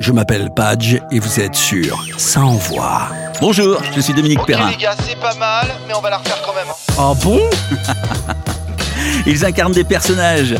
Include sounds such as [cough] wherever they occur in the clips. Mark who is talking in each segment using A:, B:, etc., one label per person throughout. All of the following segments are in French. A: Je m'appelle Padge et vous êtes sur Ça envoie. Bonjour, je suis Dominique
B: Ok
A: Perrin.
B: les gars, c'est pas mal, mais on va la refaire quand même. hein.
A: Ah bon Ils incarnent des personnages,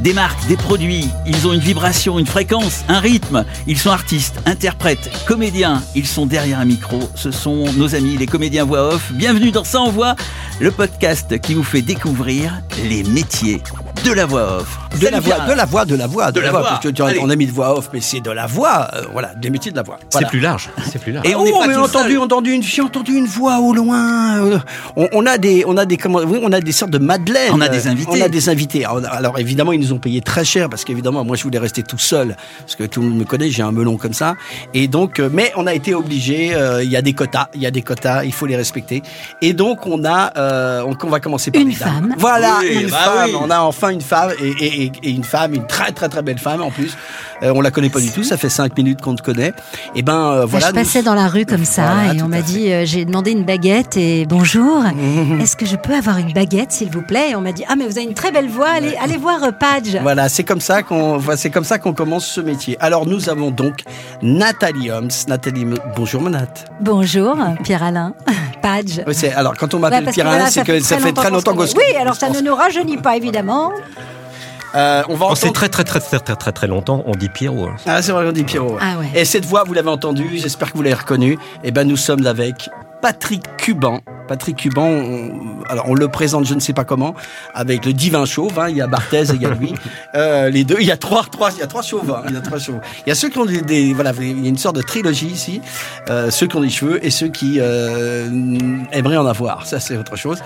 A: des marques, des produits. Ils ont une vibration, une fréquence, un rythme. Ils sont artistes, interprètes, comédiens. Ils sont derrière un micro. Ce sont nos amis, les comédiens voix off. Bienvenue dans Ça Envoie, le podcast qui vous fait découvrir les métiers de la voix off.
C: De la,
A: Salut
C: voix,
A: Pierre.
C: de la voix, de la voix, de,
A: De la
C: la voix.
A: voix.
C: Parce que tu-
A: Allez.
C: on a mis de voix off, mais c'est de la voix, euh, voilà, des métiers de la voix. Voilà.
D: C'est plus large. C'est plus large.
A: Et on n'est
C: Oh,
A: pas
C: mais
A: tout
C: entendu,
A: seul.
C: entendu une, j'ai entendu une voix au loin. euh, On, on a des, on a des, comment, oui, on a des sortes de madeleines.
A: On a des
C: euh,
A: invités.
C: On a des invités. Alors, alors, évidemment, ils nous ont payé très cher parce qu'évidemment, moi, je voulais rester tout seul parce que tout le monde me connaît, j'ai un melon comme ça. Et donc, euh, mais on a été obligé. euh, Il y a des quotas, il y a des quotas, il faut les respecter. Et donc, on a, euh, on, on va commencer par
E: Une
C: les dames.
E: femme.
C: Voilà,
A: Oui,
C: une
A: bah
C: femme.
A: oui.
C: On a enfin une femme et, et- et- et une femme, une très très très belle femme en plus. Euh, on la connaît pas du tout. Ça fait cinq minutes qu'on te connaît. Et ben euh,
E: Enfin,
C: voilà.
E: je passais
C: nous-
E: dans la rue comme ça
C: Voilà,
E: et
C: tout
E: on
C: à
E: m'a
C: fait.
E: dit euh, j'ai demandé une baguette et
C: [laughs]
E: bonjour. Est-ce que je peux avoir une baguette s'il vous plaît Et on m'a dit ah mais vous avez une très belle voix allez allez voir euh, Padge.
C: Voilà, c'est comme ça qu'on voilà, c'est comme ça qu'on commence ce métier. Alors nous avons donc Nathalie Holmes. Nathalie, bonjour Manat.
E: Bonjour Pierre [laughs] Alain Padge.
C: Oui, c'est alors quand on
E: Ouais,
C: m'appelle
E: parce que
C: Pierre Alain,
E: voilà,
C: c'est que ça fait très longtemps qu'on
E: se
C: se
E: connaît. Oui, alors ça
C: on
E: ne
C: se-
E: nous rajeunit pas évidemment.
C: Euh, on va
D: On
C: entendre.
D: sait Oh, très très très très très très très longtemps, on dit Pierrot. hein.
C: Ah, c'est vrai, on dit Pierrot.
E: Ah ouais.
C: Et cette voix, vous l'avez entendue, j'espère que vous l'avez reconnue. Eh ben, nous sommes avec Patrick Cuban. Patrick Cuban, on, alors on le présente, je ne sais pas comment, avec le divin chauve. hein, il y a Barthez et il y a
E: [laughs]
C: lui. Euh, les deux, il y a trois, trois, il y a trois chauves. hein, il y a trois chauves. Il y a ceux qui ont des, des- voilà, il y a une sorte de trilogie ici. euh, ceux qui ont des cheveux et ceux qui euh, aimeraient en avoir. Ça, c'est autre chose.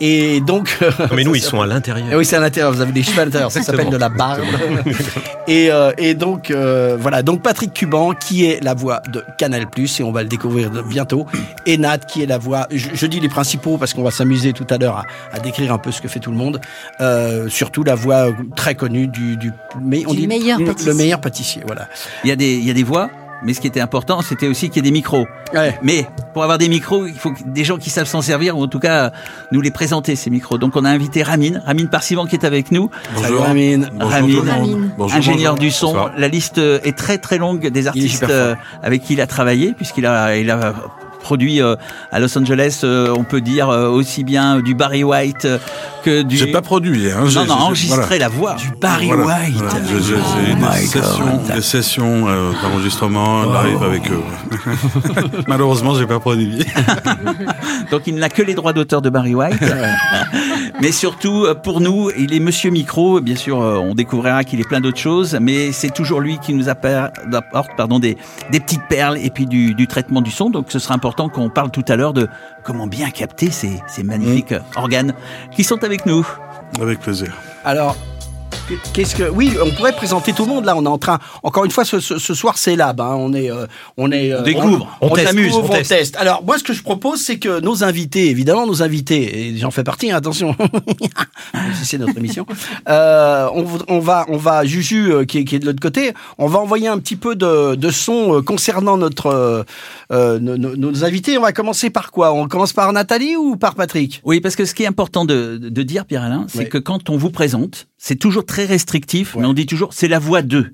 C: Et donc. [laughs]
D: Mais nous,
C: Ah, ça,
D: ils
C: c'est-
D: sont à
C: eh
D: l'intérieur.
C: oui, c'est à l'intérieur, vous avez des cheveux à l'intérieur, ça s'appelle
D: Exactement.
C: de la barbe. et, euh, et donc, euh, voilà, donc Patrick Cuban, qui est la voix de Canal+, et on va le découvrir de- bientôt, et Nat, qui est la voix, je, je dis les principaux, parce qu'on va s'amuser tout à l'heure à, à décrire un peu ce que fait tout le monde, euh, surtout la voix très connue du, du, mais-
E: Du meilleur pâtissier.
C: le meilleur pâtissier, voilà.
A: Il y, a des- il y a des voix, mais ce qui était important, c'était aussi qu'il y ait des micros.
C: Ouais.
A: Mais pour avoir des micros, il faut que des gens qui savent s'en servir ou en tout cas euh, nous les présenter ces micros. Donc on a invité Ramine, Ramine Parsivan qui est avec nous.
C: Salut, Amine.
A: Ramine,
E: Ramine.
A: ingénieur du son.
D: Bonsoir.
A: La liste euh, est très très longue des artistes
C: super fort.
A: euh, avec qui il a travaillé puisqu'il a il a produit euh, à Los Angeles, euh, on peut dire euh, aussi bien du Barry White euh, que du
F: J'ai pas produit, hein. j'ai-
A: non non
F: j'ai-
A: enregistré
F: voilà.
A: la voix. Du
F: Barry White. Je- je- J'ai des sessions, des sessions euh, d'enregistrement live avec eux. [laughs] Malheureusement, j'ai pas produit. [laughs]
A: Donc il n'a que les droits d'auteur de Barry White. [laughs] mais surtout, euh, pour nous, il est Monsieur Micro. Bien sûr, euh, on découvrira qu'il est plein d'autres choses, mais c'est toujours lui qui nous appa- apporte pardon, des, des petites perles et puis du, du traitement du son. Donc ce sera important qu'on parle tout à l'heure de comment bien capter ces, ces magnifiques euh, organes qui sont avec nous.
F: Avec plaisir.
C: Alors, qu'est-ce que oui, on pourrait présenter tout le monde là. On est en train. Encore une fois, ce, ce- ce soir c'est lab. hein. On est, euh, on est. euh,
A: On découvre,
D: on
C: découvre,
D: t'amuse, on
C: on
D: teste.
C: teste. Alors moi, ce que je propose, c'est que nos invités, évidemment, nos invités, et j'en fais partie. hein, attention, [laughs] Même si c'est notre émission. Euh, on, voud- on va, on va Juju euh, qui, est- qui est de l'autre côté. On va envoyer un petit peu de, de son euh, concernant notre euh, euh, nos, nos- nos invités. On va commencer par quoi On commence par Nathalie ou par Patrick
A: Oui, parce que ce qui est important de, de dire, Pierre-Alain, c'est
C: Ouais.
A: que quand on vous présente, c'est toujours très restrictif, mais on dit toujours c'est la voix d'eux.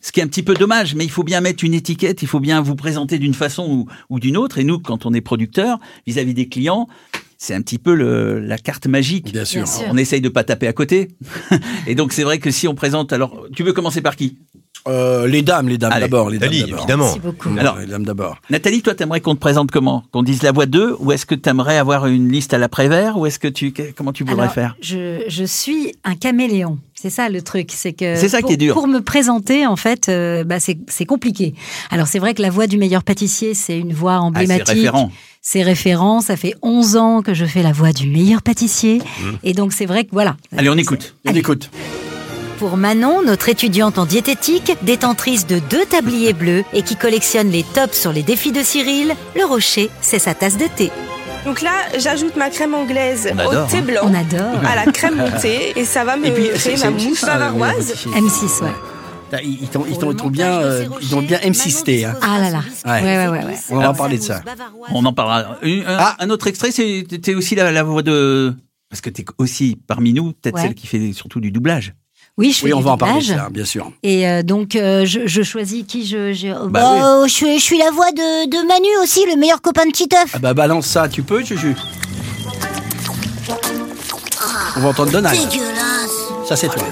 A: Ce qui est un petit peu dommage, mais il faut bien mettre une étiquette, il faut bien vous présenter d'une façon ou, ou d'une autre. Et nous, quand on est producteur, vis-à-vis des clients, c'est un petit peu le- la carte magique.
C: Bien
E: sûr. Bien sûr.
A: On essaye de pas taper à côté. [laughs] et donc, c'est vrai que si on présente, alors, tu veux commencer par qui
C: Euh, les dames, les dames
A: Allez,
C: d'abord, les dames
D: Italie,
C: d'abord.
D: évidemment.
E: Merci beaucoup.
A: Alors-
C: Alors, les dames d'abord.
A: Nathalie, toi, t'aimerais qu'on te présente comment Qu'on dise la voix d'eux Ou est-ce que t'aimerais avoir une liste à l'après-vert Ou est-ce que tu. Comment tu voudrais
E: Alors,
A: faire
E: je, je suis un caméléon. C'est ça le truc, c'est que
A: C'est ça qui
E: pour,
A: est dur.
E: Pour me présenter, en fait, euh, bah, c'est c'est compliqué. Alors c'est vrai que la voix du meilleur pâtissier, c'est une voix
A: Ah, c'est
E: emblématique.
A: référent.
E: C'est référent. Ça fait 11 ans que je fais la voix du meilleur pâtissier, et donc c'est vrai que voilà.
A: Mm. Allez, on écoute.
C: On
E: Allez.
C: écoute.
E: Pour Manon, notre étudiante en diététique, détentrice de deux tabliers bleus et qui collectionne les tops sur les défis de Cyril, le rocher, c'est sa tasse de thé.
G: Donc là, j'ajoute ma crème anglaise
A: On adore,
G: au thé
A: hein.
G: blanc,
E: On adore.
G: à la crème montée, et ça va me créer ma Euh, mousse
A: euh,
G: bavaroise.
E: M6, ouais.
C: Ils, ils t'ont- ils t'ont- ils t'ont bien, euh, ils ont bien M6T. hein.
E: Ah là là.
C: Ouais.
E: Ouais, ouais, ouais, ouais.
C: On va parler de ça.
A: On en parlera. Un, un-
C: Ah.
A: un autre extrait, c'est t'es aussi la, la voix de parce que t'es aussi parmi nous, peut-être
E: Ouais.
A: celle qui fait surtout du doublage.
E: Oui, je fais
C: Oui, on
E: du
C: va en parler,
E: doublage.
C: ça, bien sûr.
E: Et euh, donc, euh, je, je choisis qui je. je...
A: Bah
H: Oh, je, suis- je suis la voix de, de Manu aussi, le meilleur copain de Titeuf.
C: Ah bah balance ça, tu peux, Juju On va entendre Donald.
H: Dégueulasse.
C: Ça, c'est toi.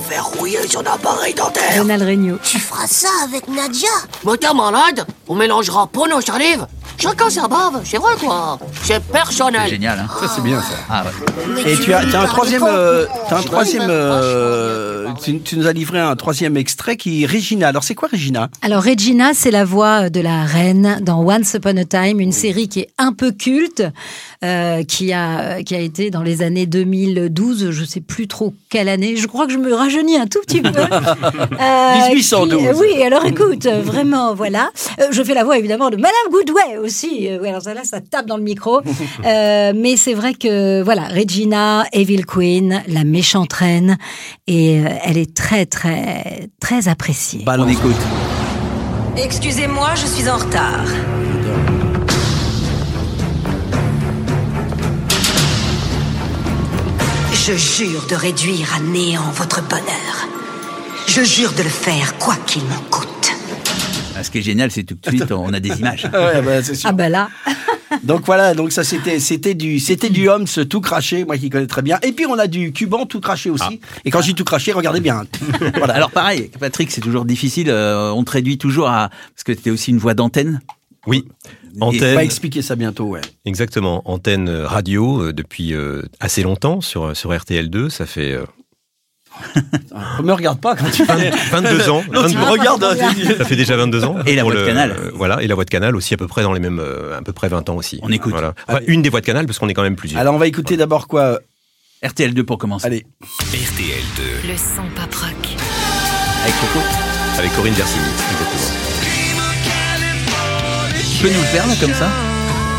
E: Ronald Regnault.
H: Tu feras ça avec Nadia.
I: Mais t'es malade On mélangera pour nos salives Chacun sa bave, c'est vrai quoi C'est personnel
A: Génial, hein
C: Ça, c'est bien, ça.
A: Ah ouais.
H: Mais
C: Et tu as,
H: lui
C: t'as un
H: parles
C: troisième,
H: quand
C: euh, t'as un
H: Je
C: troisième,
H: sais même pas, je
C: euh,
H: crois bien
C: tu, tu nous as livré un troisième extrait qui est Regina. Alors c'est quoi Regina
E: Alors Regina, c'est la voix de la reine dans Once Upon a Time, une série qui est un peu culte, euh, qui a qui a été dans les années 2012, je sais plus trop quelle année. Je crois que je me rajeunis un tout petit peu. Euh,
C: 1812.
E: qui- euh, oui, alors écoute, euh, vraiment, voilà. Euh, je fais la voix évidemment de Madame Goodway aussi. Euh, oui, alors ça là, ça tape dans le micro. Euh, mais c'est vrai que voilà, Regina, Evil Queen, la méchante reine, et euh, elle est très très très appréciée.
A: On écoute.
E: Excusez-moi, je suis en retard.
H: Je jure de réduire à néant votre bonheur. Je jure de le faire quoi qu'il m'en coûte.
A: Ah, Ce qui est génial, c'est tout de suite, on a des
C: [laughs]
A: images.
C: Ouais, bah, c'est sûr.
E: Ah bah là,
C: Donc voilà, donc ça c'était c'était du c'était du Homs tout craché, moi qui connais très bien. Et puis on a du Cuban tout craché aussi. Et quand je dis tout craché, regardez bien. voilà.
A: Alors pareil, Patrick, c'est toujours difficile. euh, on te réduit toujours à parce que t'es aussi une voix d'antenne.
D: Oui.
C: on va
D: [laughs] Antenne,
C: expliquer ça bientôt, ouais.
D: exactement. Antenne euh, radio euh, depuis euh, assez longtemps sur, euh, sur RTL2. Ça fait euh,
C: Ne me regarde pas quand tu fais.
D: 22 ans.
C: Ah, Non, tu
D: 22
C: me regardes.
D: Ça fait déjà 22 ans.
A: Et la
D: Pour
A: voix de
D: le-
A: Canal.
D: euh, voilà, et la voix de canal aussi, à peu près dans les mêmes, euh, à peu près 20 ans aussi.
A: On écoute.
D: Voilà. Enfin, une des voix de canal, parce qu'on est quand même plusieurs.
C: Alors on va écouter d'abord quoi euh,
A: RTL2 pour commencer.
C: Allez.
D: RTL2
E: le son pop rock.
A: Avec Coco.
D: avec Corinne Versini, exactement.
A: Tu peux nous le faire là comme ça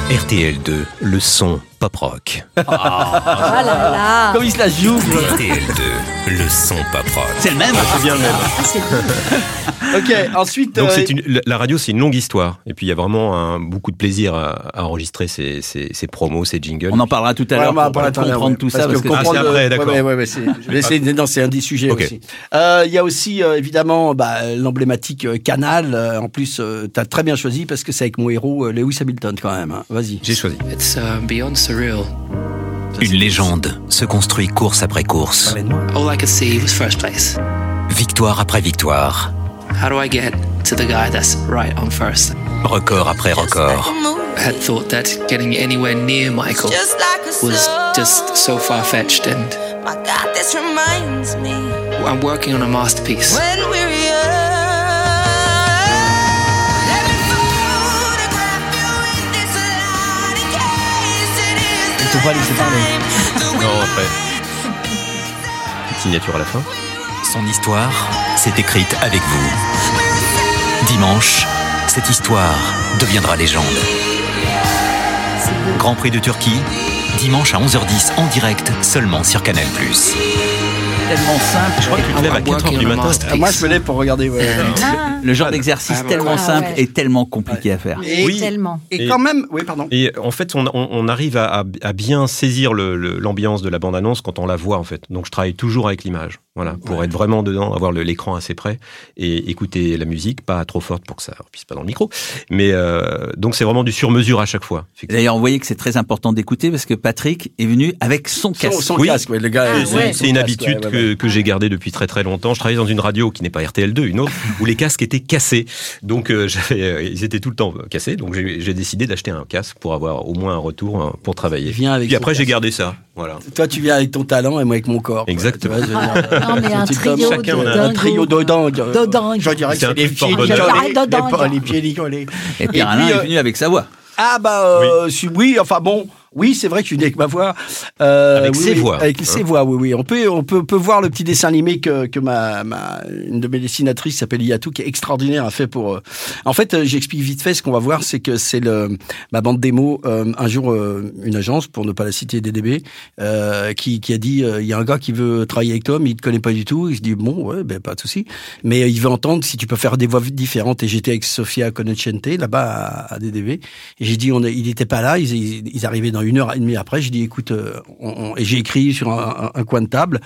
D: RTL2, le son pop rock.
E: Ah là là,
C: Comme il se la joue.
D: RTL2, le son pop rock.
A: C'est le même. hein,
D: C'est bien le même.
E: Ah, c'est bien.
C: ok. Ensuite.
D: Donc
C: euh,
D: c'est une, la- la radio, c'est une longue histoire. Et puis il y a vraiment un- beaucoup de plaisir à, à enregistrer ces, ces- ces promos, ces jingles.
A: On en parlera tout à
C: Ouais,
A: l'heure
C: on va
A: pour,
C: parler
A: pour
C: tout à l'heure,
A: comprendre
C: ouais.
A: tout
C: Parce
A: ça.
C: que
A: Parce que
D: comprendre-
A: c'est-
D: c'est après,
C: ouais,
D: d'accord.
C: ouais, ouais, ouais, c'est- je vais essayer de- non, c'est un des sujets
D: Ok.
C: aussi. Euh, Il y a aussi, euh, évidemment, bah, l'emblématique euh, Canal. Euh, en plus, euh, t'as très bien choisi parce que c'est avec mon héros, euh, Lewis Hamilton, quand même. hein. Vas-y.
D: J'ai choisi.
J: It's uh, beyond surreal.
K: Une légende se construit course après course,
C: Parlez-moi.
J: All I could see was first place.
K: victoire après victoire,
J: How do I get to the guy that's right on first?
K: record après record.
J: I had thought that getting anywhere near Michael was just so far fetched, and
I: My God, this reminds me
J: I'm working on a masterpiece.
I: when we're young. Let me photograph you in this light in case it is the last time that we
D: Non, après. Petite signature à la fin.
K: Son histoire s'est écrite avec vous. Dimanche, cette histoire deviendra légende. Grand Prix de Turquie, dimanche à 11h10 en direct seulement sur Canal+.
A: tellement simple. Je crois que
D: Tu te lèves à 4h du matin.
C: Ah, moi, je me lève pour regarder. ouais.
A: le
C: Ah,
A: genre d'exercice tellement
E: ouais.
A: simple
E: Ah ouais.
A: et tellement compliqué à faire.
C: Et,
E: tellement.
C: et quand même. Oui, pardon.
D: Et en fait, on, on- on arrive à, à- à bien saisir le- le- l'ambiance de la bande-annonce quand on la voit, en fait. Donc, je travaille toujours avec l'image, voilà, pour être vraiment dedans, avoir le- l'écran assez près et écouter la musique, pas trop forte pour que ça puisse pas dans le micro. Mais euh, donc, c'est vraiment du sur-mesure à chaque fois. effectivement.
A: D'ailleurs, vous voyez que c'est très important d'écouter parce que Patrick est venu avec son
C: Sans,
A: casque.
C: sans
D: Oui.
C: casque, ouais, le gars.
D: C'est-
C: euh,
D: c'est-
C: ouais, sans
D: C'est une
C: casque,
D: habitude
C: ouais, ouais,
D: que, que j'ai gardée depuis très très longtemps. Je travaillais dans une radio qui n'est pas RTL2, une autre, où les casques étaient cassés. Donc euh, j'avais, euh, ils étaient tout le temps cassés. Donc j'ai j'ai décidé d'acheter un casque pour avoir au moins un retour hein, pour travailler.
C: Il vient avec
D: Puis
C: son
D: après j'ai
C: casque.
D: gardé ça. Voilà.
C: ouais. Toi, tu viens avec ton talent et moi avec mon corps. quoi.
D: Exactement.
C: Tu vois, je veux dire, [laughs]
E: Non, mais un
C: petit
E: trio
C: homme,
D: chacun,
E: de
D: on a
E: dingo.
C: Un trio de dingue.
E: De dingue.
C: Je dirais que
D: C'est un
C: c'est les
D: truc
C: pieds
D: fort
C: licolés.
E: bonheur.
C: Les
E: De
C: pas-
E: dingue.
C: Les pieds licolés.
A: Et
C: Et
A: puis Alain
C: puis,
A: est
C: euh,
A: venu avec sa voix.
C: Ah bah euh, si- oui. enfin bon, oui, c'est vrai que je suis né avec ma voix. Euh,
D: Avec
C: oui,
D: ses
C: oui,
D: voix.
C: Avec
D: Hein.
C: ses voix, oui, oui. On peut, on peut, peut voir le petit dessin animé que, que ma, ma, une de mes dessinatrices s'appelle Yatou, qui est extraordinaire, a fait pour... euh, En fait, euh, j'explique vite fait, ce qu'on va voir, c'est que c'est le ma bande démo, euh, un jour, euh, une agence, pour ne pas la citer, DDB, euh, qui, qui a dit, euh, il y a un gars qui veut travailler avec toi, mais il te connaît pas du tout. Il se dit, bon, ouais, ben, pas de souci. Mais euh, il veut entendre si tu peux faire des voix différentes. Et j'étais avec Sofia Conocente, là-bas, à, à DDB. Et j'ai dit, on est- il n'était pas là, ils, ils, ils arrivaient dans pendant une heure et demie après, j'ai dit, écoute, euh, on- on- et j'ai écrit sur un, un- un coin de table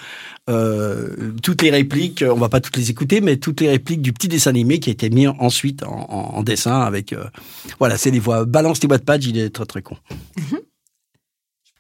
C: euh, toutes les répliques, euh, on va pas toutes les écouter, mais toutes les répliques du petit dessin animé qui a été mis ensuite en, en- en dessin avec, euh, voilà, c'est les voix. Balance tes boîtes pages, il est très très con.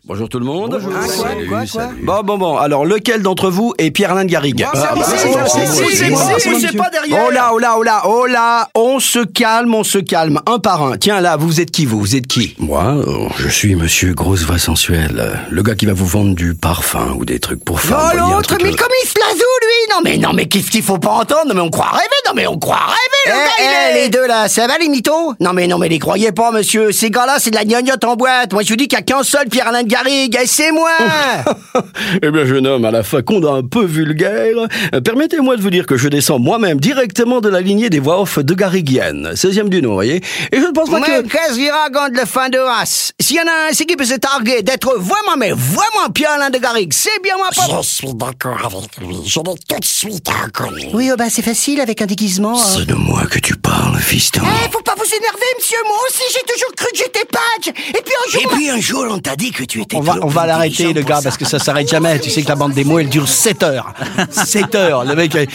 C: Bonjour tout le monde.
I: Ah,
C: Bon, bon, bon. Alors, lequel d'entre vous est Pierre-Alain Garrigue Ah, bah,
I: c'est moi, c'est moi, c'est moi, c'est moi, c'est moi, c'est pas derrière.
C: Oh là, oh là, oh là, oh là On se calme, on se calme, un par un. Tiens, là, vous êtes qui, vous Vous êtes qui
L: Moi, euh, je suis monsieur Grosse Voix Sensuelle, euh, le gars qui va vous vendre du parfum ou des trucs pour femmes.
I: Oh
L: vous voyez, un
I: l'autre,
L: truc euh,
I: mais
L: le-
I: comme il se la joue, lui Non mais non mais
L: qu'est-ce qu'il faut pas entendre Non mais on croit rêver, non mais on croit
I: rêver, le
L: Eh,
I: gars,
L: eh,
I: il est...
L: les deux là, ça va les mythos Non mais non mais les croyez pas monsieur, ces gars-là c'est de la gnognotte en boîte. Moi je vous dis qu'il y a qu'un seul Pierre-Alain de Garrigue et c'est moi
C: [laughs] Eh bien, jeune homme, à la faconde un peu vulgaire, euh, permettez-moi de vous dire que je descends moi-même directement de la lignée des voix off de Garriguienne, 16e du nom, vous voyez Et je ne pense pas
L: Moi,
C: que...
L: qu'est-ce qu'il raconte le fan de race S'il y en a un c'est qui peut se targuer d'être vraiment mais vraiment Pierre-Alain de Garrigue, c'est bien moi pas...
I: suis d'accord avec lui, je l'ai tout de suite reconnu.
L: Oui, oh, bah, c'est facile avec un déguisement.
C: hein.
L: euh.
I: de moi que tu parles, fiston.
L: Eh, faut pas vous énerver, monsieur. Moi aussi, j'ai toujours cru que j'étais page. Et puis un jour.
I: Et puis un jour, on t'a dit que tu étais
C: On va,
I: trop
C: on va l'arrêter,
I: intelligent
C: le
I: pour
C: gars,
I: ça.
C: parce que ça s'arrête jamais. Tu sais que la bande des mots, elle dure
I: [laughs]
C: 7 heures. 7 heures. Le mec, euh,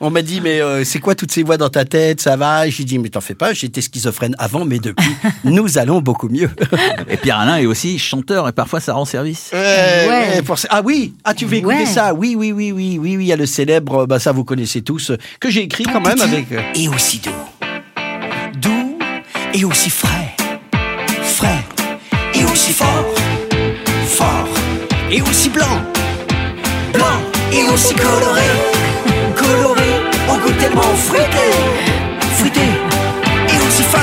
C: on m'a dit, mais euh, c'est quoi toutes ces voix dans ta tête Ça va J'ai dit, mais t'en fais pas, j'étais schizophrène avant, mais depuis,
I: [laughs]
C: nous allons beaucoup mieux.
A: Et Pierre Alain est aussi chanteur et parfois ça rend service.
L: Euh,
C: Ouais, ouais, pour ça- Ah oui, ah tu veux écouter
A: Ouais.
C: ça Oui, oui, oui, oui, oui, oui. Il y a le célèbre, bah ça vous connaissez tous, euh, que j'ai écrit quand même avec. euh,
I: Et aussi doux. Doux et aussi frais. Frais et aussi fort. Fort et aussi blanc. Blanc et aussi coloré. Coloré au goût tellement fruité. Fruité et aussi fun.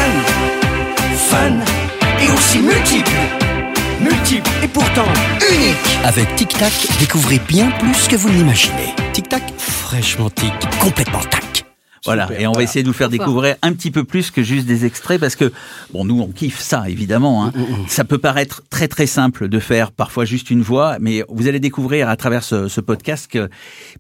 I: Fun et aussi multiple. Multiple et pourtant unique.
L: Avec Tic Tac, découvrez bien plus que vous ne l'imaginez. Tic Tac, fraîchement tic, complètement tac.
A: Voilà, et on va essayer de vous faire découvrir un petit peu plus que juste des extraits, parce que, bon, nous, on kiffe ça, évidemment. hein. Ça peut paraître très, très simple de faire parfois juste une voix, mais vous allez découvrir à travers ce, ce podcast que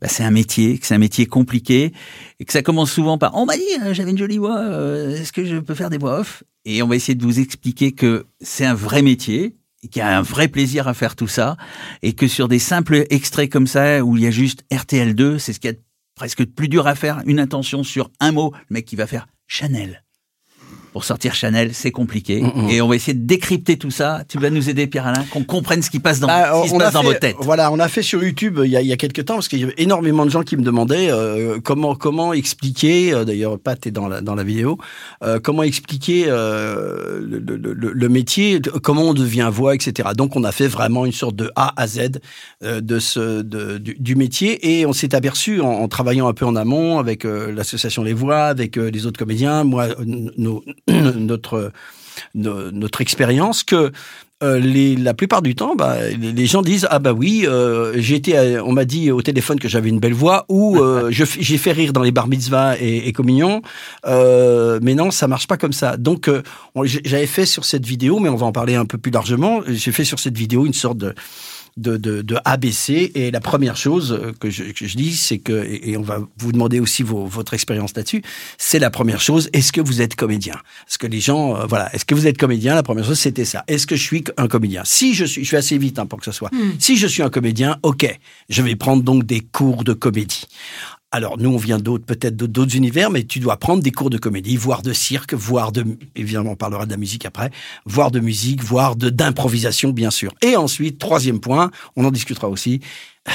A: bah, c'est un métier, que c'est un métier compliqué, et que ça commence souvent par « On m'a dit, euh, j'avais une jolie voix, euh, est-ce que je peux faire des voix off ?» Et on va essayer de vous expliquer que c'est un vrai métier, et qu'il y a un vrai plaisir à faire tout ça, et que sur des simples extraits comme ça, où il y a juste RTL2, c'est ce qu'il y a de presque plus dur à faire, une intention sur un mot, le mec qui va faire Chanel. Pour sortir Chanel, c'est compliqué.
C: Mm,
A: Et on va essayer de décrypter tout ça. Tu vas nous aider, Pierre-Alain, qu'on comprenne ce qui passe dans,
C: Bah,
A: ce qui se
C: on a
A: passe dans
C: fait-
A: vos têtes.
C: Voilà, on a fait sur YouTube euh, il y a, il y a quelques temps parce qu'il y avait énormément de gens qui me demandaient euh, comment comment expliquer. euh, D'ailleurs, Pat est dans la dans la vidéo. euh, comment expliquer euh, le, le- le- le métier, de- comment on devient voix, etc. Donc, on a fait vraiment une sorte de A à Z euh, de ce de- du, du métier et on s'est aperçu en, en travaillant un peu en amont avec euh, l'association Les Voix, avec euh, les autres comédiens, moi, euh, nos- notre no- notre expérience que euh, les, la plupart du temps, bah, les les gens disent ah bah oui, euh, j'étais, à- on m'a dit au téléphone que j'avais une belle voix ou euh, je f- j'ai fait rire dans les bar mitzvahs et, et communions, Euh, mais non ça marche pas comme ça. Donc euh, on- j'ai- j'avais fait sur cette vidéo, mais on va en parler un peu plus largement. J'ai fait sur cette vidéo une sorte de de, de, de ABC. Et la première chose euh, que je, que je dis, c'est que, et et on va vous demander aussi vos- votre expérience là-dessus, c'est la première chose, est-ce que vous êtes comédien Est-ce que les gens, euh, voilà, est-ce que vous êtes comédien La première chose, c'était ça. Est-ce que je suis un comédien Si je suis, je vais assez vite hein, pour que ce soit.
L: Hmm.
C: Si je suis un comédien, ok, je vais prendre donc des cours de comédie. Alors nous, on vient d'autres, peut-être d'autres- d'autres univers, mais tu dois prendre des cours de comédie, voire de cirque, voire de, évidemment, on parlera de la musique après, voire de musique, voire de d'improvisation, bien sûr. Et ensuite, troisième point, on en discutera aussi. euh,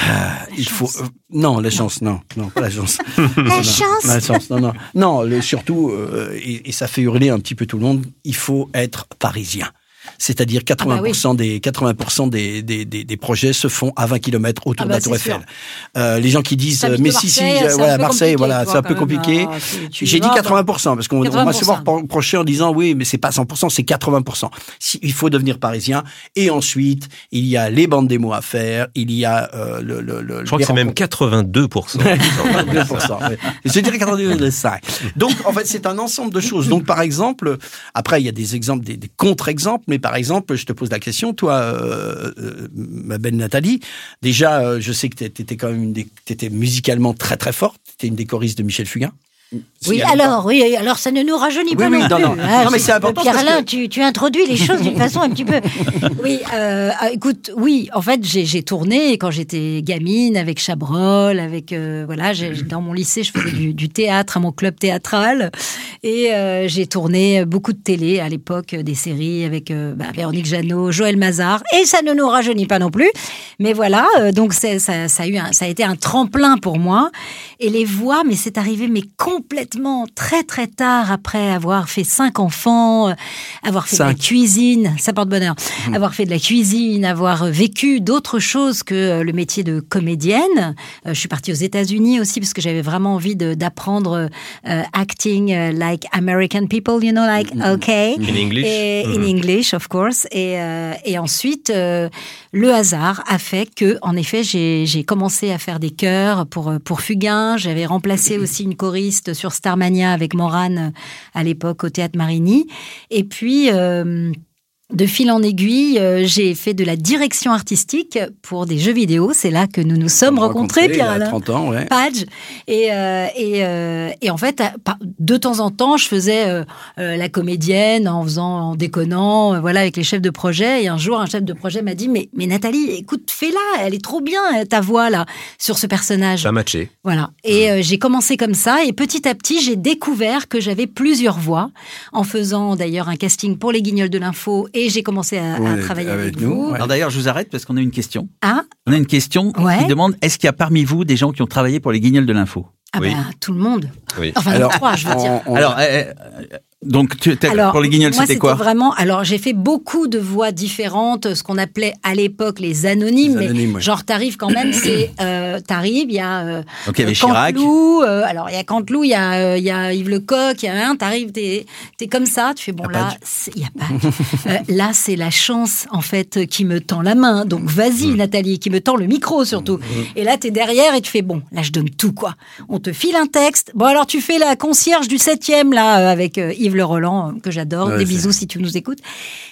C: il faut euh, non la chance non non pas
L: [laughs]
C: la chance la
I: chance.
C: la chance non non non le- surtout euh, et, et ça fait hurler un petit peu tout le monde il faut être parisien c'est-à-dire 80%
L: bah oui.
C: des 80% des, des, des, des projets se font à 20 km autour
L: Ah
C: de
L: bah,
C: la Tour
L: c'est sûr.
C: Eiffel euh, les gens qui disent
L: T'habites
C: mais
L: à
C: si si
L: Marseille,
C: euh,
L: c'est un
C: voilà
L: peu
C: Marseille
L: compliqué,
C: voilà
L: toi,
C: c'est un
L: quand
C: peu
L: même,
C: compliqué
L: hein, tu- tu
C: j'ai dit
L: vas, bah.
C: 80% parce qu'on on va
L: 80%.
C: se voir pro- procher en disant oui mais c'est pas 100% c'est 80% Si- il faut devenir parisien et ensuite il y a les bandes démos à faire il y a euh, le, le, le
D: Je crois que c'est même 82%.
C: 82%, ouais. Je dirais 82,5. Donc, en fait, c'est un ensemble de choses. Donc, par exemple, après, il y a des exemples, des, des contre-exemples, mais par exemple, je te pose la question, toi, euh, euh, ma belle Nathalie, déjà, euh, je sais que t'étais quand même une des, t'étais musicalement très très forte, t'étais une des choristes de Michel Fugain.
E: Oui, alors, oui, alors ça ne nous rajeunit pas
C: oui,
E: non,
C: non,
E: plus.
C: non.
E: hein,
C: Non, mais
E: c'est-
C: c'est important
E: Pierre
C: parce que-
E: Alain, tu, tu introduis les choses d'une façon un
C: [laughs]
E: petit peu. Oui, euh, ah, écoute, oui, en fait, j'ai j'ai tourné quand j'étais gamine avec Chabrol, avec euh, voilà, j'ai- dans mon lycée, je faisais du, du théâtre à mon club théâtral, et euh, j'ai tourné beaucoup de télé à l'époque, euh, des séries avec euh, bah, Véronique Jeannot, Joël Mazar, et ça ne nous rajeunit pas non plus. Mais voilà, euh, donc c'est- ça, ça a eu, un- ça a été un tremplin pour moi. Et les voix, mais c'est arrivé, mais complètement très très tard après avoir fait cinq enfants, euh, avoir fait de la
C: Cinq.
E: cuisine, ça porte bonheur, avoir fait de la cuisine, avoir euh, vécu d'autres choses que euh, le métier de comédienne. Euh, je suis partie aux États-Unis aussi parce que j'avais vraiment envie de- d'apprendre euh, euh, acting euh, like American people, you know, like okay.
D: [laughs] In English.
E: Et- in
D: Mhm.
E: English, of course. Et, euh, et ensuite, euh, le hasard a fait que, en effet, j'ai j'ai commencé à faire des chœurs pour, euh, pour Fugain. J'avais
C: Mhm.
E: remplacé aussi une choriste sur Starmania avec Morane euh, à l'époque au Théâtre Marigny. Et puis... euh, de fil en aiguille, euh, j'ai fait de la direction artistique pour des jeux vidéo. C'est là que nous nous sommes rencontrés,
C: il y
E: Pierre
C: a
E: Alain.
C: 30 ans, ouais.
E: Page. Et, euh, et, euh, et en fait, à- par- de temps en temps, je faisais euh, euh, la comédienne en faisant, en déconnant, euh, voilà, avec les chefs de projet. Et un jour, un chef de projet m'a dit, mais, mais Nathalie, écoute, fais-la, elle est trop bien, euh, ta voix, là, sur ce personnage.
D: Ça a matché.
E: Voilà. Et euh, j'ai commencé comme ça. Et petit à petit, j'ai découvert que j'avais plusieurs voix. En faisant d'ailleurs un casting pour les Guignols de l'Info. Et j'ai commencé à, à travailler avec, vous.
A: Alors d'ailleurs, je vous arrête parce qu'on a une question.
E: Ah,
A: On a une question qui demande est-ce qu'il y a parmi vous des gens qui ont travaillé pour les Guignols de l'info
E: ah bah, tout le monde. Enfin, nous trois, je veux dire.
A: Alors, euh, euh, donc tu, t'as- pour les Guignols,
E: moi,
A: c'était quoi
E: vraiment. Alors, j'ai fait beaucoup de voix différentes, ce qu'on appelait à l'époque les anonymes.
A: Les
E: mais
A: anonymes, ouais.
E: Genre, t'arrives quand même, c'est euh, t'arrives, il y a. euh,
A: Donc, il y avait
E: euh,
A: Chirac.
E: Canteloup, euh, alors, il y a Canteloup, il y a, euh, il y a Yves Lecoq, il y a un. T'arrives, t'es t'es comme ça. Tu fais bon là, c'est- il y a pas. [laughs] Euh, là, c'est la chance en fait qui me tend la main. Donc, vas-y,
A: Mm.
E: Nathalie, qui me tend le micro surtout. Et là, t'es derrière et tu fais bon. Là, je donne tout quoi. On te file un texte. Bon, alors tu fais la concierge du 7e là euh, avec euh, Yves Le Roland euh, que j'adore.
M: Ouais,
E: Des
M: c'est-
E: bisous si tu nous écoutes.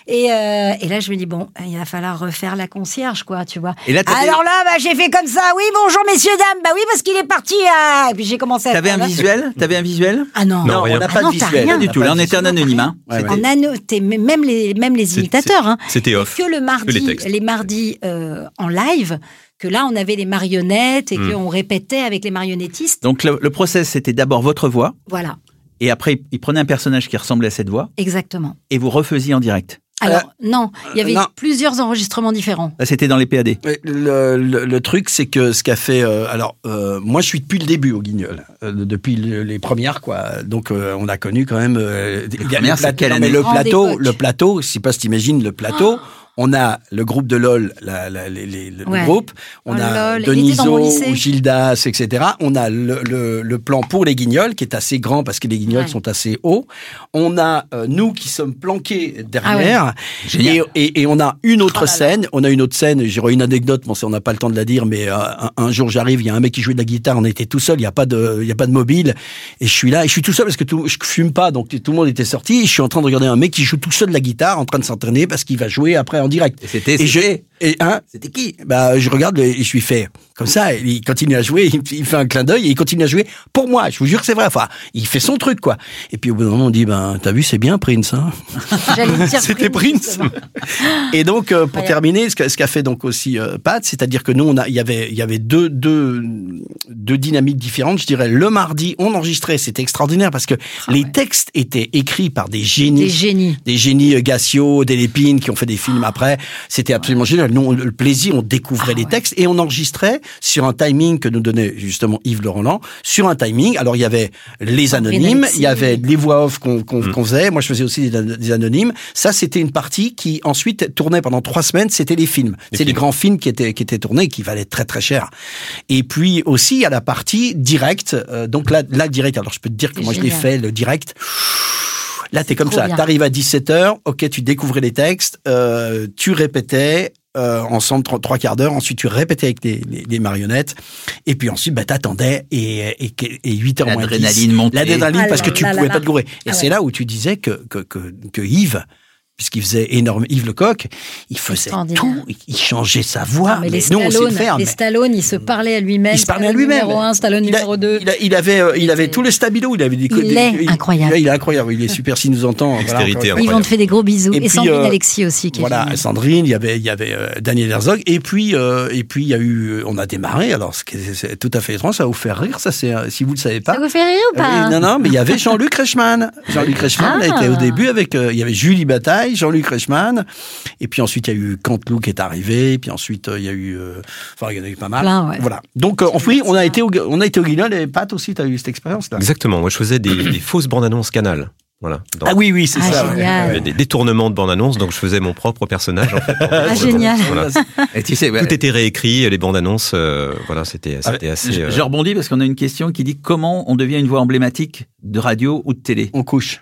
E: Et, euh, et là, je me dis bon, il va falloir refaire la concierge quoi, tu vois.
A: Et là, t'avais-
E: alors là, bah, j'ai fait comme ça. Oui, bonjour messieurs dames. Bah oui, parce qu'il est parti. À... Et puis j'ai commencé. à
A: T'avais
E: faire
A: un
E: là.
A: visuel T'avais un visuel
E: Ah non.
A: Non,
E: Non, rien.
A: on n'a
E: Ah
A: pas
E: non,
A: de
E: t'as
A: visuel.
E: rien.
A: Pas du tout. Là, on était en anonyme. hein. C'était-
E: En annoté, mais même les, même les imitateurs. hein.
D: c'était off.
E: Que le mardi,
D: les
E: les,
D: textes.
E: mardis euh, en live, que là, on avait les marionnettes et
A: Hmm.
E: qu'on répétait avec les marionnettistes.
A: Donc le, le process, c'était d'abord votre voix,
E: Voilà,
A: et après, il prenait un personnage qui ressemblait à cette voix,
E: exactement.
A: et vous refaisiez en direct.
E: Alors, non, il y avait
C: euh, non.
E: plusieurs enregistrements différents.
A: Là, c'était dans les PAD.
C: Mais Le, le- le truc, c'est que ce qu'a fait. euh, alors, euh, moi, je suis depuis le début au Guignol, euh, depuis le- les premières, quoi. Donc, euh, on a connu quand même. euh, il y a le
A: premières, c'est
C: plateau-
A: quelle
C: non, mais
A: année
C: le
A: Grande
C: plateau,
A: époque.
C: le plateau. Je sais pas si t'imagines le plateau. On a le groupe de LOL, la- la- les- les- le
I: Oh. Ouais.
C: groupe. On
I: Oh, LOL,
C: a
I: il était dans mon
C: Deniso,
I: lycée.
C: Gildas, etc. On a le, le- le plan pour les guignols, qui est assez grand parce que les guignols
I: Ouais.
C: sont assez hauts. On a euh, nous qui sommes
I: Ah
C: planqués derrière.
I: ouais. Génial.
C: et, et- et on a une
I: Oh
C: autre scène. On a une autre scène. J'aurais une anecdote, bon, c'est- on n'a pas le temps de la dire, mais euh, un, un jour j'arrive, il y a un mec qui jouait de la guitare, on était tout seul, il n'y a pas de, il y a pas de mobile, et je suis là, et je suis tout seul parce que tout, je fume pas, donc tout le monde était sorti. Et je suis en train de regarder un mec qui joue tout seul de la guitare, en train de s'entraîner parce qu'il va jouer après en direct. Et
A: c'était,
C: et je, et hein, c'était qui Bah, je regarde le- et je lui fais comme ça. et Il continue à jouer, il, il fait un clin d'œil et il continue à jouer pour moi. Je vous jure que c'est vrai. Enfin, il fait son truc quoi. Et puis au bout d'un moment, on dit ben, t'as vu, c'est bien Prince. Hein
I: J'allais dire
C: C'était
I: Prince,
C: Prince. et donc euh, pour
I: Incroyable.
C: terminer, ce qu'a ce qu'a fait donc aussi euh, Pat, c'est-à-dire que nous on a, il y avait, il y avait deux, deux, deux dynamiques différentes. Je dirais le mardi, on enregistrait, c'était extraordinaire parce que les textes étaient écrits par des génies,
E: Des génies,
C: des génies euh, Gassio, des Lépine qui ont fait des
I: Ah.
C: films après. C'était absolument génial. Nous, on- le plaisir, on découvrait les textes et on enregistrait sur un timing que nous donnait justement Yves Le Roland, sur un timing. Alors il y avait les anonymes,
I: Alexis.
C: il y avait les voix off qu'on qu'on- qu'on faisait. Moi, je faisais aussi des, an- des anonymes. Ça, c'était une partie qui ensuite tournait pendant trois semaines. C'était les films. C'est les grands films qui étaient qui étaient tournés, qui valaient très très cher. Et puis aussi, il y a la partie directe. Euh, donc là, là direct. Alors je peux te dire que
I: C'est
C: moi, je l'ai
I: génial.
C: fait le direct. Là, t'es comme
I: trop
C: ça.
I: bien.
C: T'arrives à 17h, ok, tu découvrais les textes, euh, tu répétais euh, ensemble trois, trois quarts d'heure, ensuite tu répétais avec les, les- les marionnettes, et puis ensuite, bah, t'attendais, et, et, 8h moins 10.
A: L'adrénaline montait.
C: L'adrénaline, parce que
A: Ah là
C: tu
A: là
C: pouvais
A: là
C: pas
A: là.
C: te gourer. Et
A: Ah
C: c'est
A: ouais.
C: là où tu disais que, que, que, que Yves puisqu'il faisait énorme Yves Lecoq, il faisait tout, il changeait sa voix.
E: mais les
C: Ah, nous, on
E: Stallone,
C: sait le faire,
E: les
C: mais-
E: Stallone, il se parlait à lui-même.
C: Il se parlait à lui-même.
E: Stallone numéro 1, Stallone
C: Il a-
E: numéro 2.
C: Il, a- il avait, euh, il avait tout le stabilo. Il avait des,
E: Il
C: des-
E: est incroyable.
C: Il est incroyable. Il est super s'il nous entend. Voilà,
D: Dextérité
C: encore une
E: Ils
C: fois.
E: vont te faire des gros bisous.
C: Et
E: Et,
C: puis,
E: Sandrine
C: euh,
E: Alexis aussi, qui est
C: Voilà,
E: géniale.
C: Sandrine, il y avait, il y avait euh, Daniel Herzog, et puis, euh, et puis il y a eu, on a démarré. Alors, ce qui est- c'est tout à fait étrange, ça va vous faire rire, ça, c'est, euh, si vous le savez pas.
E: Ça vous fait rire ou pas
C: Euh, non, non, mais il y avait Jean-Luc Reichmann. Jean-Luc Reichmann
E: Ah.
C: était au début avec, euh, il y avait Julie Bataille, Jean-Luc Reichmann, et puis ensuite il y a eu Canteloup qui est arrivé, et puis ensuite euh, il y a eu, euh, enfin il y en a eu pas mal.
E: Plein, ouais.
C: Voilà. Donc euh, oui, on a été au, on a été au Guignol et Pat aussi, t'as eu cette expérience là.
D: Exactement. Moi, je faisais des, des fausses bandes annonces Canal. Voilà. Dans-
C: Ah oui, oui, c'est
E: Ah,
C: ça. ouais.
E: génial.
D: Des détournements de bandes annonces, donc je faisais mon propre personnage. En fait, en
E: [laughs] Ah,
D: fait,
E: génial.
D: Voilà.
A: Et tu sais,
D: Tout était réécrit, les bandes annonces, euh, voilà, c'était
A: Ah,
D: c'était assez.
A: je,
D: euh,
A: je rebondis parce qu'on a une question qui dit comment on devient une voix emblématique de radio ou de télé.
C: On couche.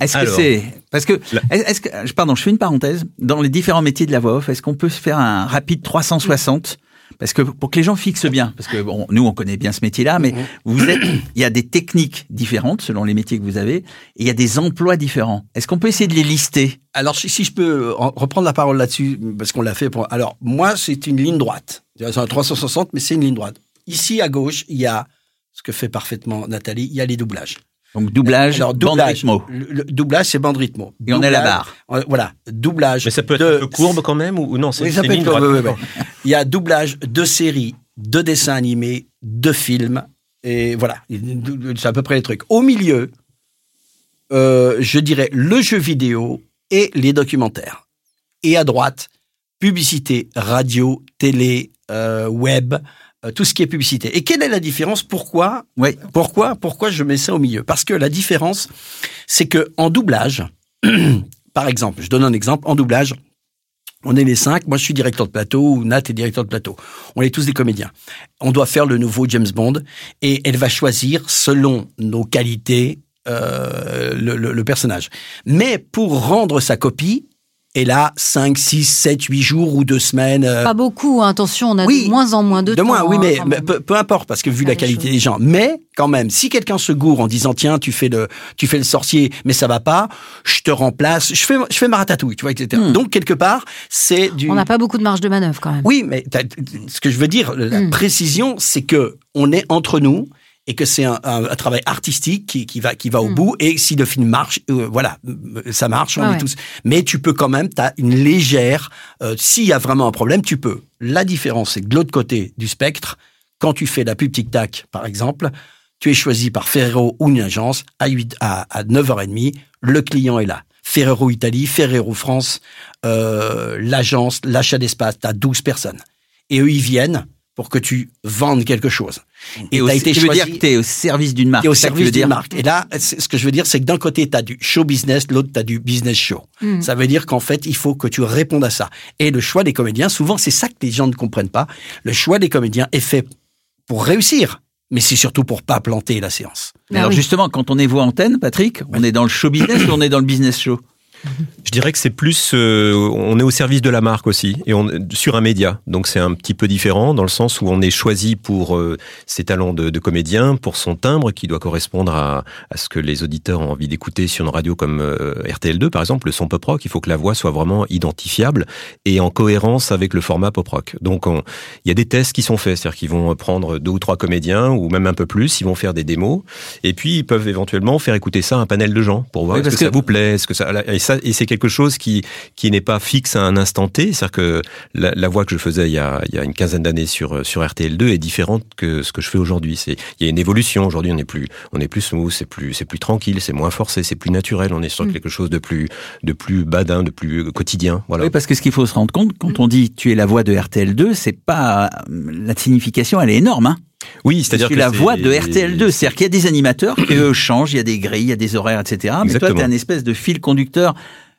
A: Est-ce que
D: Alors.
A: c'est parce que
D: La-
A: est-ce que je- pardon, je fais une parenthèse dans les différents métiers de la voix off, est-ce qu'on peut se faire un rapide 360 parce que pour que les gens fixent bien, parce que bon, nous on connaît bien ce métier-là, mais
C: Mhm.
A: vous êtes, il y a des techniques différentes selon les métiers que vous avez, et il y a des emplois différents. Est-ce qu'on peut essayer de les lister
C: Alors, si, si je peux euh, en- reprendre la parole là-dessus, parce qu'on l'a fait pour. Alors, moi, c'est une ligne droite. C'est un 360, mais c'est une ligne droite. Ici, à gauche, il y a ce que fait parfaitement Nathalie, il y a les doublages.
A: Donc doublage,
C: Alors,
A: bande
C: doublage,
A: rythmo.
C: Le, le doublage, c'est bande rythmo.
A: Et on est à la
C: Doublage,
A: barre.
C: euh, Voilà, doublage.
D: Mais ça peut être
C: de-
D: un peu courbe quand même ou ou non C'est
C: Oui,
D: c'est
C: ça
D: une
C: peut
D: ligne
C: être-
D: droite.
C: ouais, ouais, ouais. Il y a doublage de séries, de dessins animés, de films. Et voilà, c'est à peu près les trucs. Au milieu, euh, je dirais le jeu vidéo et les documentaires. Et à droite, publicité, radio, télé, euh, web, euh, tout ce qui est publicité. Et quelle est la différence Pourquoi
A: Oui.
C: Pourquoi Pourquoi je mets ça au milieu Parce que la différence, c'est que en doublage, [clears throat] par exemple, je donne un exemple en doublage. On est les cinq. Moi, je suis directeur de plateau ou Nat est directeur de plateau. On est tous des comédiens. On doit faire le nouveau James Bond et elle va choisir selon nos qualités euh, le, le- le personnage. Mais pour rendre sa copie, elle a 5, 6, 7, 8 jours ou deux semaines. euh,
E: Pas beaucoup, hein, attention, on a
C: Oui.
E: de moins en moins de, temps.
C: moins, oui,
E: hein,
C: mais,
E: quand
C: mais
E: même. Ah,
C: peu, peu importe, parce que vu
E: Faire
C: la
E: les
C: qualité
E: choses.
C: des gens. Mais quand même, si quelqu'un se gourre en disant tiens, tu fais le, tu fais le sorcier, mais ça va pas, je te remplace, je fais, je fais ma ratatouille, tu vois, etc. Donc quelque part, c'est du.
E: On n'a pas beaucoup de marge de manœuvre quand même.
C: Oui, mais t'as- ce que je veux dire, la
E: Mm.
C: précision, c'est que on est entre nous et que c'est un, un- un travail artistique qui, qui va qui va au bout. Et si le film marche, euh, voilà, euh, ça marche, on
E: Ah
C: est
E: Hmm. ouais.
C: tous. Mais tu peux quand même, t'as une légère. euh, S'il y a vraiment un problème, tu peux. La différence, c'est que de l'autre côté du spectre, quand tu fais la pub Tic Tac, par exemple, tu es choisi par Ferrero ou une agence à, 8, à, à 9h30, le client est là. Ferrero Italie, Ferrero France, euh, l'agence, l'achat d'espace, tu as 12 personnes. Et eux, ils viennent pour que tu vendes quelque chose. Et
A: au-
C: tu as été
A: tu veux
C: choisi
A: dire que t'es au service d'une marque.
C: t'es au
A: Ah, c'est ça que tu
C: service
A: veux dire
C: d'une marque. Et là, c'est- ce que je veux dire, c'est que d'un côté, tu as du show business, l'autre, tu as du business show. Ça veut dire qu'en fait, il faut que tu répondes à ça. Et le choix des comédiens, souvent, c'est ça que les gens ne comprennent pas. Le choix des comédiens est fait pour réussir, mais c'est surtout pour pas planter la séance.
A: Mais
E: Ah
A: alors
E: oui.
A: justement, quand on est voix antenne, Patrick, on est dans le show business ou on est dans le business show
D: Je dirais que c'est plus, euh, on est au service de la marque aussi, et on sur un média. Donc c'est un petit peu différent dans le sens où on est choisi pour euh, ses talents de, de comédien, pour son timbre qui doit correspondre à, à ce que les auditeurs ont envie d'écouter sur une radio comme euh, RTL2 par exemple, le son pop rock. Il faut que la voix soit vraiment identifiable et en cohérence avec le format pop rock. Donc on- il y a des tests qui sont faits, c'est-à-dire qu'ils vont prendre deux ou trois comédiens ou même un peu plus, ils vont faire des démos et puis ils peuvent éventuellement faire écouter ça à un panel de gens pour voir
A: Oui,
D: est-ce
A: parce
D: que,
A: que-
D: ça vous plaît, est-ce que ça et ça et c'est quelque chose qui qui n'est pas fixe à un instant T, c'est-à-dire que la, la voix que je faisais il y a il y a une quinzaine d'années sur euh, sur RTL2 est différente que ce que je fais aujourd'hui. C'est il y a une évolution aujourd'hui, on est plus on est plus smooth, c'est plus c'est plus tranquille, c'est moins forcé, c'est plus naturel, on est sur
E: Mm.
D: quelque chose de plus de plus badin, de plus euh, quotidien, voilà.
A: Oui, parce que ce qu'il faut se rendre compte, quand on dit tu es la voix de RTL2, c'est pas la signification, elle est énorme. Hein
D: Oui,
A: C'est-à-dire
D: c'est-à-dire
A: tu
D: que
A: la
D: c'est-
A: voix de RTL2, c'est-à-dire qu'il y a des animateurs qui eux changent, il y a des grilles, il y a des horaires, etc. Mais toi,
D: Exactement.
A: tu as un espèce de fil conducteur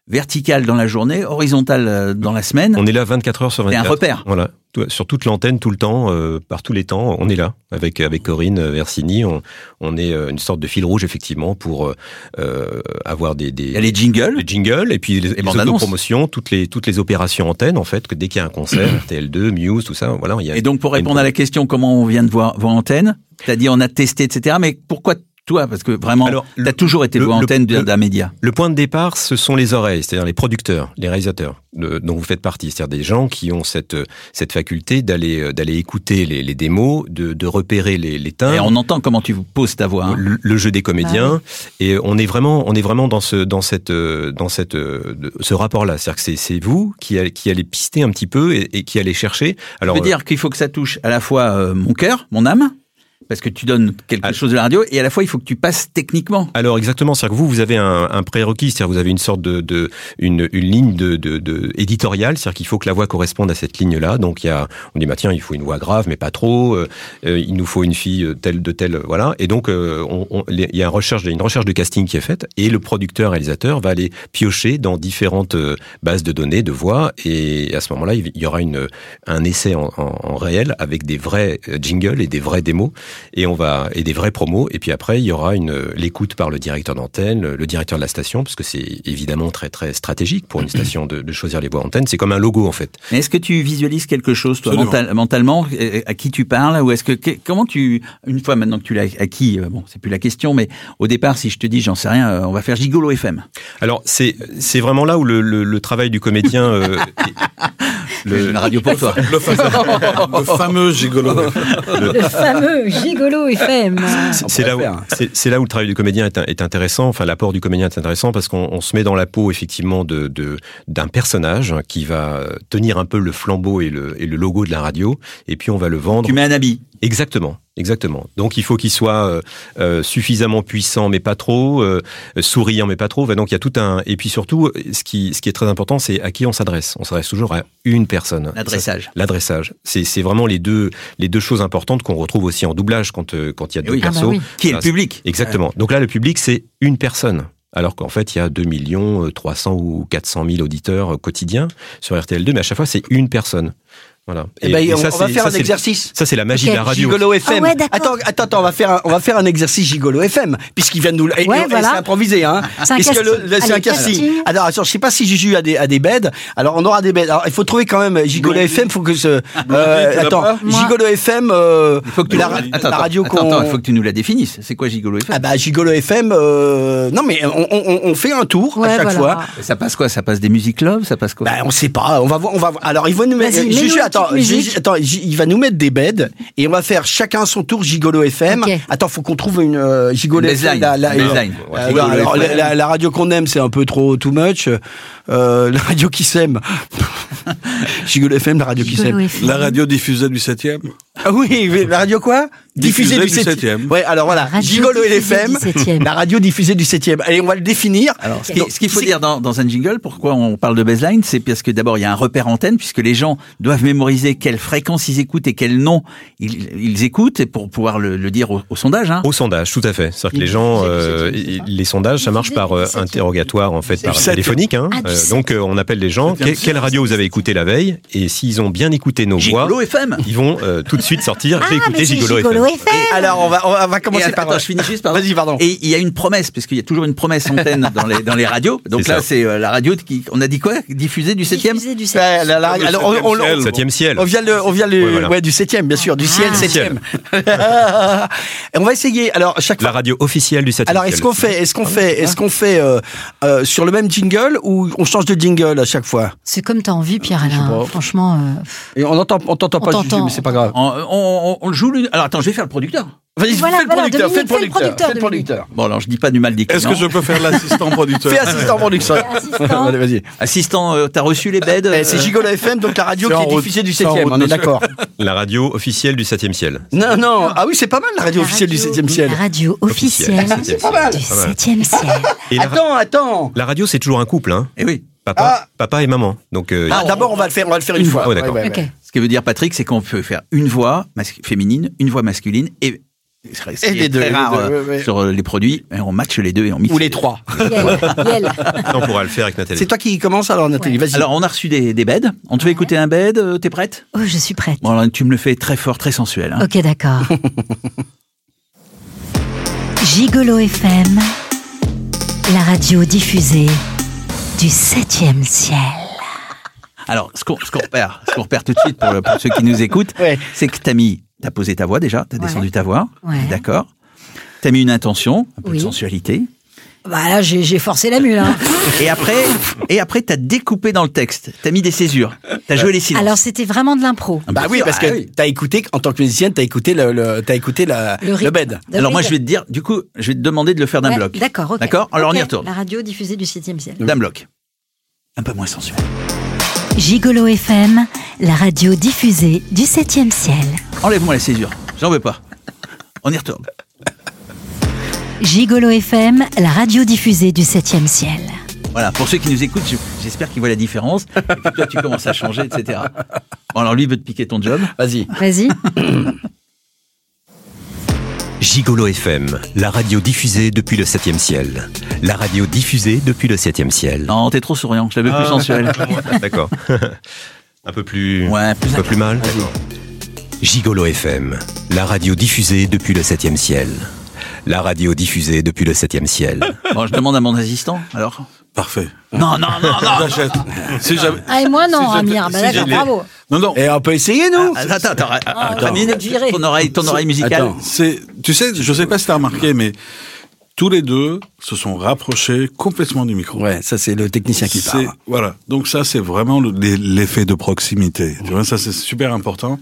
A: vertical dans la journée, horizontal euh, dans la semaine.
D: On est là 24 heures sur
A: C'est
D: 24.
A: un repère.
D: Voilà, Tout- sur toute l'antenne, tout le temps, euh, par tous les temps, on est là avec avec Corinne euh, Versini. On, on est euh, une sorte de fil rouge effectivement pour euh, euh, avoir des, des
A: Il y a les jingles.
D: les jingles et puis les, les
A: bandes annonces.
D: autopromotions, toutes les toutes les opérations antennes en fait. Que dès qu'il y a
A: [coughs]
D: un concert, RTL2, Muse, tout ça, voilà. Il y a,
A: Et donc, pour
D: il y a une-
A: répondre à la question comment on vient de voir, voir antenne, t'as dit on a testé, etc. Mais pourquoi toi parce que vraiment, tu as toujours été voix antenne d'un d'un média.
D: Le point de départ, ce sont les oreilles, c'est-à-dire les producteurs, les réalisateurs de- dont vous faites partie, c'est-à-dire des gens qui ont cette cette faculté d'aller euh, d'aller écouter les, les démos, de, de repérer les, les timbres.
A: Et on entend comment tu poses ta voix. hein.
D: le, le jeu des
A: Bah
D: comédiens et on est vraiment on est vraiment dans ce dans cette euh, dans cette euh, de- ce rapport là c'est-à-dire que c'est c'est vous qui allez, qui allez pister un petit peu et, et qui allez chercher alors
A: je veux
D: euh,
A: dire qu'il faut que ça touche à la fois euh, mon cœur, mon âme, parce que tu donnes quelque chose de la radio, et à la fois il faut que tu passes techniquement.
D: Alors exactement, c'est-à-dire que vous, vous avez un, un prérequis, c'est-à-dire que vous avez une sorte de, de une, une ligne de, de, de éditoriale, c'est-à-dire qu'il faut que la voix corresponde à cette ligne-là. Donc il y a, on dit bah tiens, il faut une voix grave, mais pas trop. euh, euh, il nous faut une fille euh, telle de telle, voilà. Et donc euh, on- on- les- il y a une recherche, une recherche de casting qui est faite, et le producteur réalisateur va aller piocher dans différentes euh, bases de données de voix, et à ce moment-là, il y aura une un essai en, en- en réel avec des vrais euh, jingles et des vrais démos et on va et des vrais promos et puis après il y aura une euh, l'écoute par le directeur d'antenne le, le directeur de la station parce que c'est évidemment très très stratégique pour une station de, de choisir les voix antennes c'est comme un logo en fait
A: Mais est-ce que tu visualises quelque chose, toi,
D: Absolument.
A: mental- mentalement, euh, à qui tu parles, ou est-ce que, que- comment tu, une fois maintenant que tu l'as acquis, euh, bon, c'est plus la question, mais au départ, si je te dis, j'en sais rien, euh, on va faire Gigolo FM.
D: alors c'est c'est vraiment là où le, le- le travail du comédien euh, est- le,
A: la radio pour toi
F: le fameux, le fameux gigolo.
E: [laughs] Le fameux
C: [laughs]
E: gigolo FM.
D: C'est- C'est là, où, c'est- c'est là où le travail du comédien est, est intéressant. Enfin, l'apport du comédien est intéressant parce qu'on on se met dans la peau effectivement de de- d'un personnage qui va tenir un peu le flambeau et le, et le logo de la radio, et puis on va le vendre. Tu
A: mets un habit.
D: Exactement. Exactement. Donc il faut qu'il soit euh, euh, suffisamment puissant mais pas trop, euh, souriant mais pas trop. Enfin, donc il y a tout un et puis surtout ce qui ce qui est très important c'est à qui on s'adresse. On s'adresse toujours à une personne.
A: L'adressage.
D: Ça, L'adressage. C'est c'est vraiment les deux les deux choses importantes qu'on retrouve aussi en doublage quand euh, quand il y a
A: Eh
D: deux
A: oui. Ah bah
D: persos.
A: oui. Qui est le
D: Voilà, c'est-
A: public.
D: Exactement. Donc là, le public, c'est une personne. Alors qu'en fait, il y a 2 millions euh, 300 ou 400 000 auditeurs euh, quotidiens sur RTL2, mais à chaque fois, c'est une personne. Voilà.
C: Eh ben, on- on va
D: c'est-
C: faire un
D: c'est-
C: exercice.
D: Ça, c'est la magie de la radio.
C: Gigolo FM.
D: Ah ouais,
C: attends, attends, attends, on va faire un, on va faire un exercice Gigolo FM puisqu'il vient de nous. et-
E: Ouais,
C: et- et
E: voilà.
C: C'est improvisé, hein.
E: C'est un
C: Puisque
E: casting.
C: le- le- c'est
E: Allez,
C: un casting.
E: casting.
C: Alors, alors, je sais pas si Juju a des a des beds. Alors, on aura des beds. Alors, il faut trouver quand même euh, Gigolo FM. Faut que ce. euh,
A: tu l'as
C: attends,
A: pas Moi.
C: Gigolo FM. euh,
A: Faut que tu
C: la,
A: la,
C: ra-
A: attends,
C: la
A: attends,
C: radio
A: attends,
C: qu'on.
A: attends, il faut que tu nous la définisses. C'est quoi Gigolo FM
C: Ah bah Gigolo FM. euh, Non mais on, on- on fait un tour à chaque fois.
A: Et Ça passe quoi Ça passe des musiques love Ça passe quoi
C: Bah, on sait pas. On va voir. On va voir. Alors, il va nous mettre.
A: Vas-y,
C: euh,
A: mets-nous
C: Juju,
A: une
C: attends,
A: petite musique.
C: Juju, attends, J- il va nous mettre des beds et on va faire chacun son tour Gigolo FM. Attends, faut qu'on trouve une euh, Gigolo
A: Une
C: FM.
A: baseline.
C: La, la-
A: Une
C: euh,
A: baseline.
C: euh,
A: Gigolo
C: non, alors,
A: FM.
C: la, la- la radio qu'on aime, c'est un peu trop too much. Euh, la radio qui
A: [laughs]
C: s'aime. Gigolo FM, la radio qui
F: Gigolo
C: s'aime.
F: FM. La radio diffusée du 7 e
C: Ah oui, oui, la radio quoi
F: Diffusée du
C: septi-
F: 7e.
C: Ouais, alors voilà, Gigolo FM, la radio diffusée du 7 e Allez, on va le définir.
A: Alors, ce qui-
C: Donc,
A: ce qu'il faut
C: c'est-
A: dire dans, dans un jingle, pourquoi on parle de baseline, c'est parce que d'abord il y a un repère antenne, puisque les gens doivent mémoriser quelle fréquence ils écoutent et quel nom ils, ils écoutent, et pour pouvoir le, le dire au, au sondage. Hein.
D: Au sondage, tout à fait. C'est-à-dire que les gens, euh, ils- les sondages, ça marche par euh, interrogatoire en fait, par
A: septième.
D: téléphonique. hein.
A: Ah, du
D: Euh,
A: septième.
D: donc euh, on appelle les gens. que- quelle radio vous avez écouté la veille Et s'ils ont bien écouté nos voix, ils vont euh, tout de suite sortir
E: Ah,
D: et écouter Gigolo, FM.
C: Et alors, on va, on va commencer
A: Et
C: par.
A: attends, je finis juste pardon.
C: Vas-y, pardon.
A: Et il y a une promesse, parce qu'il y a toujours une promesse
C: [laughs]
A: antenne dans les dans les radios. Donc
D: C'est
A: là,
D: ça.
A: c'est euh, la radio qui. On a dit quoi Diffusée du 7
E: du
C: Ouais, la- la- alors, on- on- on-
D: Septième ciel.
C: On vient le, on vient le,
D: Ouais, voilà.
C: ouais, du septième, bien sûr, du ciel
D: Du
C: septième. Et [laughs] on va essayer. Alors chaque
D: La radio officielle du 7
C: Alors est-ce qu'on fait, est-ce qu'on fait, est-ce qu'on fait euh, euh, sur le même jingle ou on change de jingle à chaque fois
E: C'est comme t'as envie,
C: Je sais
E: Pierre-Alain.
C: pas.
E: Franchement, euh,
C: Et on entend, on t'entend
E: On
C: pas, Juju,
E: t'entend.
C: mais c'est pas grave.
A: On, on- on le joue. l'une- Alors attends, je vais faire le producteur.
C: Vas-y,
E: Voilà,
C: fais, le
E: voilà,
C: producteur,
E: Dominique,
C: fais le producteur, fais le producteur.
A: Bon, alors je dis pas du mal des clients.
F: Est-ce que je peux faire l'assistant producteur
C: Fais assistant producteur.
E: Assistant.
C: Allez, vas-y.
A: Assistant, euh, t'as reçu les beds
C: Eh, c'est
A: euh,
C: Gigolo FM, donc la radio
A: C'est
C: qui
A: en
C: est
A: route,
C: diffusée du
A: c'est en
C: septième.
A: route,
C: On est
A: monsieur.
C: d'accord.
D: La radio officielle du 7e ciel.
C: Non, non. Ah oui, c'est pas mal la radio officielle du septième ciel. La
E: radio
D: officielle
C: Ah, c'est pas mal.
D: du Pas mal.
E: septième ciel.
D: Et la-
C: Attends, attends.
D: La radio, c'est toujours un couple, hein
A: Eh oui.
D: Papa, papa et maman. Donc euh,
C: Ah, d'abord, on va le faire, on va le faire une fois.
D: Oh, d'accord.
C: Ouais, ouais, ouais.
A: Ce qui veut dire, Patrick, c'est qu'on peut faire une voix mas- féminine, une voix masculine et ce qui
C: Et les
A: est
C: deux,
A: très
C: les
A: rare
C: deux,
A: euh,
C: ouais, ouais.
A: sur euh, les produits, et on matche les deux et on mixe. Ou les
C: trois.
D: on pourra le faire avec Nathalie.
C: C'est toi qui commence alors, Nathalie. Vas-y.
A: Alors, on a reçu des, des beds. On te fait écouter un bed. euh, T'es prête
E: Oh, je suis prête.
A: Bon, alors, tu me le fais très fort, très sensuel. hein.
E: Ok, [laughs] d'accord. Gigolo FM, la radio diffusée du septième ciel.
A: Alors, ce qu'on ce qu'on repère, ce qu'on repère tout de suite pour, le- pour ceux qui nous écoutent, c'est que t'as mis, t'as posé ta voix déjà, t'as descendu ta voix,
E: Ouais.
A: d'accord T'as mis une intention, un peu de sensualité.
E: Bah là, j'ai j'ai forcé la mule. [laughs] hein.
A: Et après, et après, t'as découpé dans le texte. T'as mis des césures. T'as joué les silences.
E: Alors c'était vraiment de l'impro.
C: Euh,
A: Ah,
C: Bah oui, parce que t'as écouté, en tant que musicienne, t'as écouté le, le- t'as écouté la,
E: Le rythme.
C: bed.
E: Le
A: Alors moi,
E: rythme.
A: je vais te dire, du coup, je vais te demander de le faire d'un
E: Ouais,
A: bloc.
E: D'accord, ok.
A: D'accord Alors on y
E: Ok,
A: retourne.
E: La radio diffusée du 7 ciel.
A: D'un bloc. Un peu moins sensuel.
E: Gigolo FM, la radio diffusée du 7 ciel.
A: Enlève-moi la césure. J'en veux pas. On y retourne.
E: Gigolo FM, la radio diffusée du 7 ciel.
A: Voilà, pour ceux qui nous écoutent, je- j'espère qu'ils voient la différence. Et puis toi, tu commences à changer, etc. Bon, alors lui, il veut te piquer ton job.
C: Vas-y.
A: [laughs]
E: Vas-y.
K: Gigolo FM, la radio diffusée depuis le 7e ciel. La radio diffusée depuis le 7e ciel.
A: Non, t'es trop souriant, je l'avais
K: Ah.
A: plus sensuel.
D: [laughs]
K: D'accord. Un peu plus.
A: Ouais,
K: un peu plus mal. Gigolo FM, la radio diffusée depuis le 7e ciel. La radio diffusée depuis le 7e ciel.
A: Bon, je demande à mon assistant, alors.
F: Parfait.
A: Non, non, non, non
F: J'achète. Si jamais-
E: Ah et moi non,
F: Si je-
E: Amir. Bah
F: si
E: d'accord,
F: je-
E: bravo.
F: Non, non.
C: Et on peut essayer,
D: [laughs]
C: nous
A: Attends, attends,
E: Ah,
A: attends.
F: attends.
A: Amine, ton oreille, ton oreille musicale.
F: C'est, tu sais, je sais pas si t'as remarqué, mais tous les deux se sont rapprochés complètement du micro.
C: Ah. Ouais, ça c'est le technicien qui parle.
F: Voilà. Donc ça, c'est vraiment le- l'e- l'effet de proximité. Tu vois, ça c'est super important.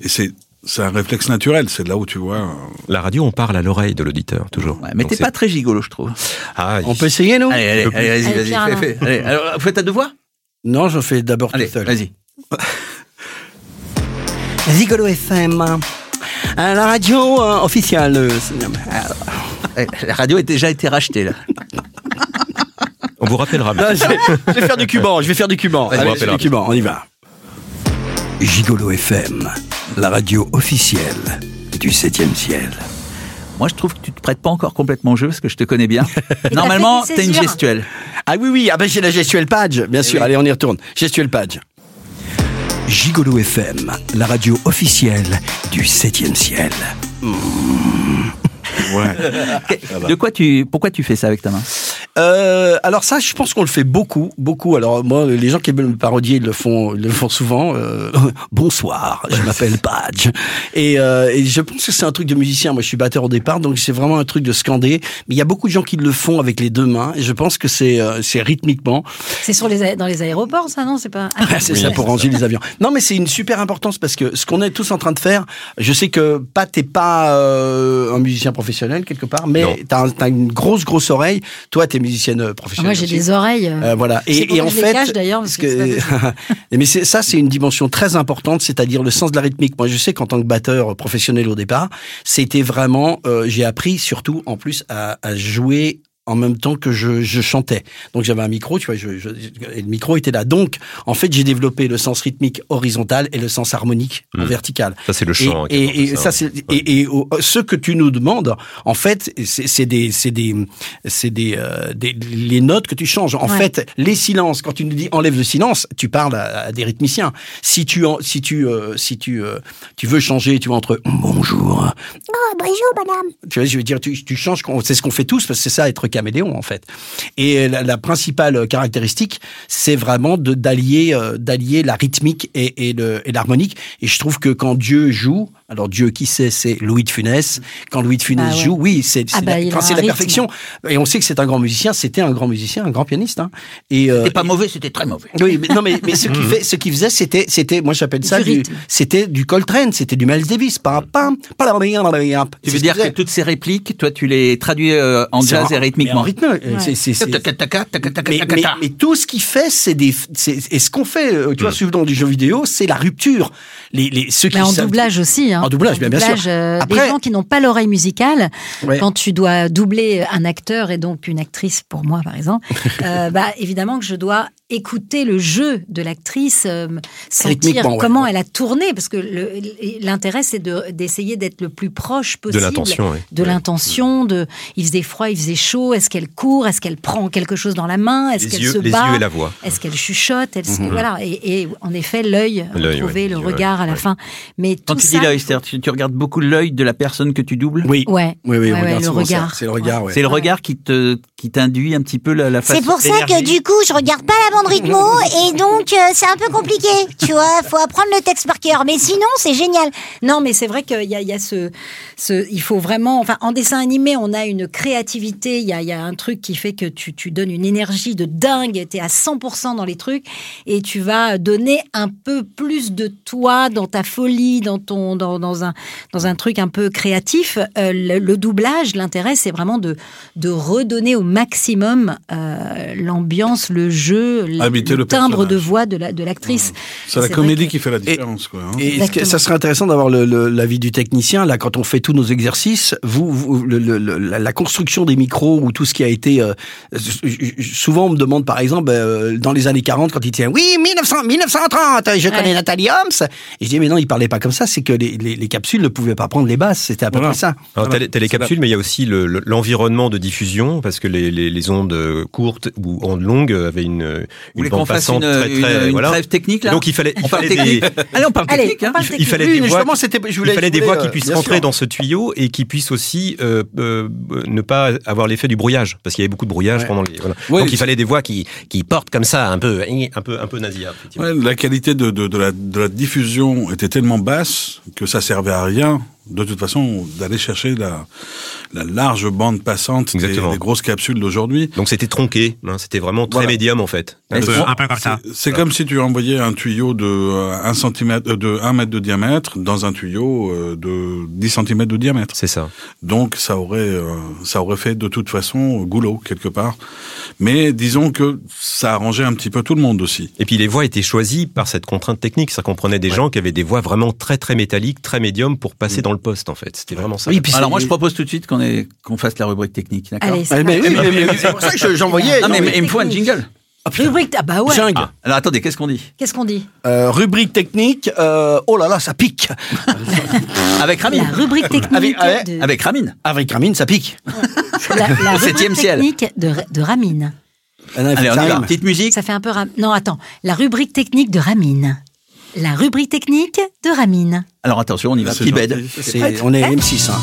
F: Et c'est, c'est un réflexe naturel. C'est là où tu vois. euh,
D: [laughs] La radio, on parle à l'oreille de l'auditeur, toujours.
A: mais
D: Donc
A: t'es
D: c'est-
A: pas très gigolo, je trouve.
D: Ah,
C: On peut essayer, nous
A: Allez, allez,
D: Un peu
A: allez,
E: plus.
A: vas-y,
E: Allez, Pierre
A: vas-y, fais,
E: Alain.
A: fais. Allez, alors, fais ta devoir
C: Non, je fais d'abord
A: Allez,
C: tout seul.
A: vas-y.
C: Gigolo FM, euh, la radio euh, officielle. euh, c'est-
A: Eh, La radio a déjà été rachetée, là.
D: on vous rappellera.
C: Non, je, vais, je vais faire du cuban, je vais faire du cuban.
D: Vas-y,
C: Allez,
D: on
C: je fais du
D: rappellera.
C: cuban, on y va. Gigolo FM, la radio officielle du 7e ciel.
A: Moi, je trouve que tu te prêtes pas encore complètement au jeu parce que je te connais bien. Normalement,
E: fait des
A: t'as une
E: césures.
A: gestuelle.
C: Ah oui, oui, ah ben j'ai la gestuelle page, bien sûr.
A: oui.
C: Allez, on y retourne. Gestuelle page. Gigolo FM, la radio officielle du 7e ciel.
E: [laughs]
F: Ouais.
A: De quoi tu, pourquoi tu fais ça avec ta main
C: Euh, alors ça, je pense qu'on le fait beaucoup, beaucoup. Alors moi, les gens qui veulent me parodier, ils le font, ils le font souvent. Euh, Bonsoir, je m'appelle Padge. Et, euh, et je pense que c'est un truc de musicien. Moi, je suis batteur au départ, donc c'est vraiment un truc de scander. Mais il y a beaucoup de gens qui le font avec les deux mains. Et je pense que c'est euh, c'est rythmiquement.
E: C'est sur les a- dans les aéroports, ça non C'est pas. Ah,
C: Ouais, [laughs] c'est
E: oui.
C: ça pour ranger les avions. Non, mais c'est une super importance parce que ce qu'on est tous en train de faire, je sais que Pat t'es pas euh, un musicien professionnel quelque part,
D: Non.
C: mais t'as un- t'as une grosse grosse oreille. Toi, t'es musicienne professionnelle.
E: Ah, Moi j'ai
C: aussi.
E: des oreilles. euh,
C: Euh, voilà.
E: C'est pour
C: Et, et
E: que
C: en
E: je les
C: fait,
E: cache, d'ailleurs, parce
C: ce
E: que c'est
C: [laughs] mais c'est ça, c'est une dimension très importante, c'est-à-dire le sens de la rythmique. Moi, je sais qu'en tant que batteur professionnel au départ, c'était vraiment, euh, j'ai appris surtout en plus à, à jouer en même temps que je, je chantais. Donc j'avais un micro, tu vois, je, je- et le micro était là. Donc, en fait, j'ai développé le sens rythmique horizontal et le sens harmonique en
D: Mmh.
C: vertical.
D: Ça, c'est le
C: Et,
D: chant. hein, qui
C: et- et
D: apporte
C: ça, c'est et, et au- ce que tu nous demandes, en fait, c'est c'est des, c'est des, c'est des, euh, des- les notes que tu changes. En
E: Ouais.
C: fait, les silences. Quand tu nous dis enlève le silence, tu parles à, à des rythmiciens. Si tu, en- si tu, euh, si tu, euh, tu veux changer, tu vois entre bonjour. bonjour madame. Tu vois, je veux dire, tu, tu changes. qu'on- C'est ce qu'on fait tous parce que c'est ça être caméléon en fait. Et la, la principale euh, caractéristique, c'est vraiment de- d'allier, euh, d'allier la rythmique et, et le- et l'harmonique. Et je trouve que quand Dieu joue, alors Dieu qui sait, c'est Louis de Funès. Quand Louis de Funès
E: Ah ouais.
C: joue, oui, c'est
E: Ah
C: c'est
E: bah,
C: la-
E: il a
C: quand
E: un
C: c'est la
E: rythme.
C: perfection. Et on sait que c'est un grand musicien, c'était un grand musicien, un grand pianiste. Hein. Et, euh,
A: C'était pas Mmh. mauvais, c'était très mauvais.
C: oui, mais, non, mais, mais ce qu'il fait, ce qu'il faisait, c'était, c'était, moi j'appelle ça
E: Du
C: du,
E: rythme.
C: c'était du Coltrane, c'était du Miles Davis. Pam, pam, pam, pam, pam.
A: Tu
C: C'est
A: veux
C: ce
A: dire
C: qu'il
A: que
C: faisait.
A: toutes ces répliques, toi, tu les traduis euh, en
C: C'est
A: jazz et rythmiquement.
C: en rythme, euh, c'est- c'est- c'est-
A: Taca, taca, taca, taca,
C: mais,
A: taca,
C: mais-
A: taca.
C: mais tout ce qu'il fait, c'est des, c'est, et ce qu'on fait, euh,
A: Mm.
C: tu vois, suivant du jeu vidéo, c'est la rupture. Les, les, ceux qui
E: Bah, en
C: savent-
E: doublage aussi. Hein.
C: En doublage, bien- bien sûr.
E: euh,
C: Après-
E: les gens qui n'ont pas l'oreille musicale,
C: Ouais.
E: quand tu dois doubler un acteur et donc une actrice, pour moi par
C: [laughs]
E: exemple, euh, bah, évidemment que je dois écouter le jeu de l'actrice, euh, sentir
C: Rythmiquement, ouais,
E: comment
C: ouais.
E: elle a tourné, parce que le- l'intérêt c'est de- d'essayer d'être le plus proche
D: De
E: possible
D: l'intention, oui.
E: de l'intention, de il faisait froid, il faisait chaud, est-ce qu'elle court, est-ce qu'elle prend quelque chose dans la main, est-ce
D: Les
E: qu'elle
D: yeux-
E: se
D: les
E: bat,
D: yeux et la voix.
E: est-ce qu'elle chuchote, est-ce
C: Mhm.
E: que- voilà, et, et en effet l'œil,
D: L'œil,
E: retrouver
D: ouais,
E: le
D: les yeux,
E: regard à la
D: ouais.
E: fin, mais
A: Quand
E: tout
A: tu
E: ça,
A: dis l'œil, c'est-à-dire tu, tu regardes beaucoup l'œil de la personne que tu doubles
C: Oui.
E: Ouais.
C: Oui, oui,
E: Ouais, ouais,
C: regarde
E: le
C: souvent ça.
E: regard.
C: C'est le regard, ouais.
A: C'est le
E: Ouais.
A: regard qui te qui t'induit un petit peu la, la façon.
M: C'est pour ça que
A: d'énergie.
M: du coup, je regarde pas la bande rythmo
C: [laughs]
M: et donc euh, c'est un peu compliqué. Tu vois, faut apprendre le texte par cœur. Mais sinon, c'est génial.
E: Non, mais c'est vrai qu'il y a, il y a ce, ce- Il faut vraiment. Enfin, en dessin animé, on a une créativité. Il y a, il y a un truc qui fait que tu, tu donnes une énergie de dingue. Tu es à 100% dans les trucs. Et tu vas donner un peu plus de toi dans ta folie, dans, ton, dans, dans, un, dans un truc un peu créatif. Euh, le, le doublage, l'intérêt, c'est vraiment de, de redonner au maximum euh, l'ambiance, le jeu,
D: Ah,
E: le,
F: Habiter le
E: timbre de
F: personnage.
E: voix de la- de l'actrice.
F: C'est la
E: vrai
F: comédie qui fait la différence, quoi. hein.
C: Et est-ce que ça serait intéressant d'avoir le- le- l'avis du technicien. Là, quand on fait tous nos exercices, vous, vous- le- le- le- la, la construction des micros ou tout ce qui a été... euh, s- s- souvent, on me demande, par exemple, euh, dans les années 40, quand il tient oui, 1900, 1930, je connais Nathalie Holmes. Et je dis, mais non, il parlait pas comme ça. C'est que les, les- les capsules ne pouvaient pas prendre les basses. C'était à peu près ça.
D: Alors, t'as les- t'as les capsules, mais il y a aussi le- le- l'environnement de diffusion, parce que les, les- les ondes euh, courtes ou ondes longues avaient une, une
A: voulez
D: bande
A: qu'on fasse
D: passante
A: une-
D: très,
A: une-
D: très,
A: une
D: voilà.
A: trêve technique, là
D: Donc il fallait, il
A: On parle
D: fallait des,
A: technique. Allez, on parle
E: Allez,
A: technique. hein.
E: on parle
D: il fallait
C: Oui,
D: des
C: mais
D: voix,
C: justement, c'était- je
D: il
C: voulais-
D: fallait
C: je
D: des
C: voulais,
D: voix
C: euh,
D: qui puissent
C: bien
D: rentrer
C: sûr.
D: dans ce tuyau et qui puissent aussi euh, euh, euh, ne pas avoir l'effet du brouillage, parce qu'il y avait beaucoup de brouillage pendant les. voilà.
F: Ouais,
D: Donc
F: c'est-
D: il fallait des voix qui, qui portent comme ça, un peu, un peu, un peu nasillarde.
F: Ouais, la qualité de, de, de la, de la diffusion était tellement basse que ça servait à rien, de toute façon, d'aller chercher la, la large bande passante des,
D: Exactement.
F: des grosses capsules d'aujourd'hui.
D: Donc c'était tronqué, hein, c'était vraiment très
F: Voilà.
D: médium en fait.
F: Parce que c'est- C'est comme si tu envoyais un tuyau de 1 centimètre, euh, de 1 mètre de diamètre dans un tuyau euh, de 10 cm de diamètre.
D: C'est ça.
F: Donc ça aurait, euh, ça aurait fait de toute façon goulot quelque part. Mais disons que ça arrangeait un petit peu tout le monde aussi.
D: Et puis les voix étaient choisies par cette contrainte technique, ça comprenait des gens qui avaient des voix vraiment très très métalliques, très médium pour passer dans le poste en fait. C'était vraiment ça.
A: Alors moi, je propose tout de suite qu'on ait- qu'on fasse la rubrique technique, d'accord
D: Allez, c'est Ah, Mais oui, parti. mais- mais c'est pour ça que je- j'envoyais-
A: Non, mais, mais
D: j'envoyais
A: il me faut un jingle.
E: Rubrique, ah bah ouais.
A: Ah, alors attendez, qu'est-ce qu'on dit
E: Qu'est-ce qu'on dit
C: Euh, rubrique technique, euh, oh là là, ça pique.
A: Avec
D: Ah,
A: Ramine.
E: La rubrique technique
C: Avec, avec,
E: de-
A: avec Ramine.
C: Avec Ramine, ça pique.
D: bah,
E: La, la rubrique
A: Septième ciel.
E: technique de, Ra- de Ramine.
A: Allez, on y va. Petite musique.
E: Ça fait un peu... Ra- Non, attends. La rubrique technique de Ramine. La rubrique technique de Ramine.
A: Alors attention, on y va.
C: C'est
A: Petit
C: gentil.
A: bed.
C: C'est- on est M6. hein.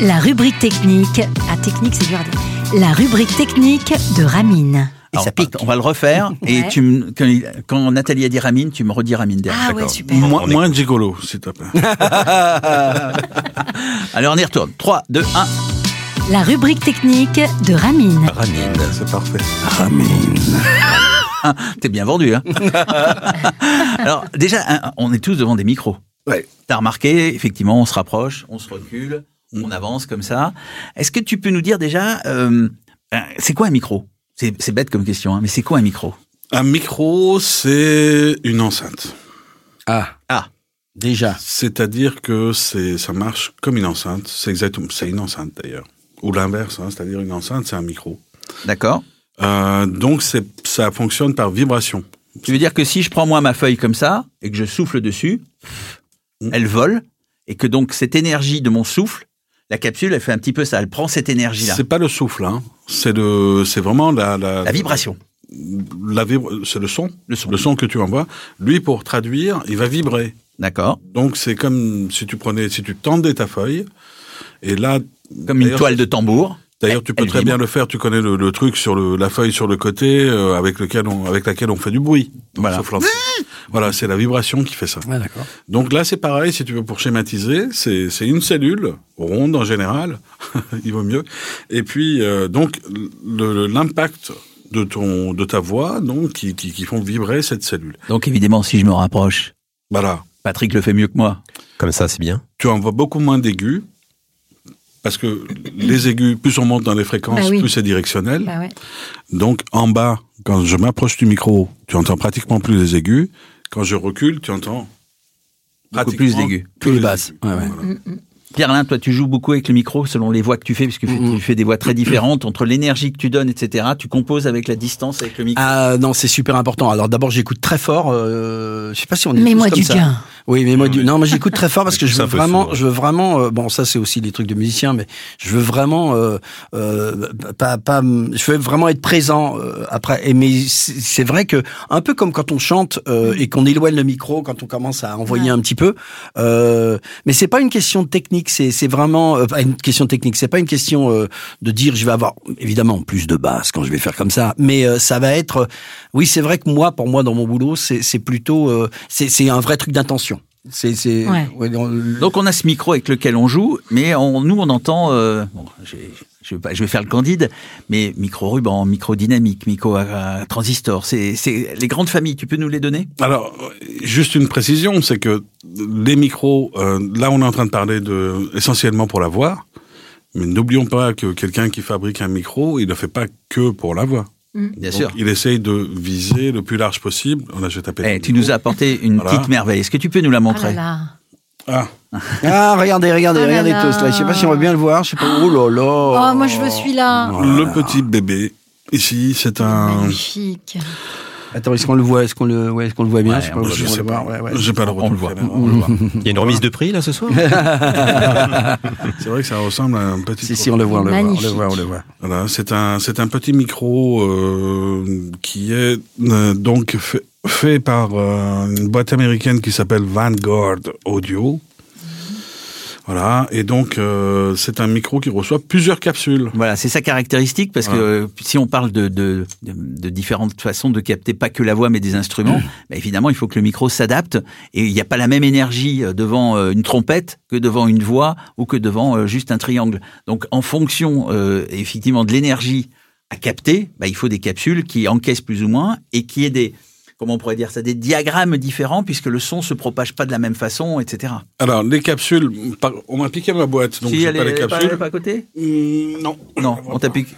E: La rubrique technique... Ah, technique, c'est dur à dire. La rubrique technique de Ramine.
A: Alors, On va le refaire. Et
E: Ouais.
A: tu me- quand, il- quand Nathalie a dit Ramine, tu me redis Ramine derrière.
E: Ah ouais,
A: D'accord.
E: super.
F: Moins, moins gigolo, s'il te plaît.
A: Allez, on y retourne. 3, 2, 1.
E: La rubrique technique de Ramine.
A: Ramine.
F: C'est parfait.
A: T'es bien vendu, hein Alors, déjà, hein, on est tous devant des micros.
C: Ouais.
A: T'as remarqué, effectivement, on se rapproche, on se recule, on avance comme ça. Est-ce que tu peux nous dire déjà, euh, euh, c'est quoi un micro C'est c'est bête comme question, hein, mais c'est quoi un micro
F: Un micro, c'est une enceinte.
C: Ah.
A: Ah.
C: Déjà.
F: C'est-à-dire que c'est, ça marche comme une enceinte. C'est exactement, c'est une enceinte d'ailleurs. Ou l'inverse, hein, c'est-à-dire une enceinte, c'est un micro.
A: D'accord
F: Euh, donc c'est, ça fonctionne par vibration.
A: Tu veux dire que si je prends moi ma feuille comme ça et que je souffle dessus, elle vole et que donc cette énergie de mon souffle, la capsule, elle fait un petit peu ça, elle prend cette énergie-là.
F: C'est pas le souffle, hein. C'est le, c'est vraiment la, la,
A: La vibration.
F: la vibra- c'est le son,
A: le son,
F: que tu envoies. Lui, pour traduire, il va vibrer.
A: D'accord.
F: Donc c'est comme si tu prenais, si tu tendais ta feuille, et là,
A: Comme une
F: d'ailleurs,
A: toile de tambour.
F: D'ailleurs, tu peux
A: Elle
F: très
A: vibre.
F: bien le faire. Tu connais le, le truc sur le, la feuille sur le côté euh, avec lequel on, avec laquelle on fait du bruit. Donc,
A: Voilà. Ah
F: sauf l'enfant. Voilà, c'est la vibration qui fait ça. Donc là, c'est pareil. Si tu veux pour schématiser, c'est c'est une cellule ronde en général. [laughs] Il vaut mieux. Et puis euh, donc le- le- l'impact de ton de ta voix donc qui, qui, qui font vibrer cette cellule.
A: Donc évidemment, si je me rapproche,
F: Voilà.
A: Patrick le fait mieux que moi.
D: Comme ça, c'est bien.
F: Tu envoies beaucoup moins d'aigus parce que les aigus, plus on monte dans les fréquences,
E: Bah oui.
F: plus c'est directionnel.
E: Bah ouais.
F: Donc en bas, quand je m'approche du micro, tu entends pratiquement plus les aigus. Quand je recule, tu entends
A: Beaucoup plus
F: pratiquement
A: d'aigus.
F: tous les
A: basses.
F: aigus.
A: Pierre-Lin, toi, tu joues beaucoup avec le micro selon les voix que tu fais, puisque tu fais des voix très différentes entre l'énergie que tu donnes, etc. Tu composes avec la distance avec le micro.
C: Ah non, c'est super important. Alors d'abord, j'écoute très fort. Euh, je sais pas si on est
E: Mais
C: tous
E: moi
C: comme
E: du
C: ça.
E: gain.
C: Oui, mais moi du non, moi j'écoute très fort parce [laughs] que je
D: C'est
C: veux
D: un peu
C: vraiment,
D: sourd.
C: je veux vraiment. euh, bon, ça c'est aussi des trucs de musiciens, mais je veux vraiment euh, euh, pas pas. Je veux vraiment être présent euh, après. Et mais c'est c'est vrai que un peu comme quand on chante euh, et qu'on éloigne le micro quand on commence à envoyer un petit peu. euh, mais c'est pas une question de technique. technique, c'est c'est vraiment euh, pas une question technique. C'est pas une question euh, de dire je vais avoir évidemment plus de basse quand je vais faire comme ça, mais euh, ça va être. oui, c'est vrai que moi, pour moi, dans mon boulot, c'est c'est plutôt euh, c'est c'est un vrai truc d'intention. C'est c'est
A: Ouais.
C: ouais, dans-
A: Donc on a ce micro avec lequel on joue, mais on, nous on entend. euh, bon, j'ai- je, vais pas- je vais faire le candide, mais micro ruban, micro dynamique, micro à- à transistor, c'est c'est les grandes familles. Tu peux nous les donner
F: Alors, juste une précision, c'est que les micros, euh, là on est en train de parler de, essentiellement pour la voix, mais n'oublions pas que quelqu'un qui fabrique un micro, il ne le fait pas que pour la voix.
A: Bien
F: Donc,
A: sûr.
F: Il essaye de viser le plus large possible. On a jeté à
D: Ben,
A: Eh, tu nous as apporté une
F: Voilà.
A: petite merveille. Est-ce que tu peux nous la montrer
F: Ah.
C: Ah, regardez, regardez,
E: Oh là
C: regardez
E: là.
C: tous là. Je sais pas si on va bien le voir. Je sais pas. Oh là
E: Oh,
C: là.
E: moi, je me suis là.
F: Le petit bébé, ici, c'est un...
E: Chic.
C: Attends, est-ce qu'on le voit Est-ce qu'on le, ouais, est-ce qu'on le voit bien
F: Ouais,
C: Je sais
F: on
C: pas.
F: le-
C: si
F: je
C: on
F: sais
C: le
F: pas.
C: voit, ouais, ouais.
F: J'ai pas le retour.
C: On le voit.
F: Frédéric, on le voit.
D: Il y a une remise de prix là
A: [laughs]
D: ce soir
F: C'est vrai que ça ressemble à un petit.
C: Si, si, on le voit, on le voit, on le Magnifique. voit, on le voit.
F: Voilà, c'est un, c'est un petit micro euh, qui est euh, donc fait, fait par euh, une boîte américaine qui s'appelle Vanguard Audio. Voilà, et donc euh, c'est un micro qui reçoit plusieurs capsules.
A: Voilà, c'est sa caractéristique parce que euh, si on parle de, de, de- de différentes façons de capter pas que la voix mais des instruments, bah, évidemment il faut que le micro s'adapte et il n'y a pas la même énergie euh, devant euh, une trompette que devant une voix ou que devant euh, juste un triangle. Donc en fonction euh, effectivement de l'énergie à capter, bah, il faut des capsules qui encaissent plus ou moins et qui aient des comment on pourrait dire ça des diagrammes différents puisque le son se propage pas de la même façon, etc.
F: Alors, les capsules, par- on m'a piqué ma boîte, donc
A: Si,
F: j'ai
A: elle
F: pas
A: est-
F: les
A: elle est pas-
F: capsules. Mm,
A: elle est pas à côté
F: Non.
A: Non, on t'applique.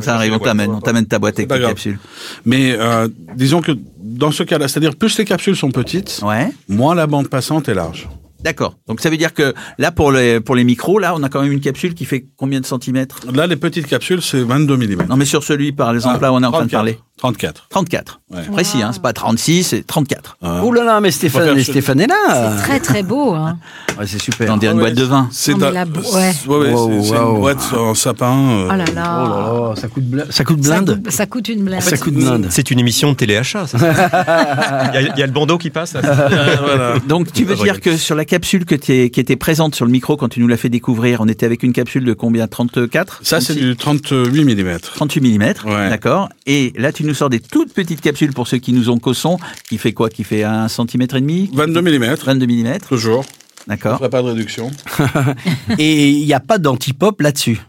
A: Ça arrive, on
F: la boîte,
A: t'amène,
F: on
A: on t'amène ta boîte avec
F: Pas
A: les
F: grave.
A: capsules.
F: Mais euh, disons que dans ce cas-là, c'est-à-dire plus les capsules sont petites, moins la bande passante est large.
A: D'accord. Donc ça veut dire que là pour les pour les micros, là on a quand même une capsule qui fait combien de centimètres
F: Là les petites capsules c'est 22 mm.
A: Non mais sur celui par exemple
F: Ah,
A: là où on est en train de
F: 34.
A: parler.
F: 34.
A: 34. C'est Précis hein, c'est pas 36, c'est 34.
C: Oh là là, mais Stéphane,
A: faire ce-
C: Stéphane est là.
E: Très, très beau. hein.
C: c'est super.
A: Dans
F: Ah
A: une boîte de vin.
F: C'est
E: Non, Ah, mais
F: un-
E: la bo- ouais.
F: c'est- ouais, ouais,
C: Wow,
F: c'est- c'est
C: wow.
F: une boîte en sapin. euh,
E: Oh là là.
C: Oh là là, ça coûte blinde. Ça coûte
E: Ça, coûte- ça coûte une blinde.
D: C'est une émission de téléachat. [laughs] ça. Il y, a- il y a le bandeau qui passe. là. [laughs]
A: Donc tu veux dire
D: Regarde.
A: que sur la capsule que t'es- qui était présente sur le micro quand tu nous l'as fait découvrir, on était avec une capsule de combien 34
F: Ça c'est du 38 mm.
A: 38 mm, d'accord. Et là, tu nous sors des toutes petites capsules pour ceux qui nous ont qu'au son, qui fait quoi Qui fait un centimètre et demi
F: 22 mm.
A: 22 mm.
F: Toujours.
A: D'accord.
F: Pas de réduction.
C: Et il n'y a pas d'anti-pop là-dessus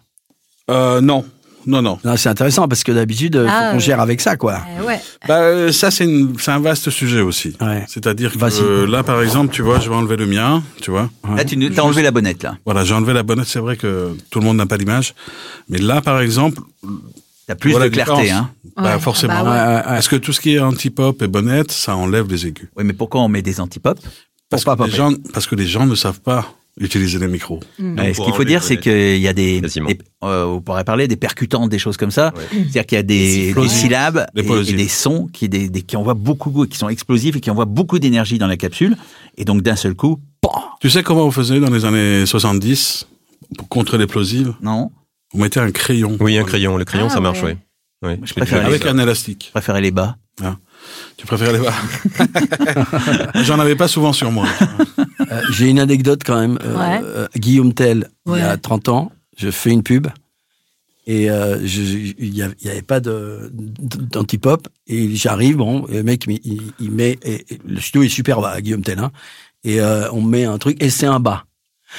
F: Euh, Non. Non, non.
C: c'est intéressant parce que d'habitude, euh, faut
E: Ah,
C: qu'on
E: ouais.
C: gère avec ça, quoi.
E: Eh Ouais.
F: Bah, euh, ça c'est une- c'est un vaste sujet aussi. C'est-à-dire que euh, là par exemple, tu vois, je vais enlever le mien, tu vois.
A: Là, tu as enlevé la bonnette, là.
F: Voilà, j'ai enlevé la bonnette. C'est vrai que tout le monde n'a pas l'image, mais là par exemple.
A: T'as plus de clarté, hein.
F: Bah,
A: Ouais,
F: forcément.
A: ah bah ouais.
F: Est-ce que tout ce qui est anti-pop et bonnette, ça enlève les aigus
A: Oui, mais pourquoi on met des anti-pop
F: parce, que les gens- parce que les gens ne savent pas utiliser les micros.
A: Mais ce qu'il faut dire, c'est qu'il y a des, des- euh, on pourrait parler des percutantes, des choses comme ça. C'est-à-dire qu'il y a des, des syllabes et, et des sons qui, des, des- qui envoient beaucoup, qui sont explosifs et qui envoient beaucoup d'énergie dans la capsule. Et donc d'un seul coup,
F: Tu sais comment on faisait dans les années 70 pour contrer l'explosive
A: Non.
F: On mettait un crayon.
D: Oui, un crayon. Le crayon,
A: Ah,
D: ça marche,
A: ouais.
D: oui. Oui.
A: je préfère
F: Avec un élastique.
A: Je préférais les bas.
F: Ah. Tu préfères
A: [laughs]
F: les bas J'en avais pas souvent sur moi.
C: Euh, J'ai une anecdote quand même. Euh,
F: Ouais.
C: euh, Guillaume Tell, il y a
F: Ouais.
C: 30 ans, je fais une pub et euh, je- je- il n'y avait pas de- d'anti-pop. Et j'arrive, bon, et le mec, il, il- il met. et- et le studio est super bas, à Guillaume Tell. hein. et euh, on met un truc et c'est un bas.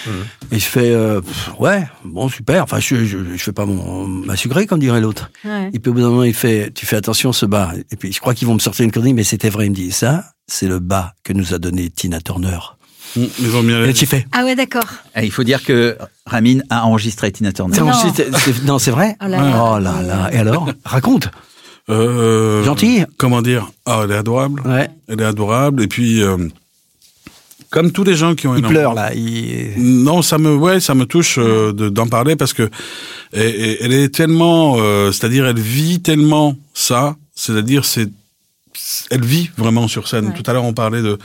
F: Mmh.
C: Et je fais, euh, pff, ouais, bon, super. Enfin, je, je, je fais pas mon, ma sucrée, comme dirait l'autre.
I: Ouais.
C: Et puis au bout d'un moment, il fait, tu fais attention, ce bas. Et puis je crois qu'ils vont me sortir une connerie, mais c'était vrai. Il me dit, ça, c'est le bas que nous a donné Tina Turner.
F: Mm, Euh,
C: Et tu fais.
E: Ah ouais, d'accord.
A: Eh, il faut dire que Ramin a enregistré Tina Turner.
C: Non, c'est- c'est- non, c'est vrai
E: Oh là là.
C: Oh là là. Et alors Raconte.
F: Euh,
C: Gentille
F: Comment dire Ah, elle est adorable. Elle est adorable. Et puis, euh, comme tous les gens qui ont
C: Il
F: énormément-
C: pleure, là. Il...
F: Non, ça me, ouais, ça me touche euh, de- d'en parler parce que et- et- elle est tellement, euh, c'est-à-dire elle vit tellement ça, c'est-à-dire c'est, elle vit vraiment sur scène. Tout à l'heure, on parlait de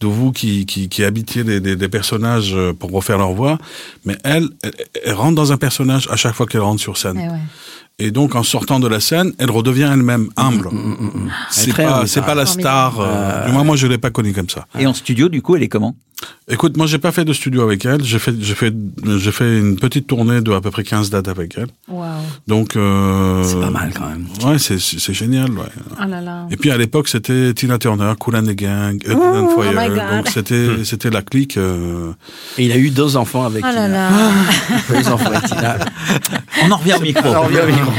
F: de vous qui qui, qui habitiez des, des- des personnages euh, Ah.
E: Eh
F: pour refaire leur voix, mais elle, elle, elle rentre dans un personnage à chaque fois qu'elle rentre sur scène. Et donc, en sortant de la scène, elle redevient elle-même
A: Mm,
F: humble.
A: Elle est
F: C'est
A: très
F: pas,
A: humble.
F: c'est pas la
A: Formidable.
F: star. euh,
A: Euh,
F: Du moins, moi, je l'ai pas connue comme ça.
A: Et en studio, du coup, elle est comment
F: Écoute, moi, j'ai pas fait de studio avec elle. J'ai fait, j'ai fait, j'ai fait une petite tournée de à peu près 15 dates avec elle. Donc, c'est pas mal quand même. Oh. Ouais, c'est, c'est c'est génial. Ouais.
E: Oh
N: Ah là là.
F: Et puis à l'époque, c'était Tina Turner, Cool and the Gang, euh,
N: Ouh,
F: Tina and
N: oh
F: Fire.
N: my God.
F: donc c'était c'était la clique. euh.
C: Et il a eu deux enfants avec
E: Oh là là.
C: [laughs]
A: On en revient au micro.
C: On en revient au micro.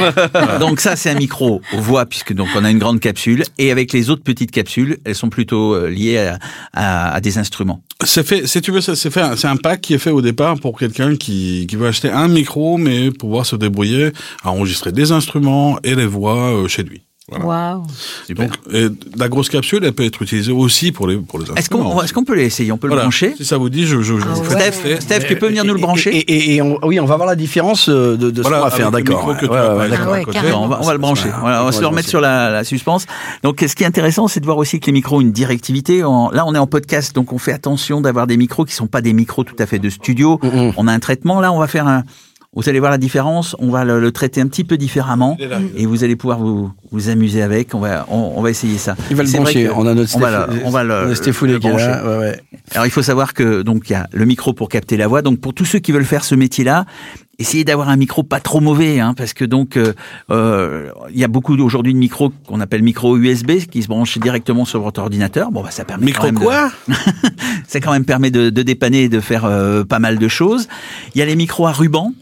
A: [laughs] donc ça, c'est un micro aux voix, puisque donc on a une grande capsule. Et avec les autres petites capsules, elles sont plutôt euh, liées à, à- à des instruments.
F: C'est fait, si tu veux, ça, c'est fait, un- c'est un pack qui est fait au départ pour quelqu'un qui, qui veut acheter un micro, mais pouvoir se débrouiller à enregistrer des instruments et les voix euh, chez lui.
N: Waouh.
F: Donc, et la grosse capsule, elle peut être utilisée aussi pour les, pour les
A: Est-ce qu'on
F: instruments.
A: est-ce qu'on peut l'essayer On peut
F: Voilà.
A: le brancher
F: Si ça vous dit, je, je,
C: Ah
F: je vous fais
A: Steph,
F: tester.
A: Steph, tu peux venir nous le brancher
C: Et, et- et on- oui, on va voir la différence euh, de, de
A: Voilà,
C: ce qu'on va faire,
A: avec le
C: d'accord.
A: micro que tu
C: Ouais,
A: as,
C: Ah ouais,
A: par
C: d'accord.
A: exemple, à côté. on, va, on va le brancher. Voilà, on va se le
C: brancher.
A: remettre sur la, la suspense. Donc, ce qui est intéressant, c'est de voir aussi que les micros ont une directivité. En- là, on est en podcast, donc on fait attention d'avoir des micros qui sont pas des micros tout à fait de studio.
C: Mm,
A: On a un traitement. Là, on va faire un. Vous allez voir la différence. On va le, le traiter un petit peu différemment,
C: Il est là,
A: et vous allez pouvoir vous, vous amuser avec. On va on, on va essayer ça.
C: Il va le
A: C'est vrai
C: brancher.
A: que
C: On a notre
A: on
C: Stéph-
A: va le- on va le-
C: notre Stéphoulet
A: le
C: qui est
A: brancher.
C: là, ouais, ouais.
A: Alors il faut savoir que donc il y a le micro pour capter la voix. Donc pour tous ceux qui veulent faire ce métier-là, essayez d'avoir un micro pas trop mauvais, hein, parce que donc euh, euh, il y a beaucoup aujourd'hui de micros qu'on appelle micro USB qui se branchent directement sur votre ordinateur. Bon bah ça permet
F: Micro
A: quand même de-
F: quoi
A: [laughs] ça quand même permet de, de dépanner et de faire euh, pas mal de choses. Il y a les micros à ruban.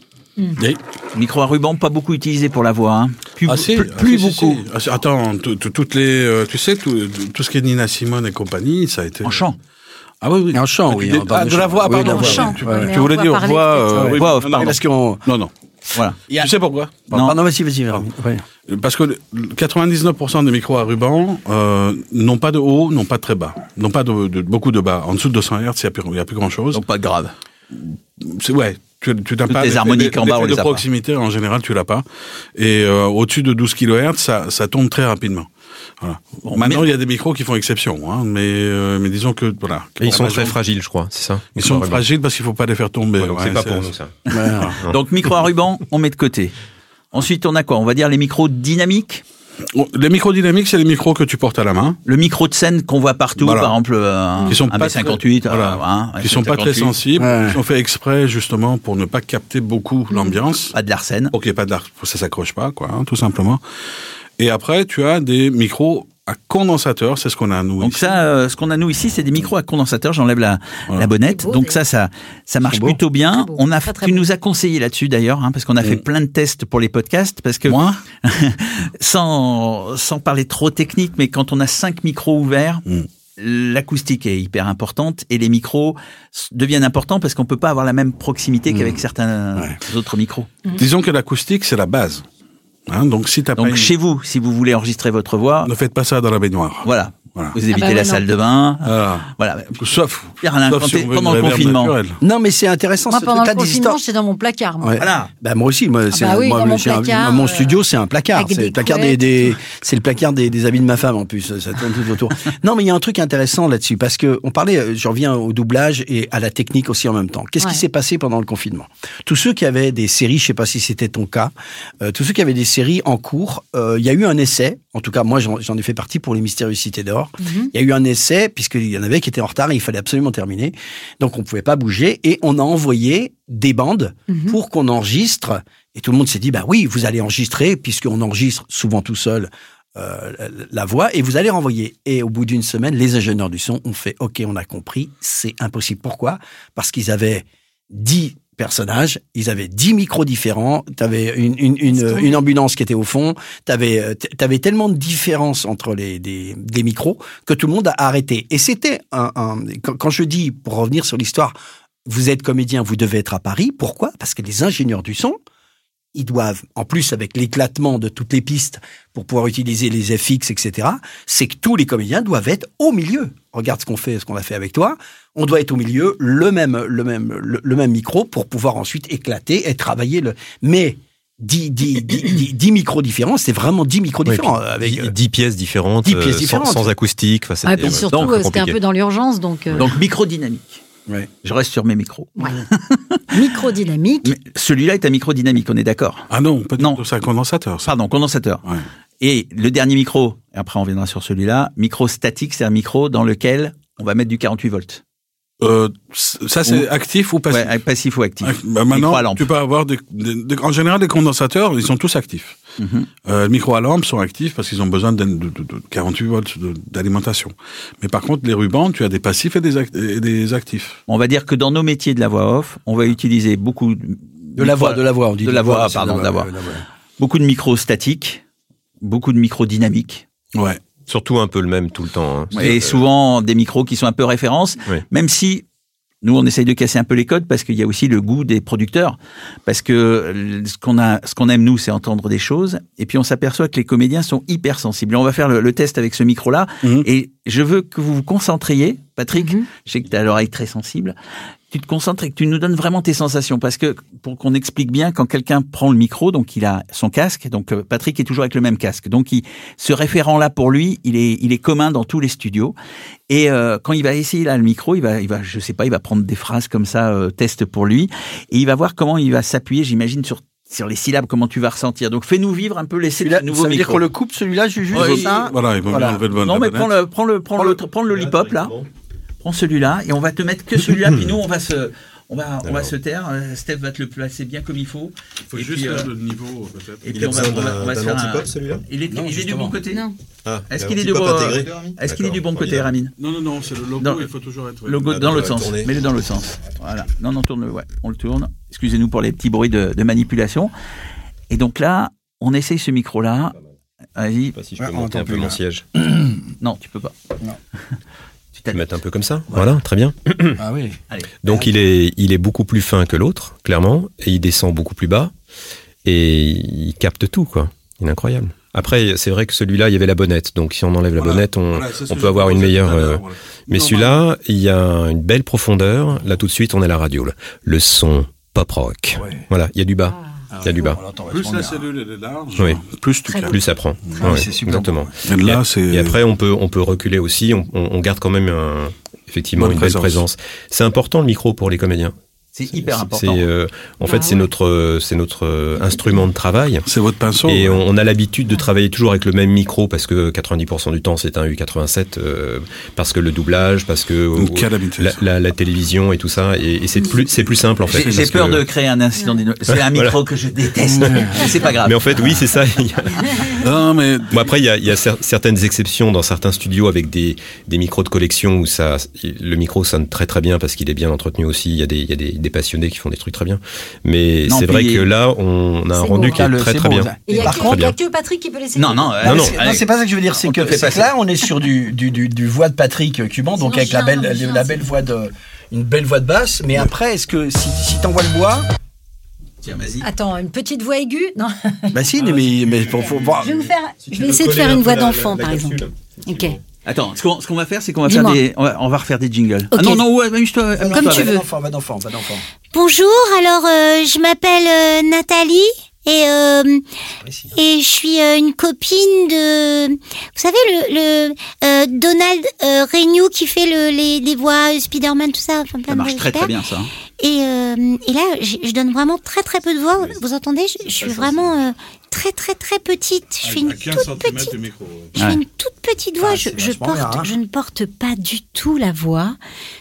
A: Micro à ruban, pas beaucoup utilisé pour la voix. hein. Plus,
F: Ah, si,
A: plus-
F: ah,
A: plus
F: si, si,
A: beaucoup.
F: si. Ah, si, Attends, tout- tout- toutes les, euh, tu sais, tout, tout ce qui est Nina Simone et compagnie, ça a été. En chant. Ah oui, oui. En chant,
C: oui, en bas
F: Ah,
C: de
F: de la
C: chant.
F: voix,
C: Oui,
F: pardon.
C: de la voix, oui.
F: Tu,
C: Ouais.
F: tu
C: Mais on
F: voulais
C: va
F: dire
C: parler
F: voix.
C: peut-être.
F: euh, oui,
C: Voix off,
F: non, non,
C: pardon.
F: parce qu'on- Non, non.
A: Voilà.
F: Tu sais pourquoi
C: Non, non, vas-y, vas-y. vas-y. Ouais.
F: Parce que 99% des micros à ruban euh, n'ont pas de haut, n'ont pas de très bas, n'ont pas de, de- beaucoup de bas. En dessous de 200 Hz, il n'y a, plus- il y a plus grand-chose. Donc
A: pas de grave.
F: Ouais. Tu, tu n'as
A: Toutes
F: pas
A: les
F: l'effet-
A: harmoniques en bas,
F: l'effet
A: on les
F: de
A: a pas.
F: proximité en général, tu l'as pas. Et euh, au-dessus de 12 kHz, ça, ça tombe très rapidement. Voilà. Maintenant, il y a des micros qui font exception, hein, mais euh, mais disons que voilà.
D: Et ils sont
F: Voilà,
D: très
F: donc,
D: fragiles, je crois, c'est ça
F: Ils sont fragiles parce qu'il faut pas les faire tomber.
D: Ouais, donc c'est
F: Ouais,
D: pas pour nous, ça.
F: Voilà.
A: Donc micro à ruban, on met de côté. Ensuite, on a quoi On va dire les micros dynamiques.
F: Les micros dynamiques, c'est les micros que tu portes à la main.
A: Le micro de scène qu'on voit partout,
F: Voilà.
A: par exemple, euh, un,
F: qui sont
A: un
F: pas
A: B58,
F: très,
A: euh,
F: voilà,
A: hein, un
F: qui sont pas très
A: 58.
F: sensibles, qui sont faits exprès justement pour ne pas capter
A: Mhm.
F: beaucoup l'ambiance.
A: Pas de l'arsène.
F: Ok, pas de l'arsène, ça s'accroche pas, quoi, hein, tout simplement. Et après, tu as des micros à condensateur, c'est ce qu'on a nous.
A: Donc ça, euh, ce qu'on a nous ici, c'est des micros à condensateur. J'enlève la, la bonnette. Donc ça, ça, ça marche plutôt bien. On a, tu nous as conseillé là-dessus d'ailleurs, hein, parce qu'on a fait plein de tests pour les podcasts, parce que
F: moi,
A: [laughs] sans sans parler trop technique, mais quand on a cinq micros ouverts.
F: Hmm.
A: L'acoustique est hyper importante et les micros s- deviennent importants parce qu'on peut pas avoir la même proximité
F: Hmm.
A: qu'avec certains autres micros.
F: Disons que l'acoustique, c'est la base. Hein, donc si t'as
A: Donc
F: pas une-
A: chez vous, si vous voulez enregistrer votre voix,
F: ne faites pas ça dans la baignoire.
A: Voilà. Vous évitez
C: Ah bah ouais,
A: la
C: non.
A: salle de bain. Voilà.
F: Sauf,
A: Pierre Alain,
C: sauf
A: quand
C: si
A: t'es-
C: on veut
A: pendant
C: une
A: le
C: réverbe
A: confinement.
C: naturelle. Non, mais c'est intéressant.
N: Moi,
C: ce
N: pendant
C: tas
N: le
C: d'histoires.
N: confinement, j'étais dans mon placard. Moi.
C: Ouais. Bah, moi aussi, moi, c'est
N: bah oui,
C: moi,
N: dans mon
C: j'ai un-
N: placard,
C: mon
N: euh,
C: studio, c'est un placard.
N: avec
C: C'est
N: des
C: le placard des,
N: couettes.
C: des- c'est le placard des, des habits de ma femme en plus. Ça tourne
N: [laughs]
C: tout autour. non, mais il y a un truc intéressant là-dessus parce que on parlait, euh, je reviens au doublage et à la technique aussi en même temps. Qu'est-ce
N: Ouais.
C: qui s'est passé pendant le confinement Tous ceux qui avaient des séries, je sais pas si c'était ton cas, euh, tous ceux qui avaient des séries en cours, euh, il y a eu un essai. En tout cas, moi, j'en j'en ai fait partie pour les mystérieux cités d'or.
N: Mhm.
C: Il y a eu un essai, puisqu'il y en avait qui étaient en retard et il fallait absolument terminer. Donc on ne pouvait pas bouger et on a envoyé des bandes pour qu'on enregistre. Et tout le monde s'est dit, bah oui, vous allez enregistrer, puisqu'on enregistre souvent tout seul euh, la voix et vous allez renvoyer. Et au bout d'une semaine, les ingénieurs du son ont fait, OK, on a compris, c'est impossible. Pourquoi Parce qu'ils avaient 10 personnages, ils avaient 10 micros différents, t'avais une, une, une, euh, une ambulance qui était au fond, t'avais euh, t- t'avais tellement de différences entre les des, des micros que tout le monde a arrêté. Et c'était un, un- quand, quand je dis, pour revenir sur l'histoire, vous êtes comédien, vous devez être à Paris, pourquoi Parce que les ingénieurs du son, ils doivent, en plus avec l'éclatement de toutes les pistes pour pouvoir utiliser les FX, etc., c'est que tous les comédiens doivent être au milieu. Regarde ce qu'on fait, ce qu'on a fait avec toi. On doit être au milieu, le même, le même, le, le même micro pour pouvoir ensuite éclater et travailler le. Mais 10, micros différents, c'est vraiment 10 micros différents. euh, avec,
D: Dix- dix pièces différentes,
C: dix pièces
D: euh, sans-
C: différentes.
D: Sans, acoustique. Enfin, c'était,
N: Ah, et puis
D: euh,
N: surtout,
D: très
N: euh, c'était un
D: compliqué.
N: peu dans l'urgence, donc. euh,
A: Donc micro dynamique. Je reste sur mes micros.
E: Microdynamique.
A: Mais Celui-là est un micro dynamique, on est d'accord
F: Ah non, pas du tout, c'est un condensateur.
A: Pardon, condensateur. Et le dernier micro, et après on viendra sur celui-là, micro statique, c'est un micro dans lequel on va mettre du 48 volts.
F: Euh, ça, c'est actif ou passif
A: Passif ou actif. Micro
F: Bah,
A: à
F: maintenant,
A: lampe.
F: tu peux avoir des, des- des- en général des condensateurs, ils sont tous actifs.
A: Mhm.
F: Euh, les micro à lampes sont actifs parce qu'ils ont besoin d'un- de, de- de 48 volts de- d'alimentation. Mais par contre, les rubans, tu as des passifs et des, act- et des actifs.
A: On va dire que dans nos métiers de la voix off, on va utiliser beaucoup de
C: la voix, de la voix, on dit
A: de
C: de
A: la
C: la
A: voix,
C: voix, c'est
A: pardon,
C: de
A: de
C: la
A: la
C: voix,
A: voix.
C: de la voix.
A: Beaucoup de micros statiques, beaucoup de micros dynamiques.
F: Ouais.
D: Surtout un peu le même tout le temps. hein.
A: Et
D: Euh,
A: souvent des micros qui sont un peu références,
D: Oui.
A: même si nous on essaye de casser un peu les codes parce qu'il y a aussi le goût des producteurs, parce que ce qu'on a, ce qu'on aime nous, c'est entendre des choses, et puis on s'aperçoit que les comédiens sont hyper sensibles. Et on va faire le, le test avec ce micro là,
D: Mhm.
A: et je veux que vous vous concentriez, Patrick. Je sais que tu as l'oreille très sensible. Tu te concentres et que tu nous donnes vraiment tes sensations, parce que pour qu'on explique bien, quand quelqu'un prend le micro, donc il a son casque, donc euh, Patrick est toujours avec le même casque, donc il, ce référent là pour lui, il est, il est commun dans tous les studios. Et euh, quand il va essayer là le micro, il va, il va, je sais pas, il va prendre des phrases comme ça, euh, test pour lui, et il va voir comment il va s'appuyer, j'imagine sur sur les syllabes, comment tu vas ressentir. Donc fais-nous vivre un peu l'essai de ce nouveau
C: ça veut dire
A: micro.
C: qu'on le coupe celui-là, Juju
A: Ouais,
C: c'est ça
A: il- Non, mais prends le, prends le, prends l'autre, prends le lollipop là. Prends celui-là et on va te mettre que celui-là.
D: [laughs]
A: puis nous, on va se, on va, on va se taire. Euh, Steph va te le placer bien comme il faut. Il
F: faut juste, euh, le niveau, peut-être.
A: Et
F: Il
A: puis
F: a
A: on va,
F: besoin
A: on va-
F: d'un-
A: on va se
F: d'un
A: faire
F: antipop,
A: un-
F: celui-là
A: Il est,
F: Non,
A: il est du
F: justement.
A: bon côté.
F: Non. Ah,
A: Est-ce
F: un
A: qu'il est du
F: antipop
A: bon,
F: intégré.
A: euh, est-ce qu'il est du bon
F: D'accord,
A: côté, Ramine
F: formidable. Non, non, non, c'est le logo, il faut toujours être-
A: Logo
F: Ah,
A: dans
F: tu
A: l'autre
F: vas
A: sens.
F: tourner.
A: Mets-le dans le sens. Voilà. Non, non, tourne-le. Ouais, on le tourne. Excusez-nous pour les petits bruits de, de manipulation. Et donc là, on essaye ce micro-là. Vas-y.
D: si je peux monter un peu mon siège.
A: Non, tu peux pas. Tu
D: peux mettre un peu comme ça. Voilà, très bien.
C: Ah oui.
D: Donc il est, il est beaucoup plus fin que l'autre, clairement, et il descend beaucoup plus bas, et il capte tout, quoi. Il est incroyable. Après, c'est vrai que celui-là, il y avait la bonnette, donc si on enlève la bonnette, on,
K: Voilà, c'est ce
D: on
K: que je
D: peut avoir une
K: proposais
D: meilleure...
K: tout à l'heure,
D: euh,
K: voilà.
D: Mais celui-là, il y a une belle profondeur. Là, tout de suite, on est à la radio. là. Le son pop rock. Voilà, il y a du bas.
K: Ah.
D: Il y a du bas.
F: Plus la cellule elle est large,
D: Oui.
F: plus tu captes.
D: plus ça prend.
F: Ah,
D: Ouais,
F: c'est super
D: Exactement.
F: bon. Et là,
D: a-
K: Euh,
F: c'est-
D: et après, on peut, on peut reculer aussi. On, on- on garde quand même un- effectivement
F: Bonne
D: une belle présence.
F: présence.
D: C'est important le micro pour les comédiens.
A: C'est hyper
D: C'est-
A: important.
D: c'est, euh, en fait, c'est notre, euh, c'est notre euh, instrument de travail.
F: C'est votre pinceau.
D: Et on, on a l'habitude de travailler toujours avec le même micro parce que 90% du temps, c'est un U87, euh, parce que le doublage, parce que euh, la, la- la télévision et tout ça. Et, et c'est plus, c'est plus simple en fait.
A: J'ai- J'ai
D: parce
A: peur
D: que-
A: de créer un incident. d'éno- C'est un
D: Voilà.
A: micro que je déteste. Mais c'est pas grave.
D: mais en fait, oui, c'est ça. Il y a- Bon, après, il y a, il y a cer- certaines exceptions dans certains studios avec des, des micros de collection où ça, le micro sonne très très bien parce qu'il est bien entretenu aussi. Il y a des, il y a des, des passionnés qui font des trucs très bien. Mais
A: Non,
D: c'est
A: puis
D: vrai
A: il est-
D: que là, on a un
A: C'est
D: rendu
A: beau.
D: qui
A: Ah,
D: est
A: le-
D: très
A: c'est
D: très
A: beau,
D: bien.
A: ça.
E: Et il n'y a,
D: Très
E: que- il y a
D: bien.
E: que Patrick qui peut laisser.
A: Non, non,
D: Non, non,
C: c'est-
D: allez.
C: c'est pas ça que je veux dire. C'est
A: On te
C: que,
A: fait
C: c'est que
A: passer.
C: là, ah on est sur du, du, du, du voix de Patrick Cuban, donc avec la belle, la belle voix de, une belle voix de basse. Mais après, est-ce que si, si t'envoies le bois,
A: Tiens, vas-y.
E: Attends, une petite voix aiguë Non.
C: Bah si, mais, mais faut, faut
A: Ah,
C: voir.
E: [laughs] Je vais vous faire. je vais
A: veux
E: essayer de
A: coller
E: faire
A: un
E: une
A: peu
E: voix
A: la-
E: d'enfant,
A: la- la
E: par exemple. Ok.
A: Attends, ce qu'on ce qu'on va faire, c'est qu'on va faire
E: Dis-moi.
A: des, on va, on va refaire des jingles.
M: Ok.
A: Ah non, non, ouais, amuse-toi. amuse-toi
E: Comme tu
A: avec.
E: veux.
C: Enfin, va d'enfant, va d'enfant.
M: Bonjour, alors euh, je m'appelle euh, Nathalie et euh, et je suis euh, une copine de vous savez le, le, euh, Donald euh, Renew qui fait le, les, les voix euh, Spider-Man tout ça enfin plein
A: Ça
M: de
A: marche
M: voix
A: très très
M: super.
A: bien ça. hein.
M: Et, euh, et là, je, je donne vraiment très très peu de voix. Vous entendez je, je suis vraiment euh, très très très petite. Je fais une toute petite,
F: du micro.
M: je fais une toute petite voix. je, je
E: vachement
M: porte,
E: bien, hein.
M: je ne porte pas du tout la voix.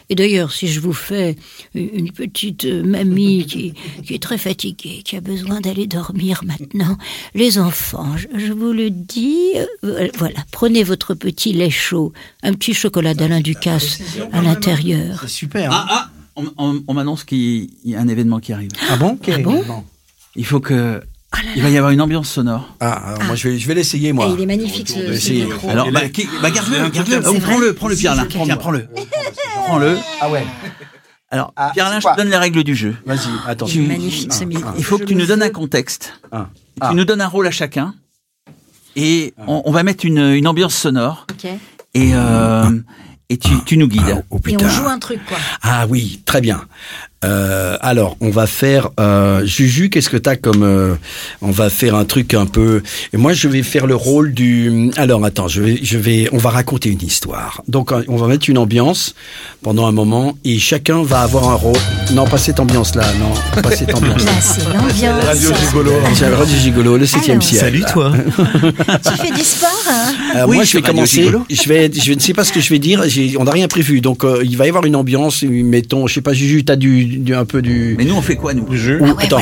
E: Et d'ailleurs, si je vous fais une petite euh, mamie qui, qui est très fatiguée, qui a besoin d'aller dormir maintenant, les enfants, je, je vous le dis, euh, voilà, prenez votre petit lait chaud, un petit chocolat d'Alain Ducasse
F: hein.
E: à l'intérieur.
C: C'est super.
A: Ah ah, on, on- on m'annonce qu'il y a un événement qui arrive.
C: Ah bon Quel événement
A: Il faut que. Il va y avoir une ambiance sonore.
C: Ah, alors moi je vais, je vais l'essayer moi.
E: Ah, il est magnifique ce, ce
C: Essayez.
E: micro.
A: Alors,
C: Et
A: bah,
C: là-
A: qui- bah, garde-le,
C: C'est
A: garde-le.
C: vrai.
A: Oh, prends-le, prends-le,
C: Si,
A: Pierre,
C: je
A: là.
C: prends,
A: Tiens,
C: moi.
A: prends-le. Prends-le.
C: Ah ouais.
A: Alors, Pierre Alain, je te donne les règles du jeu.
C: Vas-y, attends.
A: Tu- Il faut que tu nous donnes un contexte.
C: Ah.
A: Tu nous donnes un rôle à chacun. Et on, on va mettre une, une ambiance sonore.
E: Ok.
A: Et, euh, et tu, tu nous guides.
C: Oh
E: Et on joue un truc, quoi.
C: Ah oui, très bien. Euh, alors, on va faire euh, Juju. Qu'est-ce que t'as comme euh, On va faire un truc un peu. Et moi, je vais faire le rôle du. Alors, attends, je vais, je vais. On va raconter une histoire. Donc, euh, on va mettre une ambiance pendant un moment et chacun va avoir un rôle. Non, pas cette ambiance-là. Non, pas cette ambiance.
E: Là, c'est l'ambiance. Radio [laughs] Gigolo.
C: C'est la Radio Gigolo, le 7e
E: Alors.
C: siècle.
E: Salut,
N: [laughs]
C: toi.
E: Tu fais du sport hein
C: moi, je vais commencer. Je vais, je ne sais pas ce que je vais dire. j'ai- On n'a rien prévu, donc euh, il va y avoir une ambiance. Mettons, je sais pas, Juju, t'as du, du un peu du.
A: Mais nous, on fait quoi nous
E: Ah
C: jeu Attends.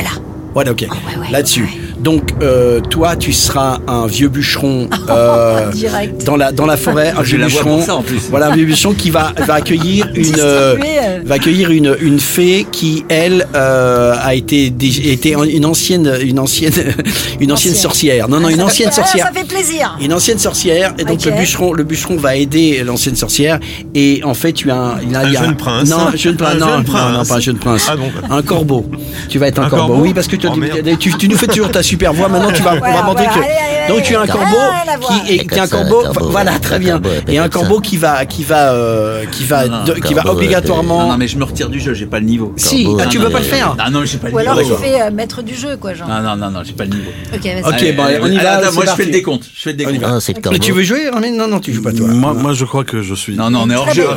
C: Voilà. ok. Là-dessus. Donc, euh, toi, tu seras un vieux
E: [laughs]
C: bûcheron euh,
E: Direct.
C: dans la dans la forêt, un
A: J'ai
C: vieux
A: la voix
C: bûcheron.
A: pour ça, en plus.
C: Voilà, un vieux bûcheron qui va va
E: [laughs]
C: accueillir une euh,
E: Distribuer, euh.
C: va accueillir une une fée qui elle euh, a été dég- était en- une ancienne une ancienne [laughs] une ancienne sorcière. Non, non, une ancienne
E: Ah,
C: sorcière.
E: Ça fait plaisir.
C: Une ancienne sorcière, et donc
E: Ok.
C: le bûcheron, le bûcheron va aider l'ancienne sorcière, et en fait, tu as un, il a,
D: Un
C: il y a
D: jeune prince.
C: Non, un jeune prince,
D: Un
C: non,
D: jeune
C: non,
D: prince.
C: non, pas un jeune prince.
D: Ah bon.
C: Un corbeau. Tu vas être un,
D: Un
C: corbeau.
D: corbeau
C: Oui, parce que tu,
D: Oh,
C: tu, tu nous fais toujours ta super voix, maintenant tu vas, on va
E: Voilà,
C: montrer
E: voilà,
C: que.
E: allez, allez, allez.
C: donc tu as un
E: Ah,
C: corbeau
E: la voix.
C: qui est, qui est un
E: Comme ça, le
C: corbeau,
E: corbeau,
C: voilà,
E: ouais,
C: très
E: le
C: bien.
E: corbeau,
C: Et un
A: comme ça.
C: corbeau qui va, qui va, euh, qui va,
A: Non,
C: de- qui
A: non,
C: va
A: corbeau, Non, non,
C: obligatoirement.
A: mais je me retire du jeu, j'ai pas le niveau.
C: Si,
A: Corbeau,
C: ah,
A: non,
C: tu
A: non,
C: veux pas
A: mais-
C: le faire
A: Ah non, mais j'ai pas le
E: Ou
A: niveau.
E: alors tu
A: D'accord.
E: fais euh, maître du jeu, quoi, genre.
A: Non, non, non, non, j'ai pas le niveau.
E: Ok, vas-y.
C: Ok, bon, on y
A: allez,
C: va,
A: attends,
C: c'est
A: moi je
C: parti.
A: fais le décompte. Je fais le décompte.
N: Oh,
D: euh,
C: Mais tu veux jouer Armin Non, non, tu joues pas toi.
F: Moi, moi, je crois que je suis.
A: Non, non, on est hors
E: Très
A: jeu.
E: bien,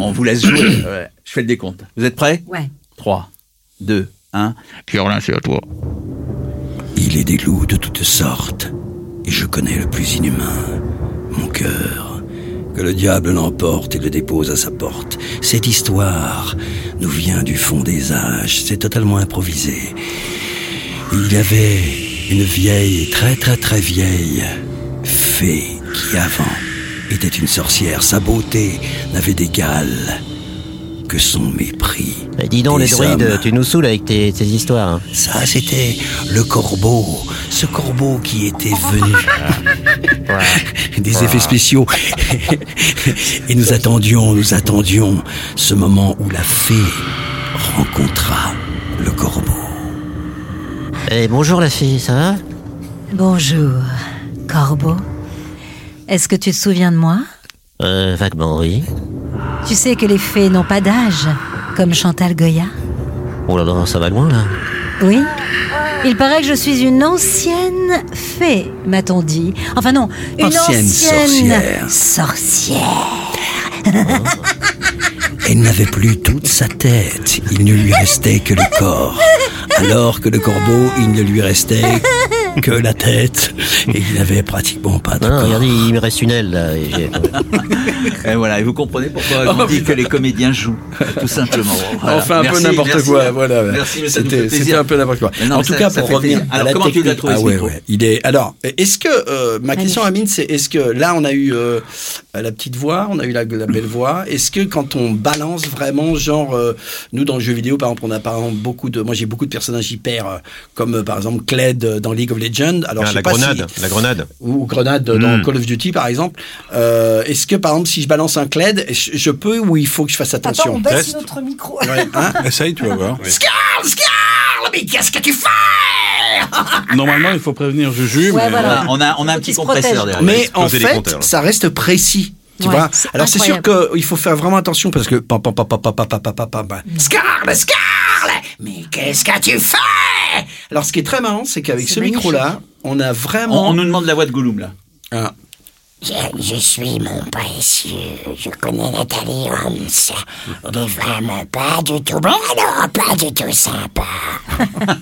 C: [clears throat]
A: On vous laisse jouer. Ouais, Je fais le décompte. Vous êtes prêts
E: Ouais.
A: 3, 2, 1. Pierre, c'est à toi.
I: Il est des loups de toutes sortes, et je connais le plus inhumain, mon cœur. Que le diable l'emporte et le dépose à sa porte. Cette histoire nous vient du fond des âges, c'est totalement improvisé. Il y avait une vieille, très très très vieille fée qui avant était une sorcière. Sa beauté n'avait d'égal que son mépris.
N: Eh, Dis donc,
I: des
N: les druides,
I: hommes.
N: tu nous saoules avec tes, tes histoires. hein.
I: Ça, c'était le corbeau. Ce corbeau qui
N: [laughs]
I: était venu. Des effets spéciaux. Et nous attendions, nous attendions ce moment où la fée rencontra le corbeau.
N: Eh, bonjour la fille, ça va
E: Bonjour, Corbeau. Est-ce que tu te souviens de moi
N: euh, Vaguement, oui.
E: Tu sais que les fées n'ont pas d'âge, comme Chantal Goya
N: Oh là là, ça va loin là.
E: Oui Il paraît que je suis une ancienne fée, m'a-t-on dit. Enfin non, une
I: Ancienne
E: ancienne,
I: sorcière.
E: sorcière.
I: Elle n'avait plus toute sa tête. Il ne lui restait que le corps. Alors que le corbeau, il ne lui restait que la tête. Et il n'avait pratiquement pas de
N: Non, non,
I: corps.
N: regardez, il me reste une aile là. et j'ai-
D: Ah,
A: Et voilà, et vous comprenez pourquoi on dit que les comédiens jouent,
C: [laughs]
A: tout simplement. Voilà.
C: On fait Oh, un
A: Merci,
C: peu n'importe
A: merci,
C: quoi,
A: hein.
C: voilà.
A: Merci, mais ça nous fait
C: C'était
A: plaisir.
C: c'était un peu n'importe quoi.
A: Mais non,
C: en
A: mais
C: tout
A: ça-
C: cas,
A: ça
C: pour
A: fait
C: revenir
A: plaisir.
C: à
A: Alors,
C: la
A: comment tu
C: technique,
A: l'as trouvé,
C: ah
A: ce
C: ouais,
A: micro
C: ouais. Il est. Alors, est-ce que euh, ma question, Amine, c'est est-ce que là, on a eu euh, la petite voix, on a eu la, la belle voix. Est-ce que quand on balance vraiment, genre, euh, nous dans le jeu vidéo, par exemple, on a par exemple beaucoup de. Moi, j'ai beaucoup de personnages hyper, euh, comme euh, par exemple Cled euh, dans League of Legends. Alors,
D: Ah,
C: je sais
D: la
C: pas si-
D: grenade, la grenade.
C: ou grenade euh, dans
D: Mm.
C: Call of Duty par exemple. Euh, Est-ce que par exemple si je balance un Cled, je, je peux ou il faut que je fasse
E: Attends, on
C: attention
E: baisse notre micro.
C: Ouais, hein
A: [laughs]
F: Essaye, tu vas voir.
I: Scarl, Scarl, mais qu'est-ce que tu fais
A: Ah,
F: Normalement, il faut prévenir Juju.
A: Ouais,
F: mais
A: voilà. On a- on a un petit compresseur derrière.
C: Mais en
A: Exploser les
C: fait,
A: compteurs, là.
C: ça reste précis. Tu
A: Ouais,
C: vois
A: c'est
C: Alors c'est sûr
A: incroyable.
C: qu'il faut faire vraiment attention parce que pam pam pam pam pam pam pam pam, pam pam.
I: Scarl, Scarl, mais qu'est-ce que tu fais
C: Alors ce qui est très marrant, c'est qu'avec
I: C'est
C: ce
I: magnifique.
C: micro là, on a
A: On,
C: vraiment
A: on nous demande la voix de Gouloum, là.
C: Ah.
I: Je, je suis mon précieux, je connais Nathalie Holmes. Elle est vraiment pas du tout bon, non, pas du tout sympa.
C: [laughs]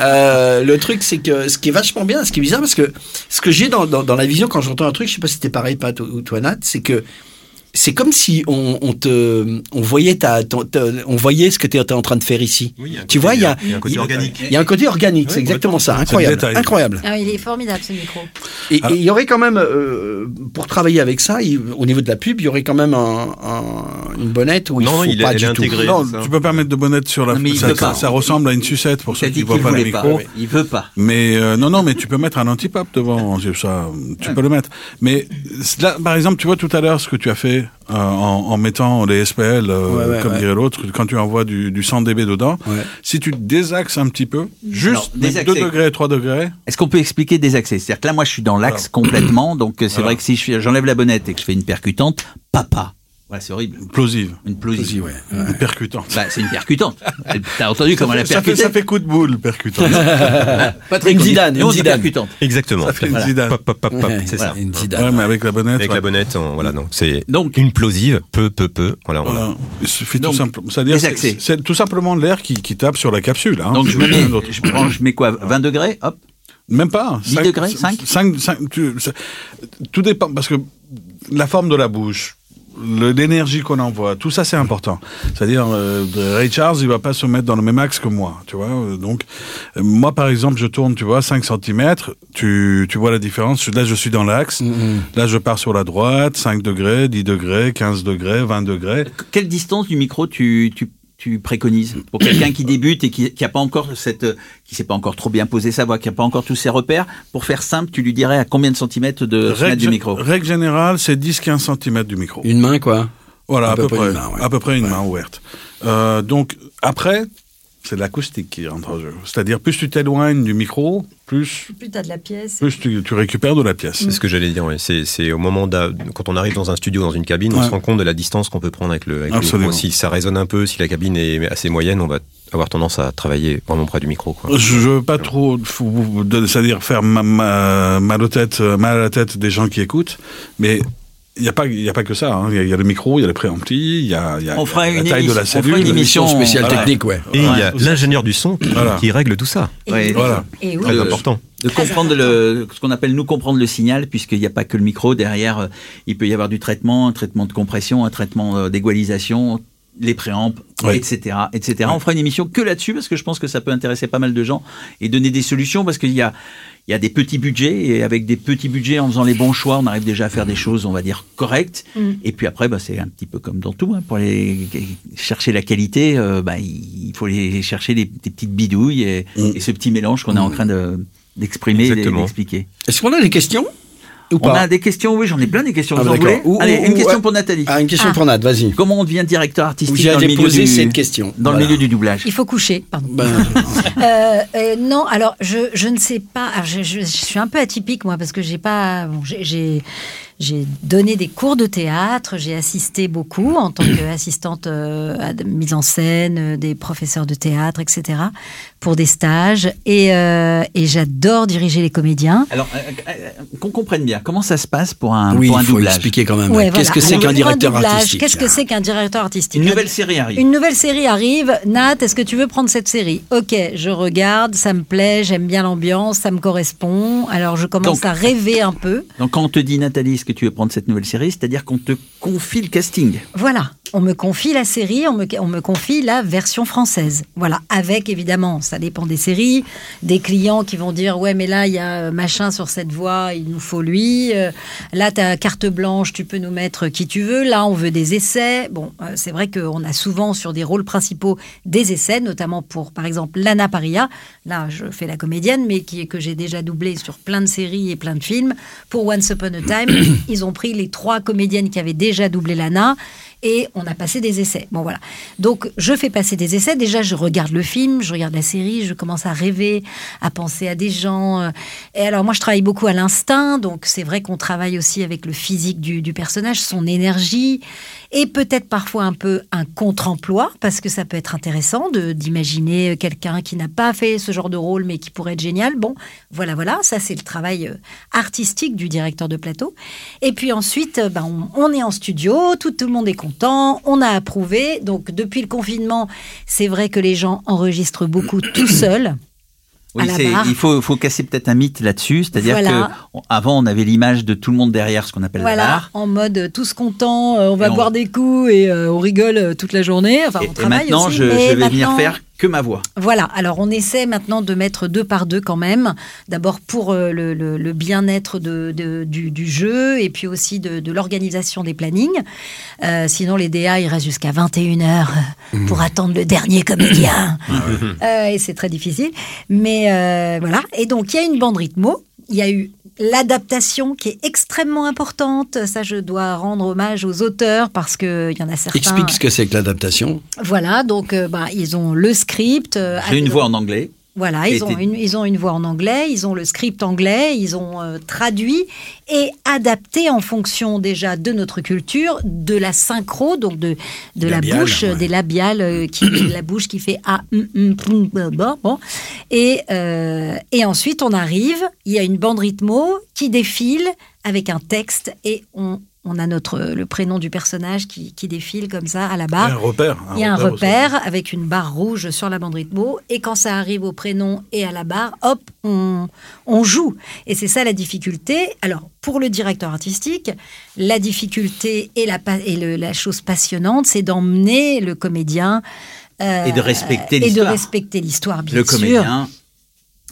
C: Euh, le truc, c'est que ce qui est vachement bien, ce qui est bizarre, parce que ce que j'ai dans, dans, dans la vision quand j'entends un truc, je sais pas si c'était pareil, Pat ou- ou toi, Nat, c'est que c'est comme si on, on te, on voyait ta, ton- te- on voyait ce que tu étais en train de faire ici. tu vois, il y a,
D: il y a un côté organique.
C: Il y a un côté organique, c'est
D: Oui,
C: exactement ça,
D: c'est le
C: incroyable,
D: détail.
C: incroyable.
E: Ah, il est formidable ce micro.
C: Et et il y aurait quand même, euh, pour travailler avec ça, il- au niveau de la pub, il y aurait quand même un, un- une bonnette où il faut pas du tout.
F: Non, tu peux pas mettre de bonnette sur la.
A: mais il
F: ça,
A: veut
F: ça-
A: pas.
F: ça ressemble à une sucette pour ceux qui
A: dit
F: voient
A: qu'il
F: pas le
A: voulait pas,
F: micro.
A: oui. Il veut pas.
F: Mais euh, non, non, mais tu peux mettre un anti-pop devant. c'est Ça, tu peux le mettre. Mais là, par exemple, tu vois tout à l'heure ce que tu as fait euh, en, en mettant les SPL, euh,
C: Ouais, ouais,
F: comme
C: ouais.
F: dirait l'autre, quand tu envoies du, du 100 dB dedans. Si tu désaxes un petit peu, juste
A: Alors, désaxer.
F: 2 degrés, 3 degrés.
A: Est-ce qu'on peut expliquer des accès C'est-à-dire que là, moi, je suis dans l'axe complètement, donc euh, c'est vrai que si je fais- j'enlève la bonnette et que je fais une percutante, papa, Ouais, c'est horrible.
F: Plosive.
A: Une plosive.
F: ouais. Une percutante.
A: Bah, c'est une percutante. Elle- T'as entendu
F: Ça
A: comment
F: fait-
A: elle a
F: ça fait-
A: percuté
F: Ça fait coup de boule,
A: [laughs]
F: percutante.
A: Patrick,
F: Une
A: on dit-
F: zidane,
A: nous,
F: une
A: on dit
F: zidane.
A: percutante.
D: Exactement.
F: Ça fait une
D: Voilà.
F: zidane.
D: Pop, pop, pop, pop,
F: Ouais,
D: c'est
F: voilà.
D: ça.
F: Une zidane.
C: Euh,
F: Ouais, mais avec la bonnette.
D: Avec
F: ouais.
D: la bonnette, on- voilà, non. C'est
A: donc
D: une plosive, peu, peu, peu. Voilà, on
F: Voilà.
D: a-
F: Il suffit
A: Donc,
F: tout simplement. C'est-à-dire,
A: les
F: c'est-
A: accès.
F: c'est tout simplement l'air qui, qui tape sur la capsule. hein.
A: Donc, je me mets-
F: D'autres-
A: je prends- je mets quoi 20 degrés Hop.
F: Même pas.
A: 10 degrés, 5?
F: 5, Tout dépend, parce que la forme de la bouche, le- l'énergie qu'on envoie, tout ça c'est important. C'est-à-dire, euh, Ray Charles, il va pas se mettre dans le même axe que moi, tu vois. euh, Donc, euh, moi par exemple, je tourne, tu vois, 5 cm, tu, tu vois la différence. Là, je suis dans l'axe,
A: Mm-hmm.
F: là, je pars sur la droite, 5 degrés, 10 degrés, 15 degrés, 20 degrés.
A: Quelle distance du micro tu, tu, tu préconises pour quelqu'un qui débute et qui qui a pas encore cette euh, qui s'est pas encore trop bien posé sa voix, qui a pas encore tous ses repères Pour faire simple, tu lui dirais à combien de centimètres de se mettre
F: Euh, Règle,
A: du micro
F: règle générale, c'est 10-15 cm du micro.
C: Une main, quoi.
F: Voilà, à, peu, près.
C: une main, ouais.
F: À peu près une main ouverte. Euh, donc, après, c'est l'acoustique qui rentre en jeu. C'est-à-dire, plus tu t'éloignes du micro, plus,
E: Plus t'as de la pièce.
F: plus tu, tu récupères de la pièce.
D: C'est ce que j'allais dire, ouais. c'est, c'est au moment d'a- quand on arrive dans un studio, dans une cabine, on
F: Ouais.
D: se rend compte de la distance qu'on peut prendre avec le, avec le
F: Absolument.
D: micro. Si ça résonne un peu, si la cabine est assez moyenne, on va avoir tendance à travailler vraiment près du micro. Quoi.
F: Je je veux pas trop, fou- de- c'est-à-dire faire ma- ma- mal, aux têtes, euh, mal à la tête des gens qui écoutent, mais il n'y a, pas- il y a pas que ça. hein. Il y, a- il y a le micro, il y a le préampli, il y a, il y a-
A: On fera
F: il y a
A: une
F: la taille de
A: émission-
F: la
A: on
F: cellule.
A: fera une émission spéciale
F: Voilà.
A: technique, ouais.
D: Et il y a
F: Tout ça.
D: l'ingénieur du son qui,
F: Voilà.
D: qui règle tout ça.
A: Ouais,
D: Voilà.
E: Et oui.
D: Très
A: de-
D: important.
A: De comprendre le, ce qu'on appelle nous comprendre le signal, puisqu'il n'y a pas que le micro. Derrière, euh, il peut y avoir du traitement, un traitement de compression, un traitement euh, d'égalisation, les préampes,
F: Ouais.
A: etc., etc. On fera une émission que là-dessus parce que je pense que ça peut intéresser pas mal de gens et donner des solutions parce qu'il y a, il y a des petits budgets et avec des petits budgets, en faisant les bons choix, on arrive déjà à faire des choses, on va dire correctes.
E: Mm.
A: Et puis après, bah, c'est un petit peu comme dans tout. hein, pour les chercher la qualité, euh, bah, il faut les chercher les, des petites bidouilles et, et ce petit mélange qu'on est en train de d'exprimer et
D: Exactement.
A: d'expliquer.
C: Est-ce qu'on a des questions ou
A: On
C: pas
A: a des questions, oui, j'en ai plein des questions.
C: Ah,
A: vous en
C: d'accord.
A: voulez
C: Ou-
A: Allez,
C: ou-
A: une
C: ou-
A: question
C: ouais.
A: pour Nathalie.
C: Ah, une question pour Nat, vas-y.
A: Comment on devient directeur
C: Vous
A: artistique dans
C: allez
A: le milieu
C: poser
A: du-
C: cette question.
A: Dans
C: Voilà.
A: le milieu du doublage.
E: Il faut coucher, pardon.
C: Ben,
E: [laughs] Euh, euh, non, alors je, je ne sais pas. Alors, je, je- je suis un peu atypique moi parce que j'ai pas. bon, j'ai- j'ai j'ai donné des cours de théâtre. J'ai assisté beaucoup en tant qu'assistante euh, à de- mise en scène euh, des professeurs de théâtre, etc. Pour des stages et, euh, et j'adore diriger les comédiens.
A: Alors, euh, euh, euh, qu'on comprenne bien, comment ça se passe pour un,
C: oui,
A: pour un
C: il faut
A: doublage
C: expliquer quand même.
E: Ouais,
C: Ah, Qu'est-ce
E: voilà.
C: que c'est
E: Alors,
C: qu'un
E: un
C: directeur
E: doublage,
C: artistique
E: Qu'est-ce que c'est qu'un directeur artistique
A: Une
E: Un-
A: nouvelle série arrive.
E: Une nouvelle série arrive. Nat, est-ce que tu veux prendre cette série Ok, je regarde, ça me plaît, j'aime bien l'ambiance, ça me correspond. Alors je commence
A: Donc-
E: à rêver un peu.
A: Donc, quand on te dit, Nathalie, est-ce que tu veux prendre cette nouvelle série C'est-à-dire qu'on te confie le casting.
E: Voilà, on me confie la série, on me, on me confie la version française. Voilà, avec évidemment, ça dépend des séries, des clients qui vont dire ouais mais là il y a euh, machin sur cette voie, il nous faut lui. Euh, Là tu as carte blanche, tu peux nous mettre qui tu veux. Là on veut des essais. Bon, euh, c'est vrai qu'on a souvent sur des rôles principaux des essais, notamment pour par exemple Lana Paria. Là je fais la comédienne, mais qui que j'ai déjà doublé sur plein de séries et plein de films. Pour Once Upon a Time, ils ont pris les trois comédiennes qui avaient déjà doublé Lana et on a passé des essais. Bon voilà. Donc je fais passer des essais. Déjà je regarde le film, je regarde la série, je commence à rêver, à penser à des gens. euh. Et alors moi je travaille beaucoup à l'instinct, donc c'est vrai qu'on travaille aussi avec le physique du, du personnage, son énergie et peut-être parfois un peu un contre-emploi parce que ça peut être intéressant de d'imaginer euh, quelqu'un qui n'a pas fait ce genre de rôle mais qui pourrait être génial. Bon voilà voilà, ça c'est le travail euh, artistique du directeur de plateau. Et puis ensuite, euh, ben, on, on est en studio, tout, tout le monde est content, on a approuvé. Donc depuis le confinement, c'est vrai que les gens enregistrent
A: [coughs]
E: beaucoup tout seuls.
A: Oui,
E: à la
A: c'est-
E: barre.
A: il faut, faut casser peut-être un mythe là-dessus. C'est-à-dire
E: Voilà.
A: que on- avant, on avait l'image de tout le monde derrière ce qu'on appelle la
E: Voilà,
A: barre.
E: en mode euh, tous contents, euh, on va
A: Et on-
E: boire des coups et euh, on rigole euh, toute la journée. Enfin,
A: Et,
E: on
A: et
E: travaille
A: maintenant,
E: aussi,
A: je,
E: mais
A: je vais venir
E: maintenant-
A: faire que ma voix.
E: Voilà, alors on essaie maintenant de mettre deux par deux quand même. D'abord pour euh, le, le- le bien-être de- de- du, du jeu et puis aussi de, de l'organisation des plannings. Euh, sinon, les DA, ils restent jusqu'à 21h
A: Mmh.
E: pour attendre le dernier comédien.
A: Ah
E: Euh, et c'est très difficile. Mais euh, voilà. Et donc, il y a une bande rythmo. Il y a eu l'adaptation qui est extrêmement importante. Ça, je dois rendre hommage aux auteurs parce qu'il y en a certains.
C: Explique ce que c'est que l'adaptation.
E: Voilà, donc euh, bah, ils ont le script. euh,
A: J'ai une
E: avec-
A: voix en anglais.
E: Voilà, ils
A: Et
E: ont,
A: t'es-
E: une, ils ont une voix en anglais, ils ont le script anglais, ils ont euh, traduit et adapté en fonction déjà de notre culture, de la synchro, donc de, de la
O: Labiale,
E: bouche,
O: ouais.
E: des labiales, euh, qui, la bouche qui fait ah, hum, hum, poum, bah, bah, bon. Et, euh, et ensuite, on arrive, il y a une bande rythmo qui défile avec un texte et on, on a notre, le prénom du personnage qui, qui défile comme ça à la barre.
F: Il y a un repère, un
E: Il y a un
F: repère au
E: repère avec une barre rouge sur la bande rythmo. Et quand ça arrive au prénom et à la barre, hop, on, on joue. Et c'est ça la difficulté. Alors, pour le directeur artistique, la difficulté et la, pa- et le- la chose passionnante, c'est d'emmener le comédien. euh,
A: Et de respecter
E: Et de
A: l'histoire.
E: respecter l'histoire, bien
A: le
E: sûr.
A: comédien.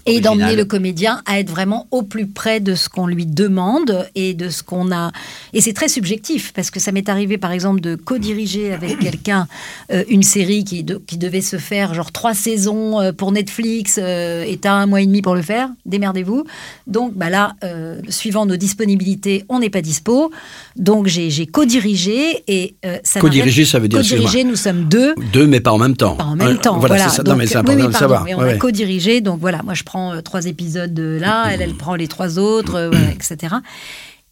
E: Et d'emmener
A: original.
E: le comédien à être vraiment au plus près de ce qu'on lui demande et de ce qu'on a. Et c'est très subjectif parce que ça m'est arrivé par exemple de co-diriger avec quelqu'un euh, une série qui, de- qui devait se faire genre trois saisons euh, pour Netflix euh, et t'as un mois et demi pour le faire. Démerdez-vous. Donc bah là, euh, suivant nos disponibilités, on n'est pas dispo. Donc j'ai j'ai co-dirigé et euh, ça. n'arrête-
C: Co-diriger, ça veut dire,
E: Co-diriger,
C: excuse-moi.
E: nous sommes deux.
C: Deux, mais pas en même temps.
E: Pas en même
C: Euh,
E: temps.
C: Voilà,
E: Voilà,
C: c'est ça. Non,
E: Donc,
C: mais c'est
E: oui,
C: important
E: oui,
C: de le
E: pardon.
C: savoir.
E: Et on
C: Ouais, Mm-hmm.
E: a
C: ouais.
E: co-dirigé, donc voilà, moi je prends euh, trois épisodes de là, elle, elle prend les trois autres, euh,
C: Mm-hmm.
E: voilà, etc.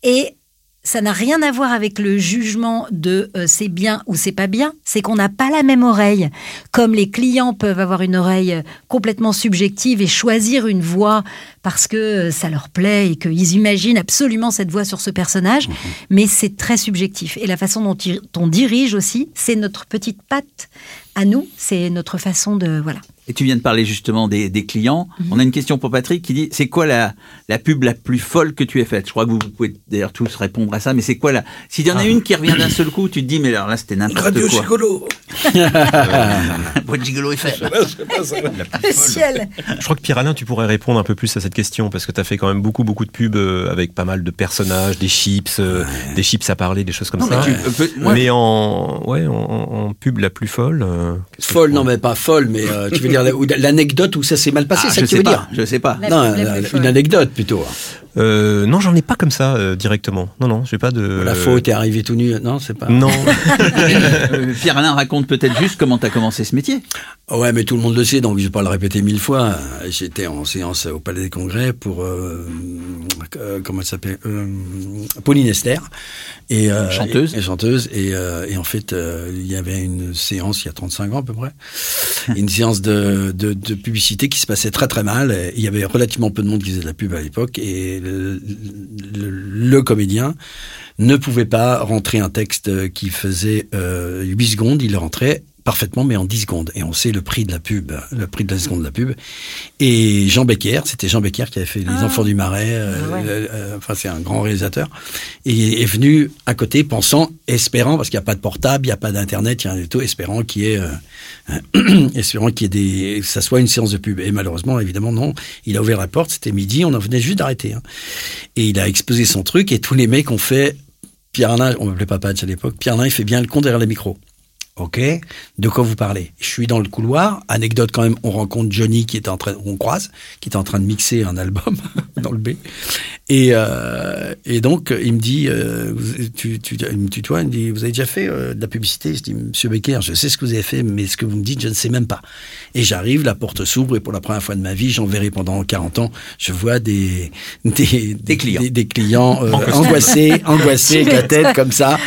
E: Et ça n'a rien à voir avec le jugement de euh, c'est bien ou c'est pas bien, c'est qu'on n'a pas la même oreille. Comme les clients peuvent avoir une oreille euh, complètement subjective et choisir une voix parce que euh, ça leur plaît et qu'ils imaginent absolument cette voix sur ce personnage,
C: Mm-hmm.
E: mais c'est très subjectif. Et la façon dont il- on dirige aussi, c'est notre petite patte à nous, c'est notre façon de... Voilà.
C: Ah,
A: Et tu viens de parler justement des, des clients. On a une question pour Patrick qui dit c'est quoi la, la pub la plus folle que tu aies faite Je crois que vous, vous pouvez d'ailleurs tous répondre à ça, mais c'est quoi la. S'il y
C: Ah.
A: en a une qui revient d'un seul coup, tu te dis mais alors là c'était n'importe quoi.
I: Radio
A: [laughs]
I: Gigolo.
A: Boîte Gigolo FM.
E: Le ciel
D: Je crois que Pierre-Alain, tu pourrais répondre un peu plus à cette question parce que tu as fait quand même beaucoup, beaucoup de pubs euh, avec pas mal de personnages, des chips, euh, des chips à parler, des choses comme
C: Non,
D: ça.
C: mais tu- euh, peu- moi-
D: Mais en, ouais, en, en- en pub la plus folle. euh, qu'est-ce que-
C: Folle, non, mais pas folle, mais euh, tu veux dire la- ou l'anecdote où ça s'est mal passé,
D: Ah,
C: c'est ça
D: je
C: que tu
D: sais
C: veux
D: pas,
C: dire
A: Je
C: [laughs]
A: sais pas.
C: Non, euh, une anecdote plutôt.
D: Euh, non, j'en ai pas comme ça euh, directement. Non, non, j'ai pas de.
C: Oh, La faute est arrivée tout nu, non, c'est pas.
D: Non.
A: Euh, Pierre-Alain raconte peut-être juste comment tu as commencé ce métier.
C: Ah Ouais, mais tout le monde le sait, donc je vais pas le répéter mille fois. J'étais en séance au Palais des Congrès pour euh, euh, comment elle s'appelait Euh, Pauline Esther et euh,
A: Chanteuse.
C: et, et chanteuse et, euh, et en fait euh, il y avait une séance il y a 35 ans à peu près, une séance de, de, de publicité qui se passait très très mal. Et Il y avait relativement peu de monde qui faisait de la pub à l'époque et le, le- le comédien ne pouvait pas rentrer un texte qui faisait euh, 8 secondes, il le rentrait parfaitement, mais en 10 secondes. Et on sait le prix de la pub, le prix de la seconde de la pub. Et Jean Becker, c'était Jean Becker qui avait fait Les Enfants du Marais, euh, le- euh, enfin c'est un grand réalisateur, et est venu à côté pensant, espérant, parce qu'il n'y a pas de portable, il n'y a pas d'internet, il y a rien du tout, espérant qu'il y ait, euh, espérant qu'il y ait des, que ça soit une séance de pub. Et malheureusement, évidemment, non. Il a ouvert la porte, c'était midi, on en venait juste d'arrêter. hein. Et il a exposé son truc, et tous les mecs ont fait, Pierre Alain, on m'appelait Papa à l'époque, Pierre Alain, il fait bien le con derrière le micro. Ok, de quoi vous parlez Je suis dans le couloir. Anecdote quand même, on rencontre Johnny qui est en train, on croise, qui est en train de mixer un album dans le B. Et, euh, et donc il me dit, euh, vous- tu, tu, il me tutoie, il me dit, vous avez déjà fait euh, de la publicité Je dis, Monsieur Becker, je sais ce que vous avez fait, mais ce que vous me dites, je ne sais même pas. Et j'arrive, la porte s'ouvre et pour la première fois de ma vie, j'en verrai pendant 40 ans, je vois des [laughs] des, des clients, des, des clients euh,
I: En costume.
C: angoissés, angoissés, avec la
I: Tu
C: tête
I: m'étonnes.
C: comme ça.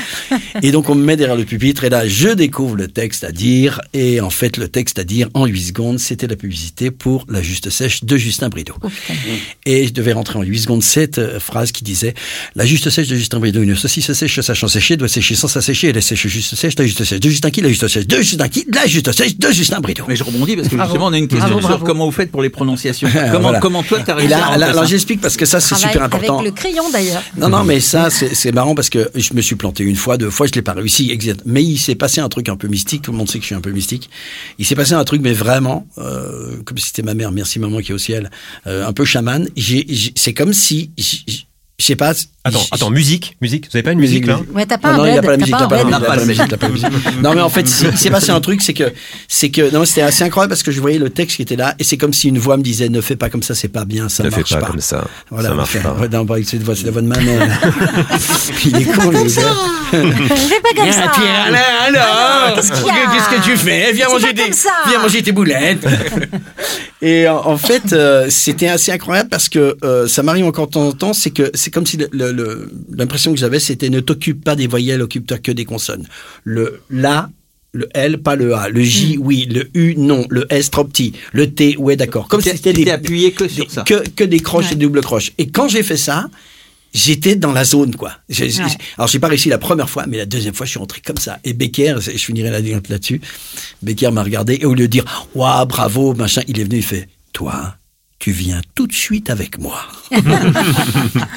C: Et donc on me met derrière le pupitre et là je découvre le texte à dire et en fait le texte à dire en 8 secondes c'était la publicité pour La Juste Sèche de Justin Brideau. Et je devais rentrer en 8 secondes cette euh, phrase qui disait La Juste Sèche de Justin Brideau, une saucisse sèche sachant sécher doit sécher sans s'assécher, elle est sèche juste sèche, la juste sèche de Justin qui, la juste sèche de Justin qui, la juste sèche de Justin Brideau.
A: Mais je rebondis parce que
C: Bravo.
A: justement on a une question
C: Bravo,
A: sur
C: bravo.
A: comment vous faites pour les prononciations.
C: Ah,
A: comment,
C: voilà.
A: comment toi t'as
C: Et
A: réussi
C: là,
A: à
C: là, alors
A: ça
C: j'explique parce que ça c'est
E: Travaille
C: super important.
E: Avec le crayon d'ailleurs.
C: Non, non, mais ça, c'est c'est marrant parce que je me suis planté une fois, deux fois, je l'ai pas réussi, exact. Mais il s'est passé un truc un peu mystique. Tout le monde sait que je suis un peu mystique. Il s'est passé un truc, mais vraiment, euh, comme si c'était ma mère, merci maman qui est au ciel, euh, un peu chamane. J'ai- j'ai- C'est comme si, j'- j'- je sais pas.
D: Attends, attends, musique, musique. Vous avez pas une musique, hein. là
E: Ouais, t'as pas
C: non,
E: un
C: non, il n'y a
E: bled,
C: pas la
E: t'as
C: musique,
E: pas
C: t'as
E: un
C: pas la
E: bled.
C: musique, t'as pas la musique, t'as pas la
D: [laughs]
C: musique. Non, mais en fait, c'est- il s'est passé un truc, c'est que, c'est que, non, c'était assez incroyable parce que je voyais le texte qui était là et c'est comme si une voix me disait, ne fais pas comme ça, c'est pas bien, ça
D: Ne fais
C: marche
D: pas comme ça,
C: Voilà,
D: ça marche pas.
C: Ouais, non, bah, c'est la voix- c'est la voix de ma mère. euh, Il est con, le gars.
E: [laughs]
I: Fais pas comme ça. Pierre Alain, alors
C: Qu'est-ce que tu fais Viens manger des, viens manger tes boulettes. [laughs] Et en, en fait, euh, c'était assez incroyable parce que euh, ça m'arrive encore de temps en temps, c'est que c'est comme si le- le- le- l'impression que j'avais, c'était ne t'occupe pas des voyelles, occupe-toi que des consonnes. Le la, le L, pas le A. Le J, oui. Le U, non. Le S, trop petit. Le T, ouais, d'accord. Comme si c'était des, appuyé
A: que sur ça.
C: Que, des croches et double croches. Et quand j'ai fait ça, j'étais dans la zone, quoi. J'ai- j'ai-
O: Ouais.
C: Alors, j'ai pas réussi la première fois, mais la deuxième fois, je suis rentré comme ça. Et Becker, je finirai la dénote là-dessus. Becker m'a regardé et au lieu de dire, waouh, bravo, machin, il est venu, il fait, toi, tu viens tout de suite avec moi.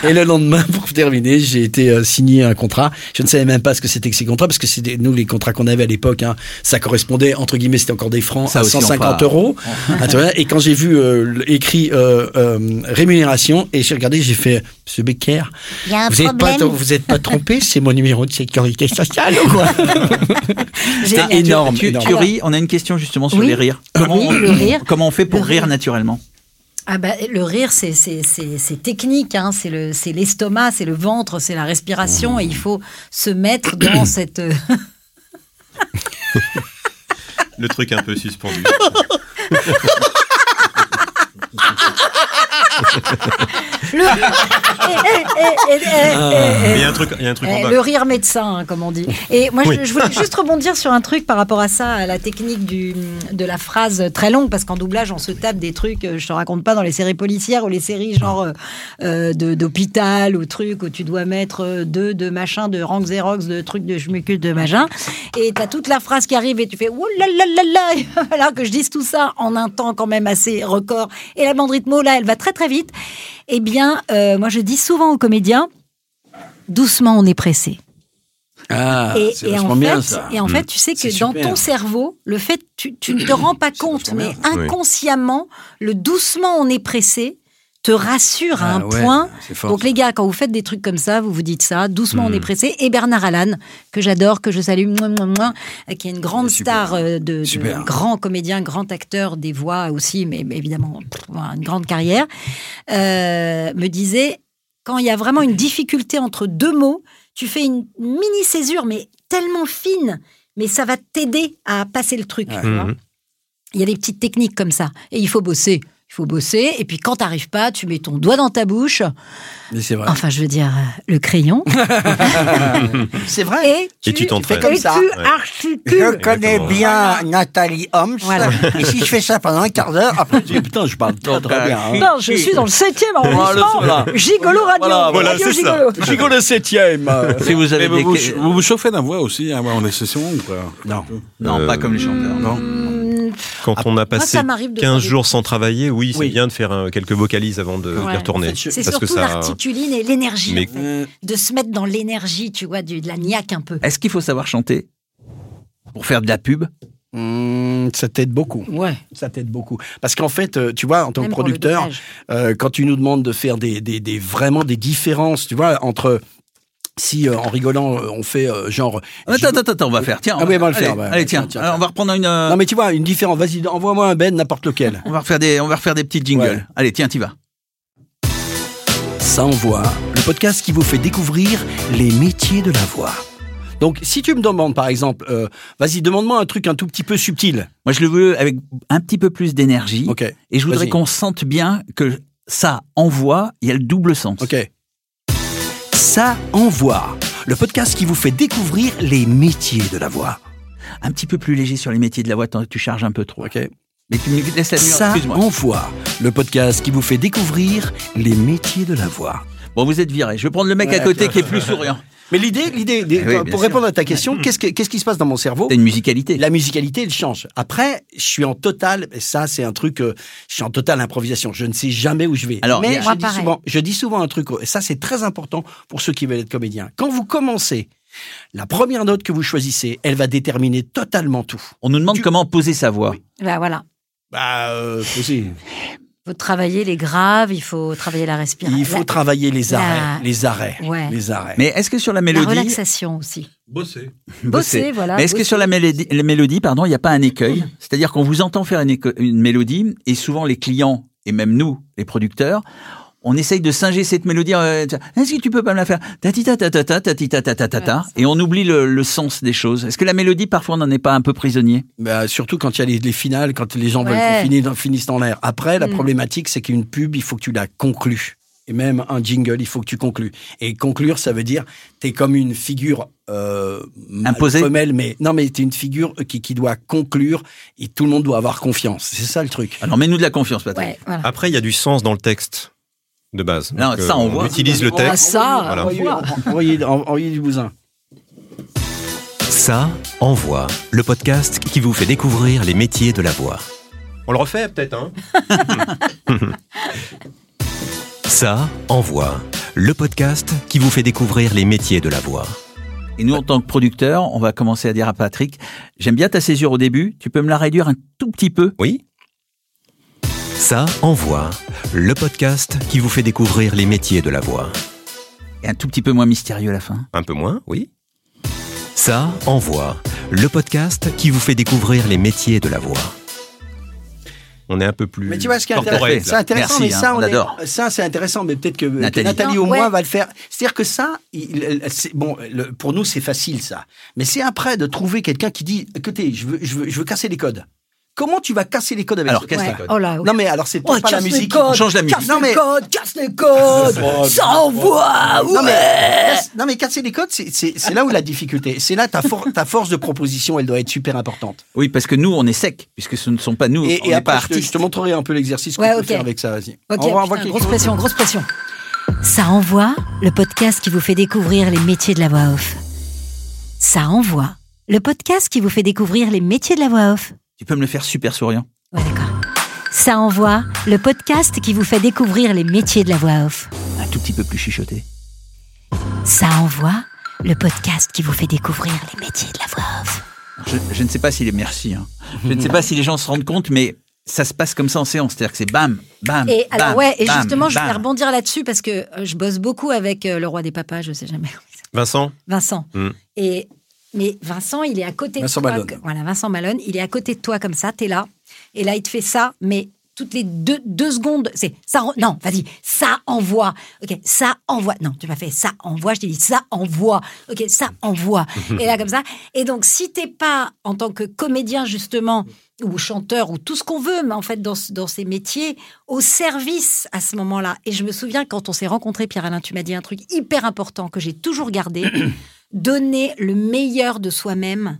C: et le lendemain, [laughs] pour terminer, j'ai été euh, signé un contrat. Je ne savais même pas ce que c'était que ces contrats, parce que c'était nous les contrats qu'on avait à l'époque. hein, ça correspondait entre guillemets, c'était encore des francs
A: Ça
C: à
A: aussi, on
C: 150 [laughs]
A: part.
C: euros. Ah, tu vois, et quand j'ai vu euh, l- écrit euh, euh, rémunération, et j'ai regardé, j'ai fait, Monsieur Becker,
M: Il y a un
C: vous n'êtes pas,
M: problème.
C: vous êtes pas
E: [laughs]
C: trompé, c'est mon numéro de sécurité sociale ou quoi C'était énorme.
A: Tu, tu
C: énorme.
A: ris, on a une question justement sur
E: Oui.
A: les rires.
E: Oui,
A: on,
E: le rire.
A: comment on fait pour
E: Le
A: rire
E: rire.
A: naturellement
E: Ah bah, le rire, c'est c'est- c'est- c'est technique, hein. c'est le- c'est l'estomac, c'est le ventre, c'est la respiration, et il faut se
C: [coughs]
E: mettre dans cette... euh,
D: Le truc un peu
E: [laughs]
D: suspendu.
E: [laughs]
C: Ah,
D: Mais il y a un truc- il y a un truc en
E: Eh,
D: bas.
E: Le rire médecin, hein, comme on dit. Et moi, je-
D: Oui.
E: je,
D: [laughs]
E: voulais juste rebondir sur un truc par rapport à ça, à la technique du, de la phrase très longue, parce qu'en doublage, on se tape des trucs, euh, je te raconte pas, dans les séries policières ou les séries genre euh, euh, de- d'hôpital ou trucs où tu dois mettre euh, deux, de machin, de rangs et rox, de trucs de jmucule, de machin. Et t'as toute la phrase qui arrive et tu fais ouh là là là [laughs] là, il va falloir que je dise tout ça en un temps quand même assez record. Et la bande rythmo, là, elle va très très vite. Eh bien, euh, moi, je dis souvent aux comédiens, doucement, on est pressé
C: Ah,
E: et,
C: c'est
E: et
C: vachement
E: en fait,
C: bien, ça.
E: et en
C: Mm.
E: fait, tu sais que
C: C'est
E: dans
C: super.
E: ton cerveau, le fait, tu, tu ne te rends pas compte, mais
C: Oui.
E: inconsciemment, le doucement on est pressé te rassure à
C: Ah
E: un
C: ouais,
E: point.
C: c'est fort,
E: Donc les gars, quand vous faites des trucs comme ça, vous vous dites ça, doucement on
C: Mm.
E: est pressé. Et Bernard Allan, que j'adore, que je salue, mouah, mouah, mouah, euh, qui est une grande star euh, de, de
C: Super.
E: grand comédien, grand acteur des voix aussi, mais, mais évidemment pff, voilà, une grande carrière, euh, me disait quand il y a vraiment une difficulté entre deux mots, tu fais une mini césure, mais tellement fine, mais ça va t'aider à passer le truc. tu vois. Il y a des petites techniques comme ça. Et il faut bosser. Il faut bosser. Et puis quand t'arrives pas, tu mets ton doigt dans ta bouche.
C: Mais c'est vrai.
E: Enfin, je veux dire, euh, le crayon.
L: [laughs] C'est vrai.
E: Et tu t'entraînes.
L: comme
E: Et
L: ça.
E: tu Ouais.
L: Je connais
E: Exactement.
L: bien Nathalie Holmes. Et si je fais ça pendant un quart d'heure, après, je dis, putain, je parle très, très bien. hein.
E: Non, je suis dans le septième enregistrement.
L: Voilà, c'est ça.
E: Gigolo radio.
L: Voilà, voilà,
E: Radio
L: c'est ça.
E: gigolo.
C: Gigolo [laughs] septième.
F: Si vous avez
A: des-
F: vous, vous, vous vous chauffez la voix aussi hein, en sessions ou pas
C: Non.
A: Non,
C: Euh,
A: pas comme les chanteurs.
F: Non.
E: Hum,
D: Quand on a
E: Moi,
D: passé
E: ça m'arrive de
D: 15
E: faire des-
D: jours sans travailler, oui, c'est
E: Oui.
D: bien de faire euh, quelques vocalises avant de
E: Ouais.
D: y retourner.
E: C'est
D: parce
E: surtout
D: que ça.
E: l'articuline et l'énergie.
D: Mais-
E: en fait. De se mettre dans l'énergie, tu vois, du- de la niaque un peu.
A: Est-ce qu'il faut savoir chanter pour faire de la pub
C: Mmh, ça t'aide beaucoup.
E: Ouais.
C: Ça t'aide beaucoup. Parce qu'en fait, euh, tu vois, en tant que
E: Même pour le
C: producteur,
E: doublage.
C: euh, quand tu nous demandes de faire des, des- des- vraiment des différences, tu vois, entre si euh, en rigolant euh, on fait euh, genre.
A: Attends, attends, attends, on va faire. Tiens,
C: Ah oui, on va le
A: allez,
C: faire. bah.
A: allez, tiens, alors, on va reprendre une. euh,
C: Non mais tu vois, une différence. Vas-y, envoie-moi un Ben, n'importe lequel.
A: On va refaire des, on va refaire des petites jingles.
C: Ouais.
A: Allez, tiens, t'y vas.
C: Ça envoie, le podcast qui vous fait découvrir les métiers de la voix. Donc, si tu me demandes, par exemple, euh, vas-y, demande-moi un truc un tout petit peu subtil.
A: Moi, je le veux avec un petit peu plus d'énergie.
C: Ok.
A: Et je voudrais
C: Vas-y.
A: qu'on sente bien que ça envoie, il y a le double sens.
C: Ok. Ça envoie, le podcast qui vous fait découvrir les métiers de la voix.
A: Un petit peu plus léger sur les métiers de la voix, t'en- tu charges un peu trop.
C: Ok.
A: Mais tu me laisses la nuance,
C: Ça
A: excuse-moi.
C: envoie, le podcast qui vous fait découvrir les métiers de la voix.
A: Bon, vous êtes viré. Je vais prendre le mec à
C: Ouais,
A: côté
C: ok.
A: qui est plus souriant.
C: Mais l'idée, l'idée, des-
A: Eh oui, bien
C: pour
A: sûr.
C: répondre à ta question, qu'est-ce que- qu'est-ce qui se passe dans mon cerveau
A: T'as une musicalité.
C: La musicalité, elle change. Après, je suis en total, et ça, c'est un truc, euh, je suis en totale improvisation. Je ne sais jamais où je vais.
A: Alors, il y
C: Mais
A: a-
C: je
A: Moi,
C: dis,
A: pareil.
C: souvent, je dis souvent un truc, et ça, c'est très important pour ceux qui veulent être comédiens. Quand vous commencez, la première note que vous choisissez, elle va déterminer totalement tout.
A: On nous demande comment poser sa voix.
E: Bah voilà.
C: Bah, euh, posez.
E: Il faut travailler les graves, il faut travailler la respiration.
C: Il faut
E: la-
C: travailler les
E: la-
C: arrêts, les arrêts,
E: Ouais.
C: les arrêts.
A: Mais est-ce que sur la
E: La
A: mélodie.
E: relaxation aussi.
F: Bosser.
E: Bosser, voilà,
A: Mais est-ce que
E: bosser.
A: sur la mélodie, la mélodie, pardon, il n'y a pas un écueil C'est-à-dire qu'on vous entend faire une, éco- une mélodie et souvent les clients et même nous, les producteurs, on essaye de singer cette mélodie. euh, Est-ce que tu peux pas me la faire Tatita tatata tatita tatata. Et on oublie le, le sens des choses. Est-ce que la mélodie, parfois, on n'en est pas un peu prisonnier
C: Bah, surtout quand il y a les, les finales, quand les gens veulent
A: Ouais.
C: qu'on finisse dans, finisse dans l'air. Après, la
A: Mm.
C: problématique, c'est qu'une pub, il faut que tu la conclues. Et même un jingle, il faut que tu conclues. Et conclure, ça veut dire, t'es comme une figure euh, mal-
A: Imposée
C: femelle, mais non, mais t'es une figure qui, qui doit conclure et tout le monde doit avoir confiance. C'est ça le truc.
A: Alors mets-nous de la confiance, Patrick.
M: ah,
D: Après, il y a du sens dans le texte de base.
A: Non,
D: Donc, euh,
A: ça, on voit.
D: utilise le
A: Ah,
D: texte.
E: ça,
D: Voilà.
E: on voit.
C: Envoyez, envoyez du bousin.
K: Ça envoie le podcast qui vous fait découvrir les métiers de la voix.
D: On le refait peut-être. Hein
K: [laughs] Ça envoie le podcast qui vous fait découvrir les métiers de la voix.
A: Et nous, en tant que producteur, on va commencer à dire à Patrick J'aime bien ta césure au début, tu peux me la réduire un tout petit peu
K: Oui. Ça envoie le podcast qui vous fait découvrir les métiers de la voix.
A: Et un tout petit peu moins mystérieux à la fin.
K: Un peu moins, oui. Ça envoie le podcast qui vous fait découvrir les métiers de la voix.
D: On est un peu plus.
C: Mais tu vois, ce qui est
D: corporate,
C: intéressant, c'est
D: là.
C: intéressant, mais ça, on est-
D: adore.
C: ça, c'est intéressant, mais peut-être que que Nathalie,
D: Nathalie.
C: au
D: Non,
C: moins
D: ouais.
C: va le faire. C'est-à-dire que ça, il- elle- c'est- bon, le- pour nous, c'est facile, ça. Mais c'est après de trouver quelqu'un qui dit, écoutez, je veux, je veux, je veux casser les codes. Comment tu vas casser les codes avec
A: Alors,
C: ce-
A: casse les
C: Ouais.
A: codes.
E: Oh là, oui.
C: Non, mais alors, c'est
E: Oh,
C: peut-être pas la
E: casse les
C: musique.
E: codes, Casse
C: Non,
E: les
C: mais.
E: codes, casse les
C: [laughs]
E: codes, ça envoie,
C: Non, mais,
E: ouais
C: casse- non, mais casser les codes, c'est- c'est c'est là où la difficulté. C'est là ta, for- ta force de proposition, elle doit être super importante.
A: Oui, parce que nous, on est sec, puisque ce ne sont pas nous,
C: Et,
A: on
C: et
A: n'est pas
C: après, je te, je
A: artistes.
C: te montrerai un peu l'exercice qu'on
E: Ouais,
C: peut
E: ok.
C: faire avec ça. Vas-y. On va-
E: Ok,
C: on va
E: putain,
C: quelque
E: grosse
C: chose.
E: pression, grosse pression.
M: Ça envoie, le podcast qui vous fait découvrir les métiers de la voix off. Ça envoie, le podcast qui vous fait découvrir les métiers de la voix off.
A: Tu peux me le faire super souriant.
M: Ça envoie, le podcast qui vous fait découvrir les métiers de la voix off.
A: Un tout petit peu plus chichoté.
M: Ça envoie, le podcast qui vous fait découvrir les métiers de la voix off.
A: Je, je ne sais pas si les merci. hein. Je ne sais pas si les gens se rendent compte, mais ça se passe comme ça en séance. C'est-à-dire que c'est bam, bam.
E: Et alors,
A: bam,
E: ouais, et
A: bam,
E: justement, je
A: bam.
E: vais rebondir là-dessus parce que euh, je bosse beaucoup avec euh, le roi des papas, je sais jamais,
D: Vincent
E: Vincent.
D: Hmm.
E: Et mais Vincent, il est à côté
D: Vincent
E: de toi.
D: Malone.
E: que- Voilà, Vincent Malone, il est à côté de toi comme ça, t'es là. Et là, il te fait ça, mais toutes les deux, deux secondes, c'est ça. en- Non, vas-y, ça envoie. Ok, ça envoie. Non, tu m'as fait ça envoie. Je t'ai dit ça envoie. Ok, ça envoie. et là, comme ça. Et donc, si t'es pas en tant que comédien justement ou chanteur ou tout ce qu'on veut, mais en fait dans, ce- dans ces métiers, au service à ce moment-là. Et je me souviens quand on s'est rencontrés, Pierre-Alain, tu m'as dit un truc hyper important que j'ai toujours gardé donner le meilleur de soi-même.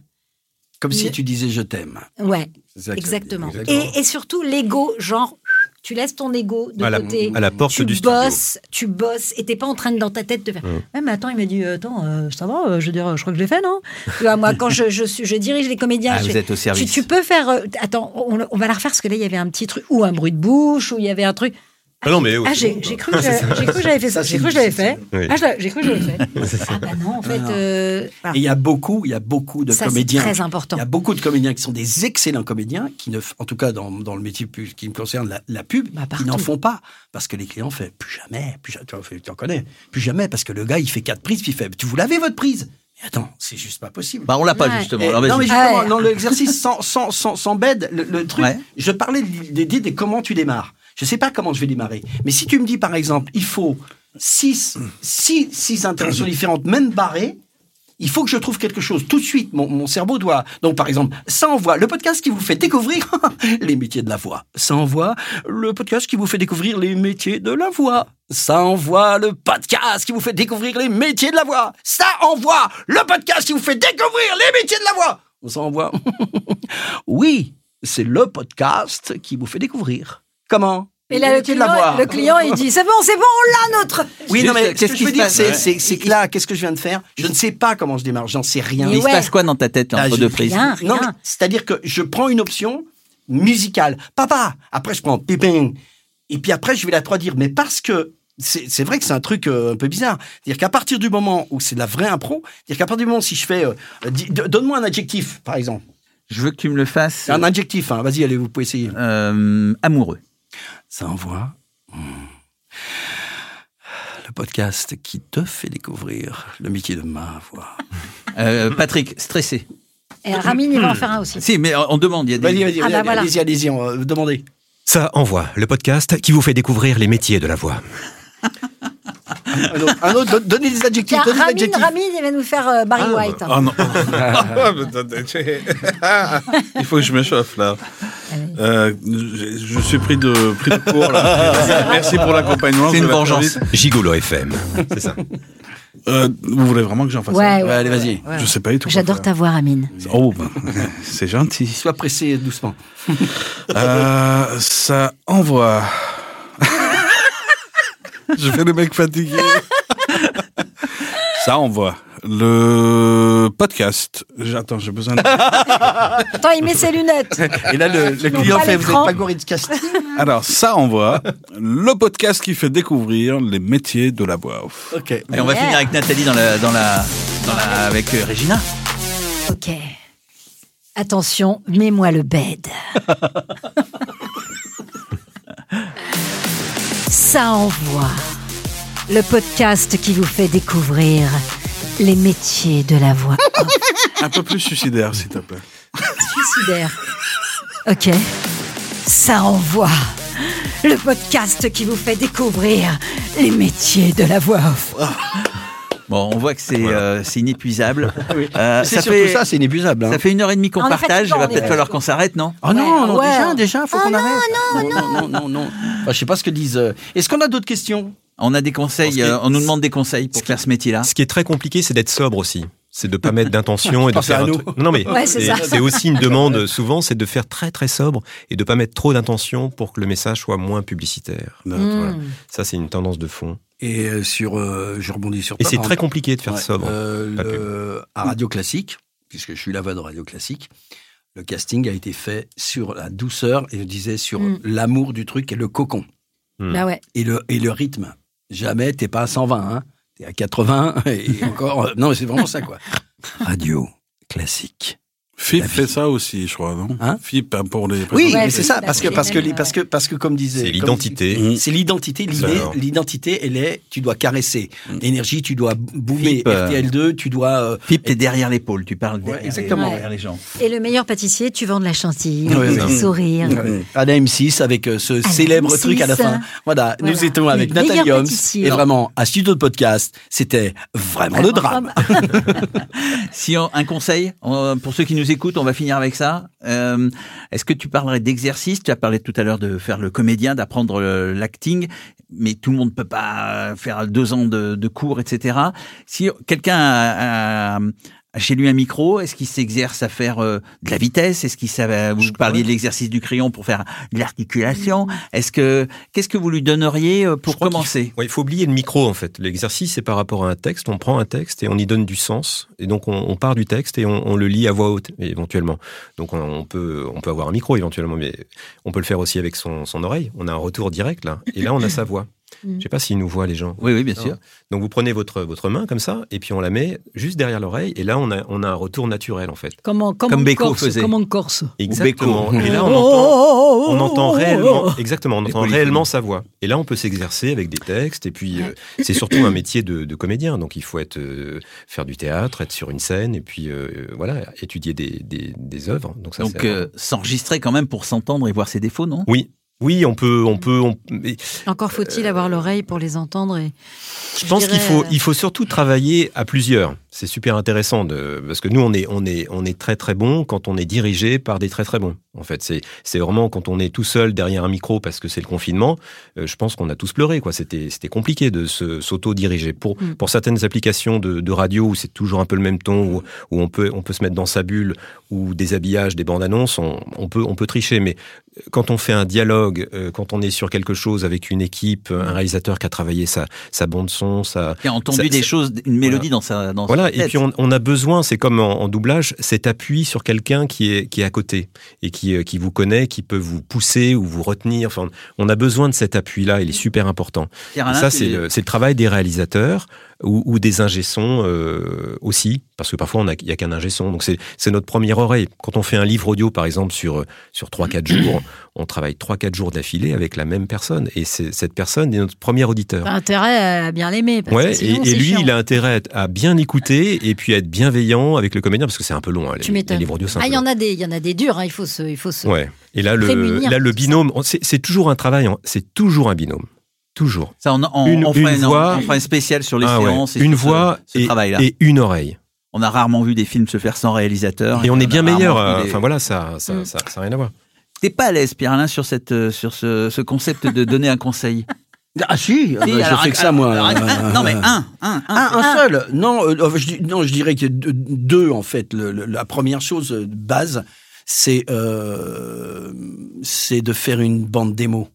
C: Comme si tu disais je t'aime.
E: Ouais,
C: C'est ça que ça
E: exactement.
C: veut dire.
E: Et, et surtout l'ego, genre, tu laisses ton ego de
D: À la-
E: côté.
D: à la porte
E: tu
D: du studio.
E: bosses, tu bosses, et t'es pas en train de dans ta tête de faire.
D: Mm.
E: Ouais, mais attends, il m'a dit, euh, attends, euh, ça va, euh, je veux dire, je crois que je l'ai fait, non Tu vois, moi, quand je, je, suis, je dirige les comédiens,
A: Ah,
E: je
A: vous
E: fais,
A: êtes au service.
E: Tu, tu peux faire. euh, attends, on, on va la refaire parce que là, il y avait un petit truc, ou un bruit de bouche, ou il y avait un truc.
D: Ah non, mais. oui.
E: Ah, j'ai j'ai cru que
D: C'est ça.
E: j'avais j'ai cru que j'avais fait ça. J'ai cru que je l'avais fait.
D: Oui.
E: Ah, je l'ai- j'ai cru que je l'avais fait.
D: [laughs]
E: Ah, bah non, en fait.
C: non.
E: euh, voilà.
C: Et il y a beaucoup, il y a beaucoup de
E: Ça, c'est
C: comédiens.
E: très important.
C: Il y a beaucoup de comédiens qui sont des excellents comédiens, qui ne, f- en tout cas dans, dans le métier plus- qui me concerne, la, la pub,
E: Bah,
C: qui n'en font pas parce que les clients font plus jamais, plus jamais, tu en fais- tu en connais, plus jamais parce que le gars il fait quatre prises puis il fait, tu vous l'avez votre prise. Mais attends, c'est juste pas possible.
A: Bah, on l'a pas, Ouais. justement.
C: Et-
A: Alors,
C: Eh, non
A: vas-y.
C: mais justement, [laughs]
A: Ouais.
C: dans l'exercice sans sans sans, sans bed, le, le truc.
A: Ouais.
C: Je parlais de l'idée de comment tu démarres. Je sais pas comment je vais démarrer, mais si tu me dis par exemple, il faut six six six interventions différentes, même barrées. Il faut que je trouve quelque chose tout de suite. Mon, mon cerveau doit. Donc, par exemple, ça envoie le podcast qui vous fait découvrir [laughs] les métiers de la voix. Ça envoie le podcast qui vous fait découvrir les métiers de la voix. Ça envoie le podcast qui vous fait découvrir les métiers de la voix. Ça envoie le podcast qui vous fait découvrir les métiers de la voix. On s'envoie. [laughs] oui, c'est le podcast qui vous fait découvrir. Comment
E: Et là,
C: Les
E: le
C: métiers
E: client, le client, il dit, c'est bon, c'est bon, on l'a notre.
C: Oui, non, mais
A: Juste,
C: qu'est-ce
A: euh, qu'est-ce
C: que
A: qui
C: je veux
A: se
C: dire,
A: passe,
C: c'est
A: ouais.
C: c'est- c'est que là, qu'est-ce que je viens de faire Je ne sais pas comment je démarre, j'en sais
E: Ah,
C: rien.
A: Mais il se passe quoi dans ta tête hein,
C: Ah,
A: entre
C: je-
A: deux prises
C: Non, mais c'est-à-dire que je prends une option musicale. Papa Après, je prends pépin. Et puis après, je vais la traduire. Mais parce que. C'est c'est vrai que c'est un truc euh, un peu bizarre. C'est-à-dire qu'à partir du moment où c'est de la vraie impro, c'est-à-dire qu'à partir du moment si je fais. euh, euh, di- do- Donne-moi un adjectif, par exemple.
A: Je veux que tu me le fasses.
C: Un adjectif, hein. vas-y, allez, vous pouvez essayer.
A: Euh, amoureux.
C: Ça envoie. Hmm. Le podcast qui te fait découvrir le métier de ma voix.
A: [laughs] Euh, Patrick, stressé.
E: Et Ramin, il va en faire un aussi.
F: Hmm.
A: Si, mais on demande. il Y a des...
C: Vas-y, vas-y,
E: Ah, bah
C: allez-y, [laughs]
E: voilà.
C: allez-y, allez-y, on, euh, demandez.
D: Ça envoie, le podcast qui vous fait découvrir les métiers de la voix.
C: Un autre, un autre, don- donnez des adjectifs,
E: Tiens,
C: donnez des
E: Ramin,
C: adjectifs.
E: Ramin, il va nous faire euh, Barry White. hein.
F: Ah [laughs] non. Il faut que je m'échauffe là. Euh, je, je suis pris de, pris de court là. Merci pour l'accompagnement.
K: C'est une
F: vous l'avez
K: vengeance.
F: fait vite.
K: Gigolo FM.
D: C'est ça.
F: Euh, vous voulez vraiment que j'en fasse
E: Ouais,
F: un
E: ouais.
F: allez, vas-y.
E: Ouais.
F: Je sais pas du tout. quoi
E: J'adore ta voix, Amine.
F: faire. Oh, bah, c'est gentil.
C: Sois pressé doucement.
F: Euh, ça envoie. [laughs] je fais le mec fatigué. ça envoie. Le podcast. J'attends,
C: [laughs]
F: j'ai besoin de.
E: Attends, il met ses
F: [laughs]
E: lunettes.
F: Et là, le, le
E: client Pas fait,
C: Vous n'êtes pas gouré de casting
F: Alors, ça envoie le podcast qui fait découvrir les métiers de la voix off.
C: [laughs] Ok.
A: Et on va
E: Yeah.
A: finir avec Nathalie dans la, dans la, dans la, avec euh, Régina.
E: Ok. Attention, mets-moi le
F: [laughs]
E: bed. Ça envoie. Le podcast qui vous fait découvrir les métiers de la voix
F: Un peu plus suicidaire, s'il te plaît.
E: suicidaire. Ok. Ça envoie. Le podcast qui vous fait découvrir les métiers de la voix off.
A: Bon, on voit que c'est euh,
C: [laughs]
A: c'est inépuisable. Euh,
C: C'est surtout ça, c'est inépuisable. hein.
A: Ça fait une heure et demie qu'on
E: On est
A: partage.
E: fatiguant,
A: Il va
E: on est
A: peut-être falloir qu'on s'arrête, non
C: Oh non, non,
E: Ouais.
C: déjà, déjà, faut qu'on arrête. Ah Non, non, non, non, non. Bah, je sais pas ce que disent. euh, Est-ce qu'on a d'autres questions
A: On a des conseils.
D: qui est-
A: euh, on nous demande des conseils pour faire ce métier-là.
D: Ce qui est très compliqué, c'est d'être sobre aussi. C'est de pas mettre d'intention et de
C: pensais
D: faire
C: à
D: un
C: nous.
D: truc. Non, non, mais
E: Ouais, c'est
D: c'est
E: ça.
D: c'est aussi une demande souvent, c'est de faire très très sobre et de pas mettre trop d'intention pour que le message soit moins publicitaire.
C: Mm.
E: Hmm.
D: Voilà. Ça, c'est une tendance de fond.
C: Et euh, sur, euh, je rebondis sur.
D: Et
C: toi,
D: c'est
C: par
D: très
C: exemple.
D: compliqué de faire
C: Ouais,
D: sobre.
C: euh,
D: Pas
C: le- à Radio Classique, puisque je suis la voix de Radio Classique, le casting a été fait sur la douceur et je disais sur
E: Mm.
C: l'amour du truc et le cocon
D: Mm.
E: Bah ouais.
C: et le et le rythme. Jamais t'es pas à 120, hein. t'es à 80 [laughs] et encore. euh, non, mais c'est vraiment ça
D: [laughs]
C: quoi. Radio Classique.
F: FIP
C: La vie.
F: fait ça aussi, je crois, non
C: Hein
F: FIP hein, pour les.
C: Oui,
E: Ouais,
C: mais c'est
E: oui,
C: ça,
E: la
C: parce que parce que
E: présidente,
C: les- parce que parce que comme disait.
D: C'est
C: comme-
D: l'identité.
F: Mm.
C: C'est l'identité, l'idée,
D: Alors.
C: l'identité, elle est, tu dois caresser.
D: Mm.
C: L'énergie, tu dois boomer.
A: Flip, euh,
C: RTL2, tu dois euh,
A: Philippe, t'es derrière l'épaule. Tu parles derrière,
C: exactement.
A: derrière les gens.
E: Et le meilleur pâtissier, tu vends de la chantilly,
C: Ouais,
E: du
C: Ah ouais.
E: sourire.
C: à la M6 avec euh, ce
E: la
C: célèbre
E: M6.
C: truc à la fin. Voilà,
E: Voilà.
C: nous étions avec
E: Le
C: Nathalie
E: meilleur
C: Holmes
E: pâtissier.
C: et
E: Non.
C: vraiment à studio de podcast, c'était vraiment, le drame.
A: Si on- un conseil on- pour ceux qui nous écoutent, on va finir avec ça. Euh, Est-ce que tu parlerais d'exercice Tu as parlé tout à l'heure de faire le comédien, d'apprendre le- l'acting, mais tout le monde peut pas euh, faire deux ans de, de cours, etc. Si quelqu'un a, a- a chez lui un micro, est-ce qu'il s'exerce à faire euh, de la vitesse Est-ce qu'il savait Vous parliez de l'exercice du crayon pour faire de l'articulation. Est-ce que qu'est-ce que vous lui donneriez euh, pour commencer
D: Ouais, il faut oublier le micro en fait. L'exercice c'est par rapport à un texte. On prend un texte et on y donne du sens. Et donc on, on part du texte et on, on le lit à voix haute éventuellement. Donc on, on peut on peut avoir un micro éventuellement, mais on peut le faire aussi avec son, son oreille. On a un retour direct là. Et là on a sa voix. Je sais pas s'ils nous voient les gens.
A: Oui, oui, bien sûr.
D: sûr. Donc vous prenez votre votre main comme ça et puis on la met juste derrière l'oreille et là on a on a un retour naturel en fait.
E: Comment, comment
A: Comme
E: en
A: Beko
E: Corse,
A: faisait.
E: Comme en Corse.
D: Exactement. Et
E: [laughs]
D: là on
E: Oh,
D: entend
E: oh, oh,
D: on
E: oh,
D: entend
E: oh, oh, oh.
D: réellement, exactement, on entend
A: polyphones.
D: réellement sa voix. Et là, on peut s'exercer avec des textes. Et puis, euh, c'est surtout un métier de, de comédien. Donc, il faut être, euh, faire du théâtre, être sur une scène, et puis euh, voilà, étudier des, des, des œuvres. Donc, ça,
A: Donc
D: c'est-
A: euh, s'enregistrer quand même pour s'entendre et voir ses défauts, non
D: oui, oui, on peut, on peut. on- mais
O: Encore faut-il avoir l'oreille pour les entendre et
D: Euh. je pense
O: dirais,
D: qu'il faut,
O: euh,
D: il faut surtout travailler à plusieurs. C'est super intéressant de, parce que nous, on est, on est, on est très très bon quand on est dirigé par des très très bons. En fait, c'est, c'est vraiment quand on est tout seul derrière un micro parce que c'est le confinement. euh, je pense qu'on a tous pleuré, quoi. C'était, c'était compliqué de se, s'auto-diriger. Pour,
O: Mm.
D: pour certaines applications de, de radio où c'est toujours un peu le même ton, où, où on peut, on peut se mettre dans sa bulle, ou des habillages, des bandes annonces, on, on peut, on peut tricher. Mais quand on fait un dialogue, euh, quand on est sur quelque chose avec une équipe, un réalisateur qui a travaillé sa, sa bande son, sa,
A: qui a entendu
D: Ça-
A: des
D: ça-
A: choses, une mélodie dans sa dans
D: voilà,
A: sa tête.
D: et puis on, on a besoin, c'est comme en, en doublage, cet appui sur quelqu'un qui est, qui est à côté et qui, euh, qui vous connaît, qui peut vous pousser ou vous retenir. Enfin, on a besoin de cet appui-là, il est super important.
A: Pierre
D: Et
A: Alain,
D: ça,
A: tu-
D: c'est le, c'est le travail des réalisateurs, ou, ou des ingé-sons euh, aussi, parce que parfois on a- il n'y a, qu'un ingé-son. Donc c'est c'est notre première oreille. Quand on fait un livre audio, par exemple, sur, euh, sur 3-4 jours, on travaille 3-4 jours d'affilée avec la même personne. Et c'est- cette personne est notre premier auditeur.
E: T'as intérêt à bien l'aimer. parce que
D: Ouais,
E: sinon,
D: et, et
E: c'est
D: lui,
E: chiant.
D: il a intérêt à être- à bien écouter et puis à être bienveillant avec le comédien, parce que c'est un peu long, hein,
E: Tu
D: les, les
E: m'étonnes.
D: livres audio, c'est un
E: Ah,
D: peu
E: il y
D: long.
E: en a des, il y en a des durs. hein, il faut se, il faut se.
D: Ouais. Et là, le,
E: Prémunir,
D: là, le
E: tout ça.
D: binôme, on- c'est c'est toujours un travail, en- c'est toujours un binôme. Toujours.
A: Ça, on, on- on fera une- on fera une spéciale sur les
D: Ah ouais.
A: séances et
D: Une
A: sur ce-
D: voix
A: ce
D: et,
A: travail-là.
D: et une oreille.
A: On a rarement vu des films se faire sans réalisateur.
D: Et on est
A: a
D: bien
A: rarement Mm.
D: meilleur.
A: vu
D: euh,
A: des-
D: Enfin voilà, ça ça, ça, ça a rien à voir.
A: T'es pas à l'aise, Pierre Alain, sur, cette, euh, sur ce, ce concept de donner un conseil
C: Ah si, euh, je fais que ça, moi. Euh,
A: non, mais un, un, un.
C: Ah, un, seul Non, euh, euh, je, dis- non, je dirais que deux- deux, en fait. Le- le- la première chose euh, de base, c'est euh, c'est de faire une bande démo.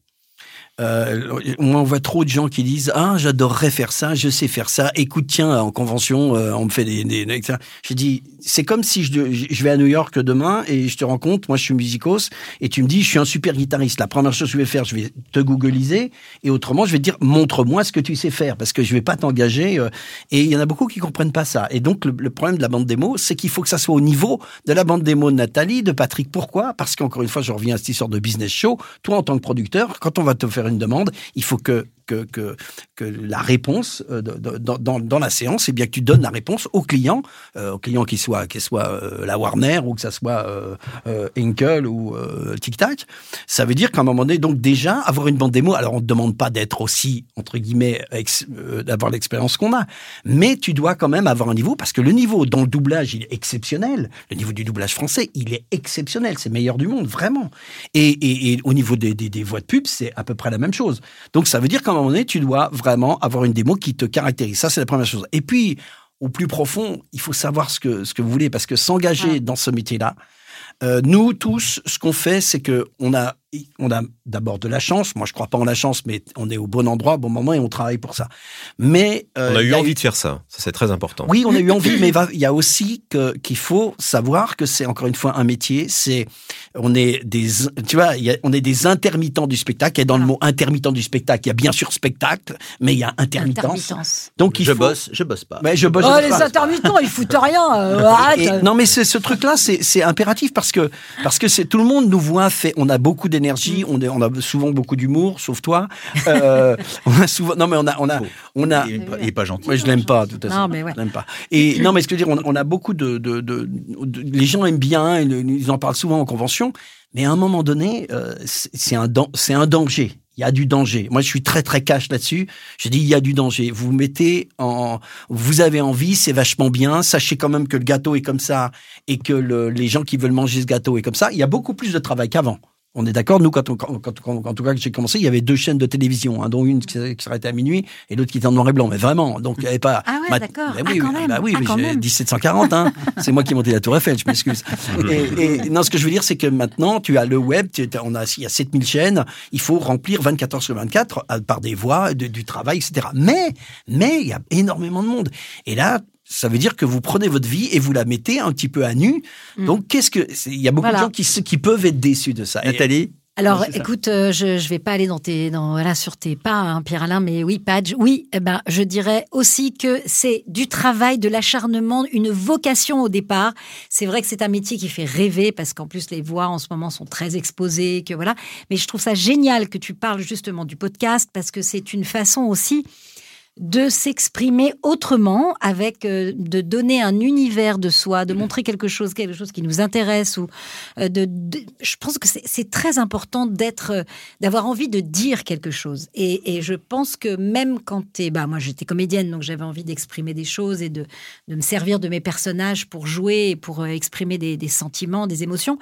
C: Euh, on voit trop de gens qui disent Ah, j'adorerais faire ça, je sais faire ça. Écoute, tiens, en convention, euh, on me fait des. des, des- etc. J'ai dit C'est comme si je, je vais à New York demain et je te rencontre, moi je suis musicos, et tu me dis Je suis un super guitariste. La première chose que je vais faire, je vais te googliser, et autrement, je vais te dire Montre-moi ce que tu sais faire, parce que je vais pas t'engager. euh. et il y en a beaucoup qui comprennent pas ça. Et donc, le, le problème de la bande démo, c'est qu'il faut que ça soit au niveau de la bande démo de Nathalie, de Patrick. Pourquoi Parce qu'encore une fois, je reviens à cette histoire de business show. Toi, en tant que producteur, quand on va te faire une demande, il faut que que, que, que la réponse euh, de- de- dans, dans- dans la séance, c'est bien que tu donnes la réponse au client, euh, au client qui soit, qui soit euh, la Warner ou que ça soit euh, euh, Henkel ou euh, Tic Tac. Ça veut dire qu'à un moment donné, donc déjà, avoir une bande démo, alors on ne te demande pas d'être aussi, entre guillemets, ex- euh, d'avoir l'expérience qu'on a, mais tu dois quand même avoir un niveau, parce que le niveau dans le doublage, il est exceptionnel. Le niveau du doublage français, il est exceptionnel. C'est le meilleur du monde, vraiment. Et, et- et au niveau des, des- des voix de pub, c'est à peu près la même chose. Donc ça veut dire qu'à un moment donné, tu dois vraiment avoir une démo qui te caractérise. Ça, c'est la première chose. Et puis, au plus profond, il faut savoir ce que, ce que vous voulez, parce que
E: Ah.
C: s'engager dans ce métier-là, euh, nous tous, ce qu'on fait, c'est que on a, on a d'abord de la chance. Moi, je crois pas en la chance, mais on est au bon endroit, au bon moment, et on travaille pour ça. Mais euh,
D: on a
C: il
D: eu
C: y a
D: envie de faire ça. Ça, c'est très important.
C: oui, on a eu envie, mais va- il y a aussi que- qu'il faut savoir que c'est encore une fois un métier. C'est on est des tu vois, il y a- on est des intermittents du spectacle. Et dans le mot intermittent du spectacle, il y a bien sûr spectacle, mais il y a intermittence.
E: Intermittence.
C: Donc il
A: je
C: faut-
A: bosse, je bosse pas.
C: Mais je bosse.
E: Oh,
C: je
E: les
C: bosse pas.
E: intermittents, ils foutent rien. euh, arrête.
C: Et- non mais c'est- ce truc là c'est c'est impératif parce que parce que c'est tout le monde nous voit fait on a beaucoup d'énergie on, est- on a souvent beaucoup d'humour sauf toi Euh, [laughs] on a souvent non mais on a
A: Bah,
C: on a on a il
A: est pas gentil
C: je l'aime pas tout à
E: Non,
C: fait
E: mais ouais.
C: Je l'aime pas et non mais ce que je veux dire on, on a beaucoup de, de, de- de- les gens aiment bien ils, ils en parlent souvent en convention mais à un moment donné euh, c'est c'est un dan- c'est un danger il y a du danger. Moi, je suis très très cash là-dessus. Je dis il y a du danger. Vous vous mettez en, vous avez envie, c'est vachement bien. Sachez quand même que le gâteau est comme ça et que le- les gens qui veulent manger ce gâteau est comme ça. Il y a beaucoup plus de travail qu'avant. On est d'accord. Nous, quand on, quand, quand- quand- en tout cas, que j'ai commencé, il y avait deux chaînes de télévision, hein, dont une qui, s'arrêtait- qui s'arrêtait à minuit et l'autre qui était en noir et blanc. Mais vraiment, donc il n'y avait pas.
E: Ah ouais,
C: ma-
E: d'accord.
C: Bah
E: Ah,
C: oui,
E: quand
C: oui,
E: même.
C: bah oui,
E: Ah,
C: mais
E: quand
C: j'ai
E: même.
C: 1740. Hein. c'est moi qui ai monté la Tour Eiffel. Je m'excuse. et, et non, ce que je veux dire, c'est que maintenant, tu as le web. Tu, t'as- on a, il y a 7000 chaînes. Il faut remplir 24 heures sur 24 à- par des voix, de- du travail, etc. Mais, mais il y a énormément de monde. Et là. Ça veut dire que vous prenez votre vie et vous la mettez un petit peu à nu. Donc, qu'est-ce que c'est- il y a beaucoup
E: Voilà.
C: de gens qui, se- qui peuvent être déçus de ça.
A: Nathalie,
E: Alors, écoute, euh, je je vais pas aller dans tes, dans, voilà, sur tes pas, hein, Pierre-Alain, mais oui, Padge, oui, eh ben, je dirais aussi que c'est du travail, de l'acharnement, une vocation au départ. C'est vrai que c'est un métier qui fait rêver parce qu'en plus, les voix en ce moment sont très exposées, que voilà. Mais je trouve ça génial que tu parles justement du podcast parce que c'est une façon aussi de s'exprimer autrement, avec euh, de donner un univers de soi, de montrer quelque chose, quelque chose qui nous intéresse. Ou euh, de, de- je pense que c'est- c'est très important d'être, euh, d'avoir envie de dire quelque chose. Et, et je pense que même quand t'es, bah moi j'étais comédienne, donc j'avais envie d'exprimer des choses et de, de me servir de mes personnages pour jouer, et pour euh, exprimer des, des sentiments, des émotions.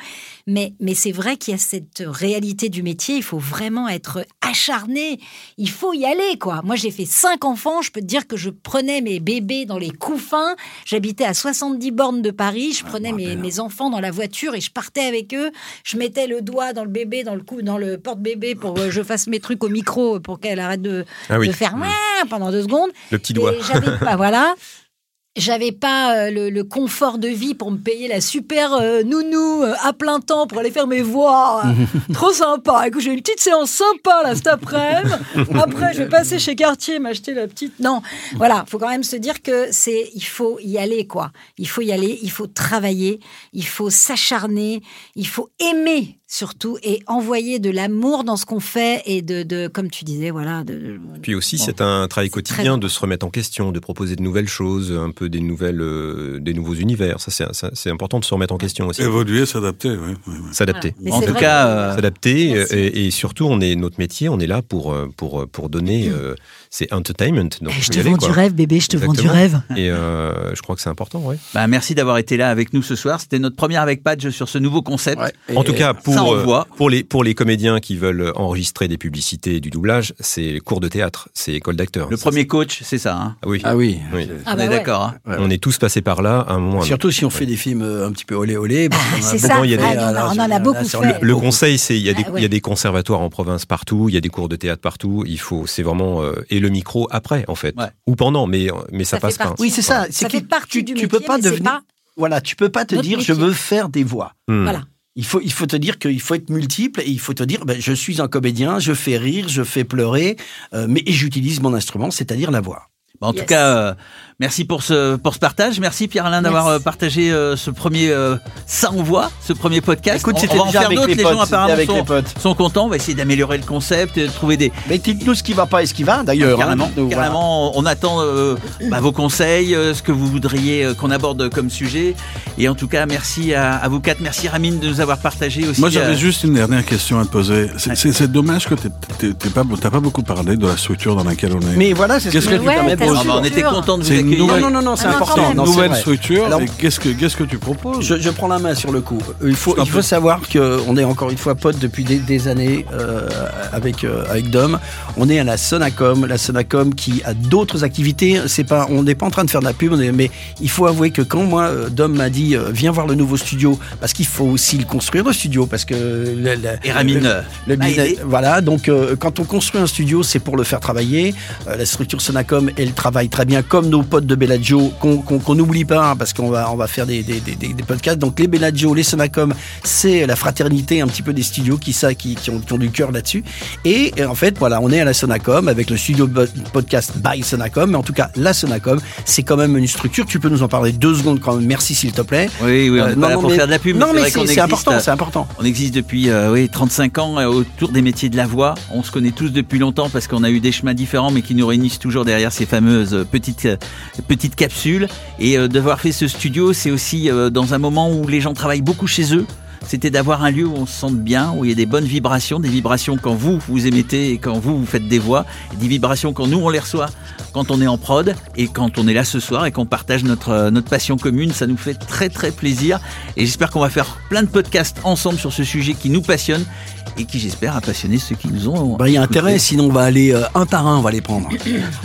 E: Mais, mais c'est vrai qu'il y a cette réalité du métier. Il faut vraiment être acharné. Il faut y aller, quoi. Moi, j'ai fait cinq enfants. Je peux te dire que je prenais mes bébés dans les couffins. J'habitais à 70 bornes de Paris.
D: Ah,
E: Je prenais mes, mes enfants dans la voiture et je partais avec eux. Je mettais le doigt dans le bébé, dans le cou, dans le porte-bébé pour que je fasse mes trucs au micro pour qu'elle arrête de,
D: Ah oui.
E: de faire
D: Mm.
E: ouin pendant deux secondes.
A: [laughs]
D: Le petit doigt.
E: Et j'avais- bah, voilà.
O: j'avais pas euh, le, le, confort de vie pour me payer la super euh, nounou euh, à plein temps pour aller faire mes
A: [laughs]
O: voix. Trop sympa. Écoute, j'ai une petite séance sympa là cet après-midi. Après, je vais passer chez Cartier m'acheter la petite. Non, voilà, faut quand même se dire que c'est, il faut y aller quoi. Il faut y aller, il faut travailler, il faut s'acharner, il faut aimer surtout et envoyer de l'amour dans ce qu'on fait et de, de, comme tu disais, voilà. De,
D: Puis aussi, bon. c'est un travail quotidien de se remettre en question, de proposer de nouvelles choses, un peu des nouvelles, euh, des nouveaux univers. Ça, c'est important de se remettre en question aussi.
F: Évoluer, s'adapter, oui. oui,
D: oui. S'adapter.
A: Voilà. En tout cas,
E: Ah.
A: euh...
D: s'adapter et, et, surtout, on est notre métier, on est là pour euh, pour pour donner. Mmh. Euh, c'est entertainment. Donc
O: Eh, je te vends du rêve, bébé, je te vends du rêve.
D: Et euh, je crois que c'est important, oui.
A: Bah, merci d'avoir été là avec nous ce soir. C'était notre première avec Padge sur ce nouveau concept.
D: Ouais. En tout cas, pour pour, pour, les, pour les comédiens qui veulent enregistrer des publicités et du doublage, c'est cours de théâtre, c'est école d'acteur.
A: Le premier coach, c'est ça. Hein
D: ah oui.
C: Ah oui. oui.
A: Ah bah on est ouais. d'accord. Hein.
D: Ouais. On est tous passés par là à un moment.
C: Surtout si on fait ouais. des films euh, un petit peu olé olé.
O: Ah, c'est ça. Bon, il y a des... ah, non, on en a beaucoup fait.
D: Le, le conseil, c'est il y, a des, il y a des conservatoires en province partout, il y a des cours de théâtre partout. Il faut, c'est vraiment euh, et le micro après en fait ou pendant, mais mais ça, ça passe pas.
C: Oui, c'est ça.
O: Ça fait partie du métier.
C: Tu peux pas devenir. Voilà, tu peux pas te dire je veux faire des voix.
D: Hmm.
O: Voilà.
C: Il faut, il faut te dire qu'il faut être multiple et il faut te dire ben, je suis un comédien, je fais rire, je fais pleurer, euh, mais j'utilise mon instrument, c'est-à-dire la voix.
A: En yes. tout cas, euh, merci pour ce, pour ce partage. Merci Pierre-Alain d'avoir euh, partagé euh, ce premier Ça on voit, ce premier podcast.
C: Écoute,
A: on, on va en faire d'autres. Les,
C: les,
A: gens apparemment
C: avec
A: sont,
C: les potes.
A: sont contents. On va essayer d'améliorer le concept, de trouver des.
C: Mais dites-nous ce qui va pas et ce qui va d'ailleurs.
A: Carrément, hein, carrément voilà. on attend bah, vos conseils, ce que vous voudriez euh, qu'on aborde comme sujet. Et en tout cas, merci à, à vous quatre. Merci Ramine de nous avoir partagé aussi. euh,
F: Moi, j'avais juste une dernière question à te poser. C'est dommage que tu n'as pas, pas, beaucoup parlé de la structure dans laquelle on est.
C: Mais voilà, c'est ce que,
F: tu permets
A: de ah bah on était content de vous
F: accueillir. Nouvelle...
C: Non, non, non, c'est
F: ah,
C: important.
F: Une
C: non,
F: nouvelle structure. Qu'est-ce que, qu'est-ce que tu proposes
C: je, je, prends la main sur le coup. Euh, Il faut, il faut savoir qu'on est encore une fois potes depuis des, des années euh, avec, euh, avec Dom. On est à la Sonacom, la Sonacom qui a d'autres activités. C'est pas, on n'est pas en train de faire de la pub, est, mais il faut avouer que quand moi, Dom m'a dit, euh, viens voir le nouveau studio, parce qu'il faut aussi le construire le studio, parce que le, le,
A: Et Ramine, euh, bah,
C: le, le business, voilà. Donc, euh, quand on construit un studio, c'est pour le faire travailler. Euh, la structure Sonacom, elle travaille très bien, comme nos potes de Bellagio, qu'on qu qu n'oublie pas, hein, parce qu'on va, on va faire des, des, des, des, podcasts. Donc les Bellagio, les Sonacom, c'est la fraternité un petit peu des studios qui, ça, qui, qui, ont, qui ont, du cœur là-dessus. Et, et, en fait, voilà, on est à la Sonacom avec le studio podcast by Sonacom, mais en tout cas, la Sonacom, c'est quand même une structure. Tu peux nous en parler deux secondes quand même. Merci, s'il te plaît.
A: Oui, oui, on est euh, pas non, là pour
C: mais,
A: faire de la pub.
C: Non, mais c'est important, c'est important.
A: On existe depuis euh, oui, 35 ans euh, autour des métiers de la voix. On se connaît tous depuis longtemps parce qu'on a eu des chemins différents, mais qui nous réunissent toujours derrière ces euh, fameux petite petite capsule et euh, d'avoir fait ce studio, c'est aussi euh, dans un moment où les gens travaillent beaucoup chez eux. C'était d'avoir un lieu où on se sente bien, où il y a des bonnes vibrations, des vibrations quand vous vous émettez et quand vous vous faites des voix, et des vibrations quand nous on les reçoit, quand on est en prod et quand on est là ce soir et qu'on partage notre euh, notre passion commune, ça nous fait très très plaisir et j'espère qu'on va faire plein de podcasts ensemble sur ce sujet qui nous passionne et qui j'espère a passionné ceux qui nous ont.
C: Bah, il y a intérêt, sinon on va aller euh, un par un, on va les prendre.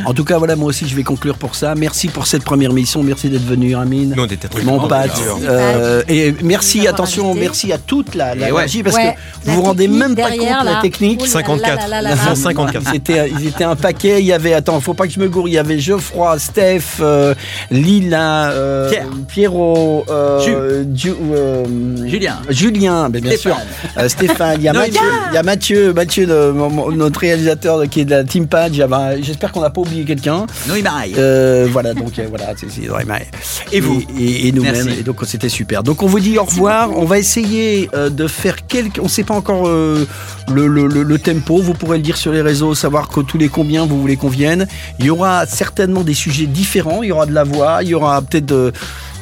C: en tout cas, voilà, moi aussi je vais conclure pour ça. Merci pour cette première mission, merci d'être venu, Amine.
D: Non, très
C: mon Pat. Euh, et merci, attention, invité. merci à toute la, la
A: ouais.
C: magie, parce ouais. que la vous vous rendez même pas compte là. la technique.
D: 54. Là, là, 54.
C: C'était, euh, ils étaient un paquet. Il y avait, attends, faut pas que je me gourre. Il y avait Geoffroy, Steph, euh, Lila, euh,
A: Pierre.
C: Pierrot, euh,
A: Ju. Julien,
C: Julien, mais bien Stéphane. sûr, Euh, Stéphane. Il y a il y a Mathieu, Mathieu le, notre réalisateur qui est de la Team Pad. bah, J'espère qu'on n'a pas oublié quelqu'un.
A: Noé Marais.
C: Euh, voilà, donc voilà, c'est Noé Marais.
A: Et vous
C: Et, et nous-mêmes. Et donc c'était super. Donc on vous dit au revoir. Merci. On va essayer euh, de faire quelques. On ne sait pas encore euh, le, le, le, tempo. Vous pourrez le dire sur les réseaux, savoir que tous les combien vous voulez qu'on vienne. Il y aura certainement des sujets différents. Il y aura de la voix. Il y aura peut-être de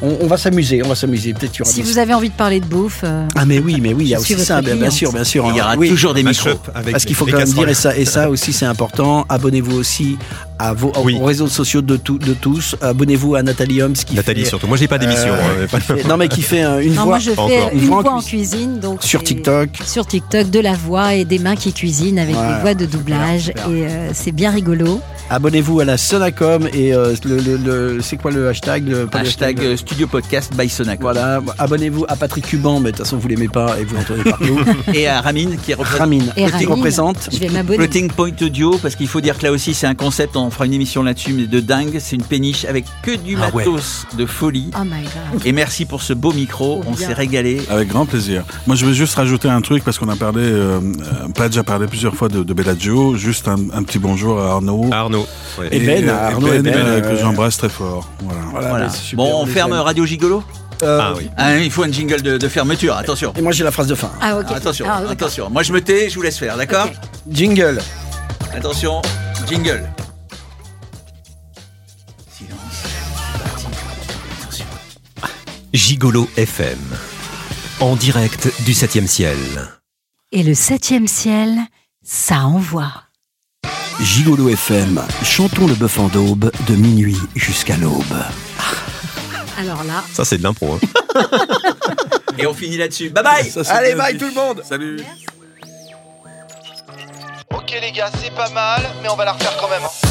C: on, va s'amuser, on va s'amuser. Peut-être
O: Ah, Si vous avez envie de parler de bouffe. Euh...
C: Ah mais oui, mais oui, il y a aussi ça, bien, bien, sûr, bien sûr. hein.
A: Il y aura oui, toujours des micros.
C: Parce qu'il faut quand même dire et ça, et ça aussi c'est important. Abonnez-vous aussi à vos oui. aux réseaux sociaux de, tout, de tous. Abonnez-vous à Nathalie Holmes qui
D: Nathalie
C: fait,
D: surtout. Moi j'ai pas d'émission. Euh,
C: non mais qui fait euh, une
O: non, Moi,
C: voix.
O: je fais une, voix, en cuisine donc
C: sur TikTok.
O: Sur TikTok de la voix et des mains qui cuisinent avec des voix de doublage et euh, c'est bien rigolo.
C: Abonnez-vous à la Sonacom et euh, le, le- le- c'est quoi le hashtag le, pas le
A: Hashtag euh, Studio Podcast by Sonacom.
C: Voilà, abonnez-vous à Patrick Cuban, mais de toute façon vous l'aimez pas et vous l'entendez partout.
A: et à Ramine qui représente
C: Ramine,
O: Et
C: qui
O: Ramine,
C: représente
O: Je vais m'abonner.
A: Floating Point Audio, parce qu'il faut dire que là aussi c'est un concept, on fera une émission là-dessus, mais de dingue, c'est une péniche avec que du
F: Ah ouais.
A: matos de folie.
O: Oh my god.
A: Et merci pour ce beau
O: Trop
A: micro, on
O: bien.
A: s'est régalé.
F: Avec grand plaisir. Moi, je veux juste rajouter un truc parce qu'on a parlé, euh, euh, Padge a parlé plusieurs fois de, de Bellagio. Juste un, un petit bonjour à Arnaud.
D: Arnaud.
C: Ah, Et Ben,
F: euh,
C: Arnaud et Ben,
F: euh, que
C: euh,
F: j'embrasse très fort. Voilà.
A: Voilà.
C: mais c'est super,
A: Bon,
C: on
A: on
C: les
A: ferme
C: aime.
A: Radio Gigolo
C: Euh,
D: Ah oui.
A: Ah, Il faut un jingle de, de fermeture, attention.
C: Et moi j'ai la phrase de fin.
O: Ah, ok.
A: Attention,
O: Ah, d'accord.
A: attention. Moi je me tais, je vous laisse faire, d'accord
C: Jingle.
A: Attention, jingle.
K: Gigolo FM. En direct du 7e ciel.
O: Et le septième ciel, ça envoie.
I: Gigolo FM, chantons le bœuf en daube de minuit jusqu'à l'aube.
O: Alors là,
D: Ça, c'est de l'impro. hein.
A: Et on finit là-dessus. Bye bye
F: Ça, c'est
C: Allez,
F: bien
C: bye
F: dit.
C: tout le monde
F: Salut.
B: Ok les gars, c'est pas mal, mais on va la refaire quand même. hein.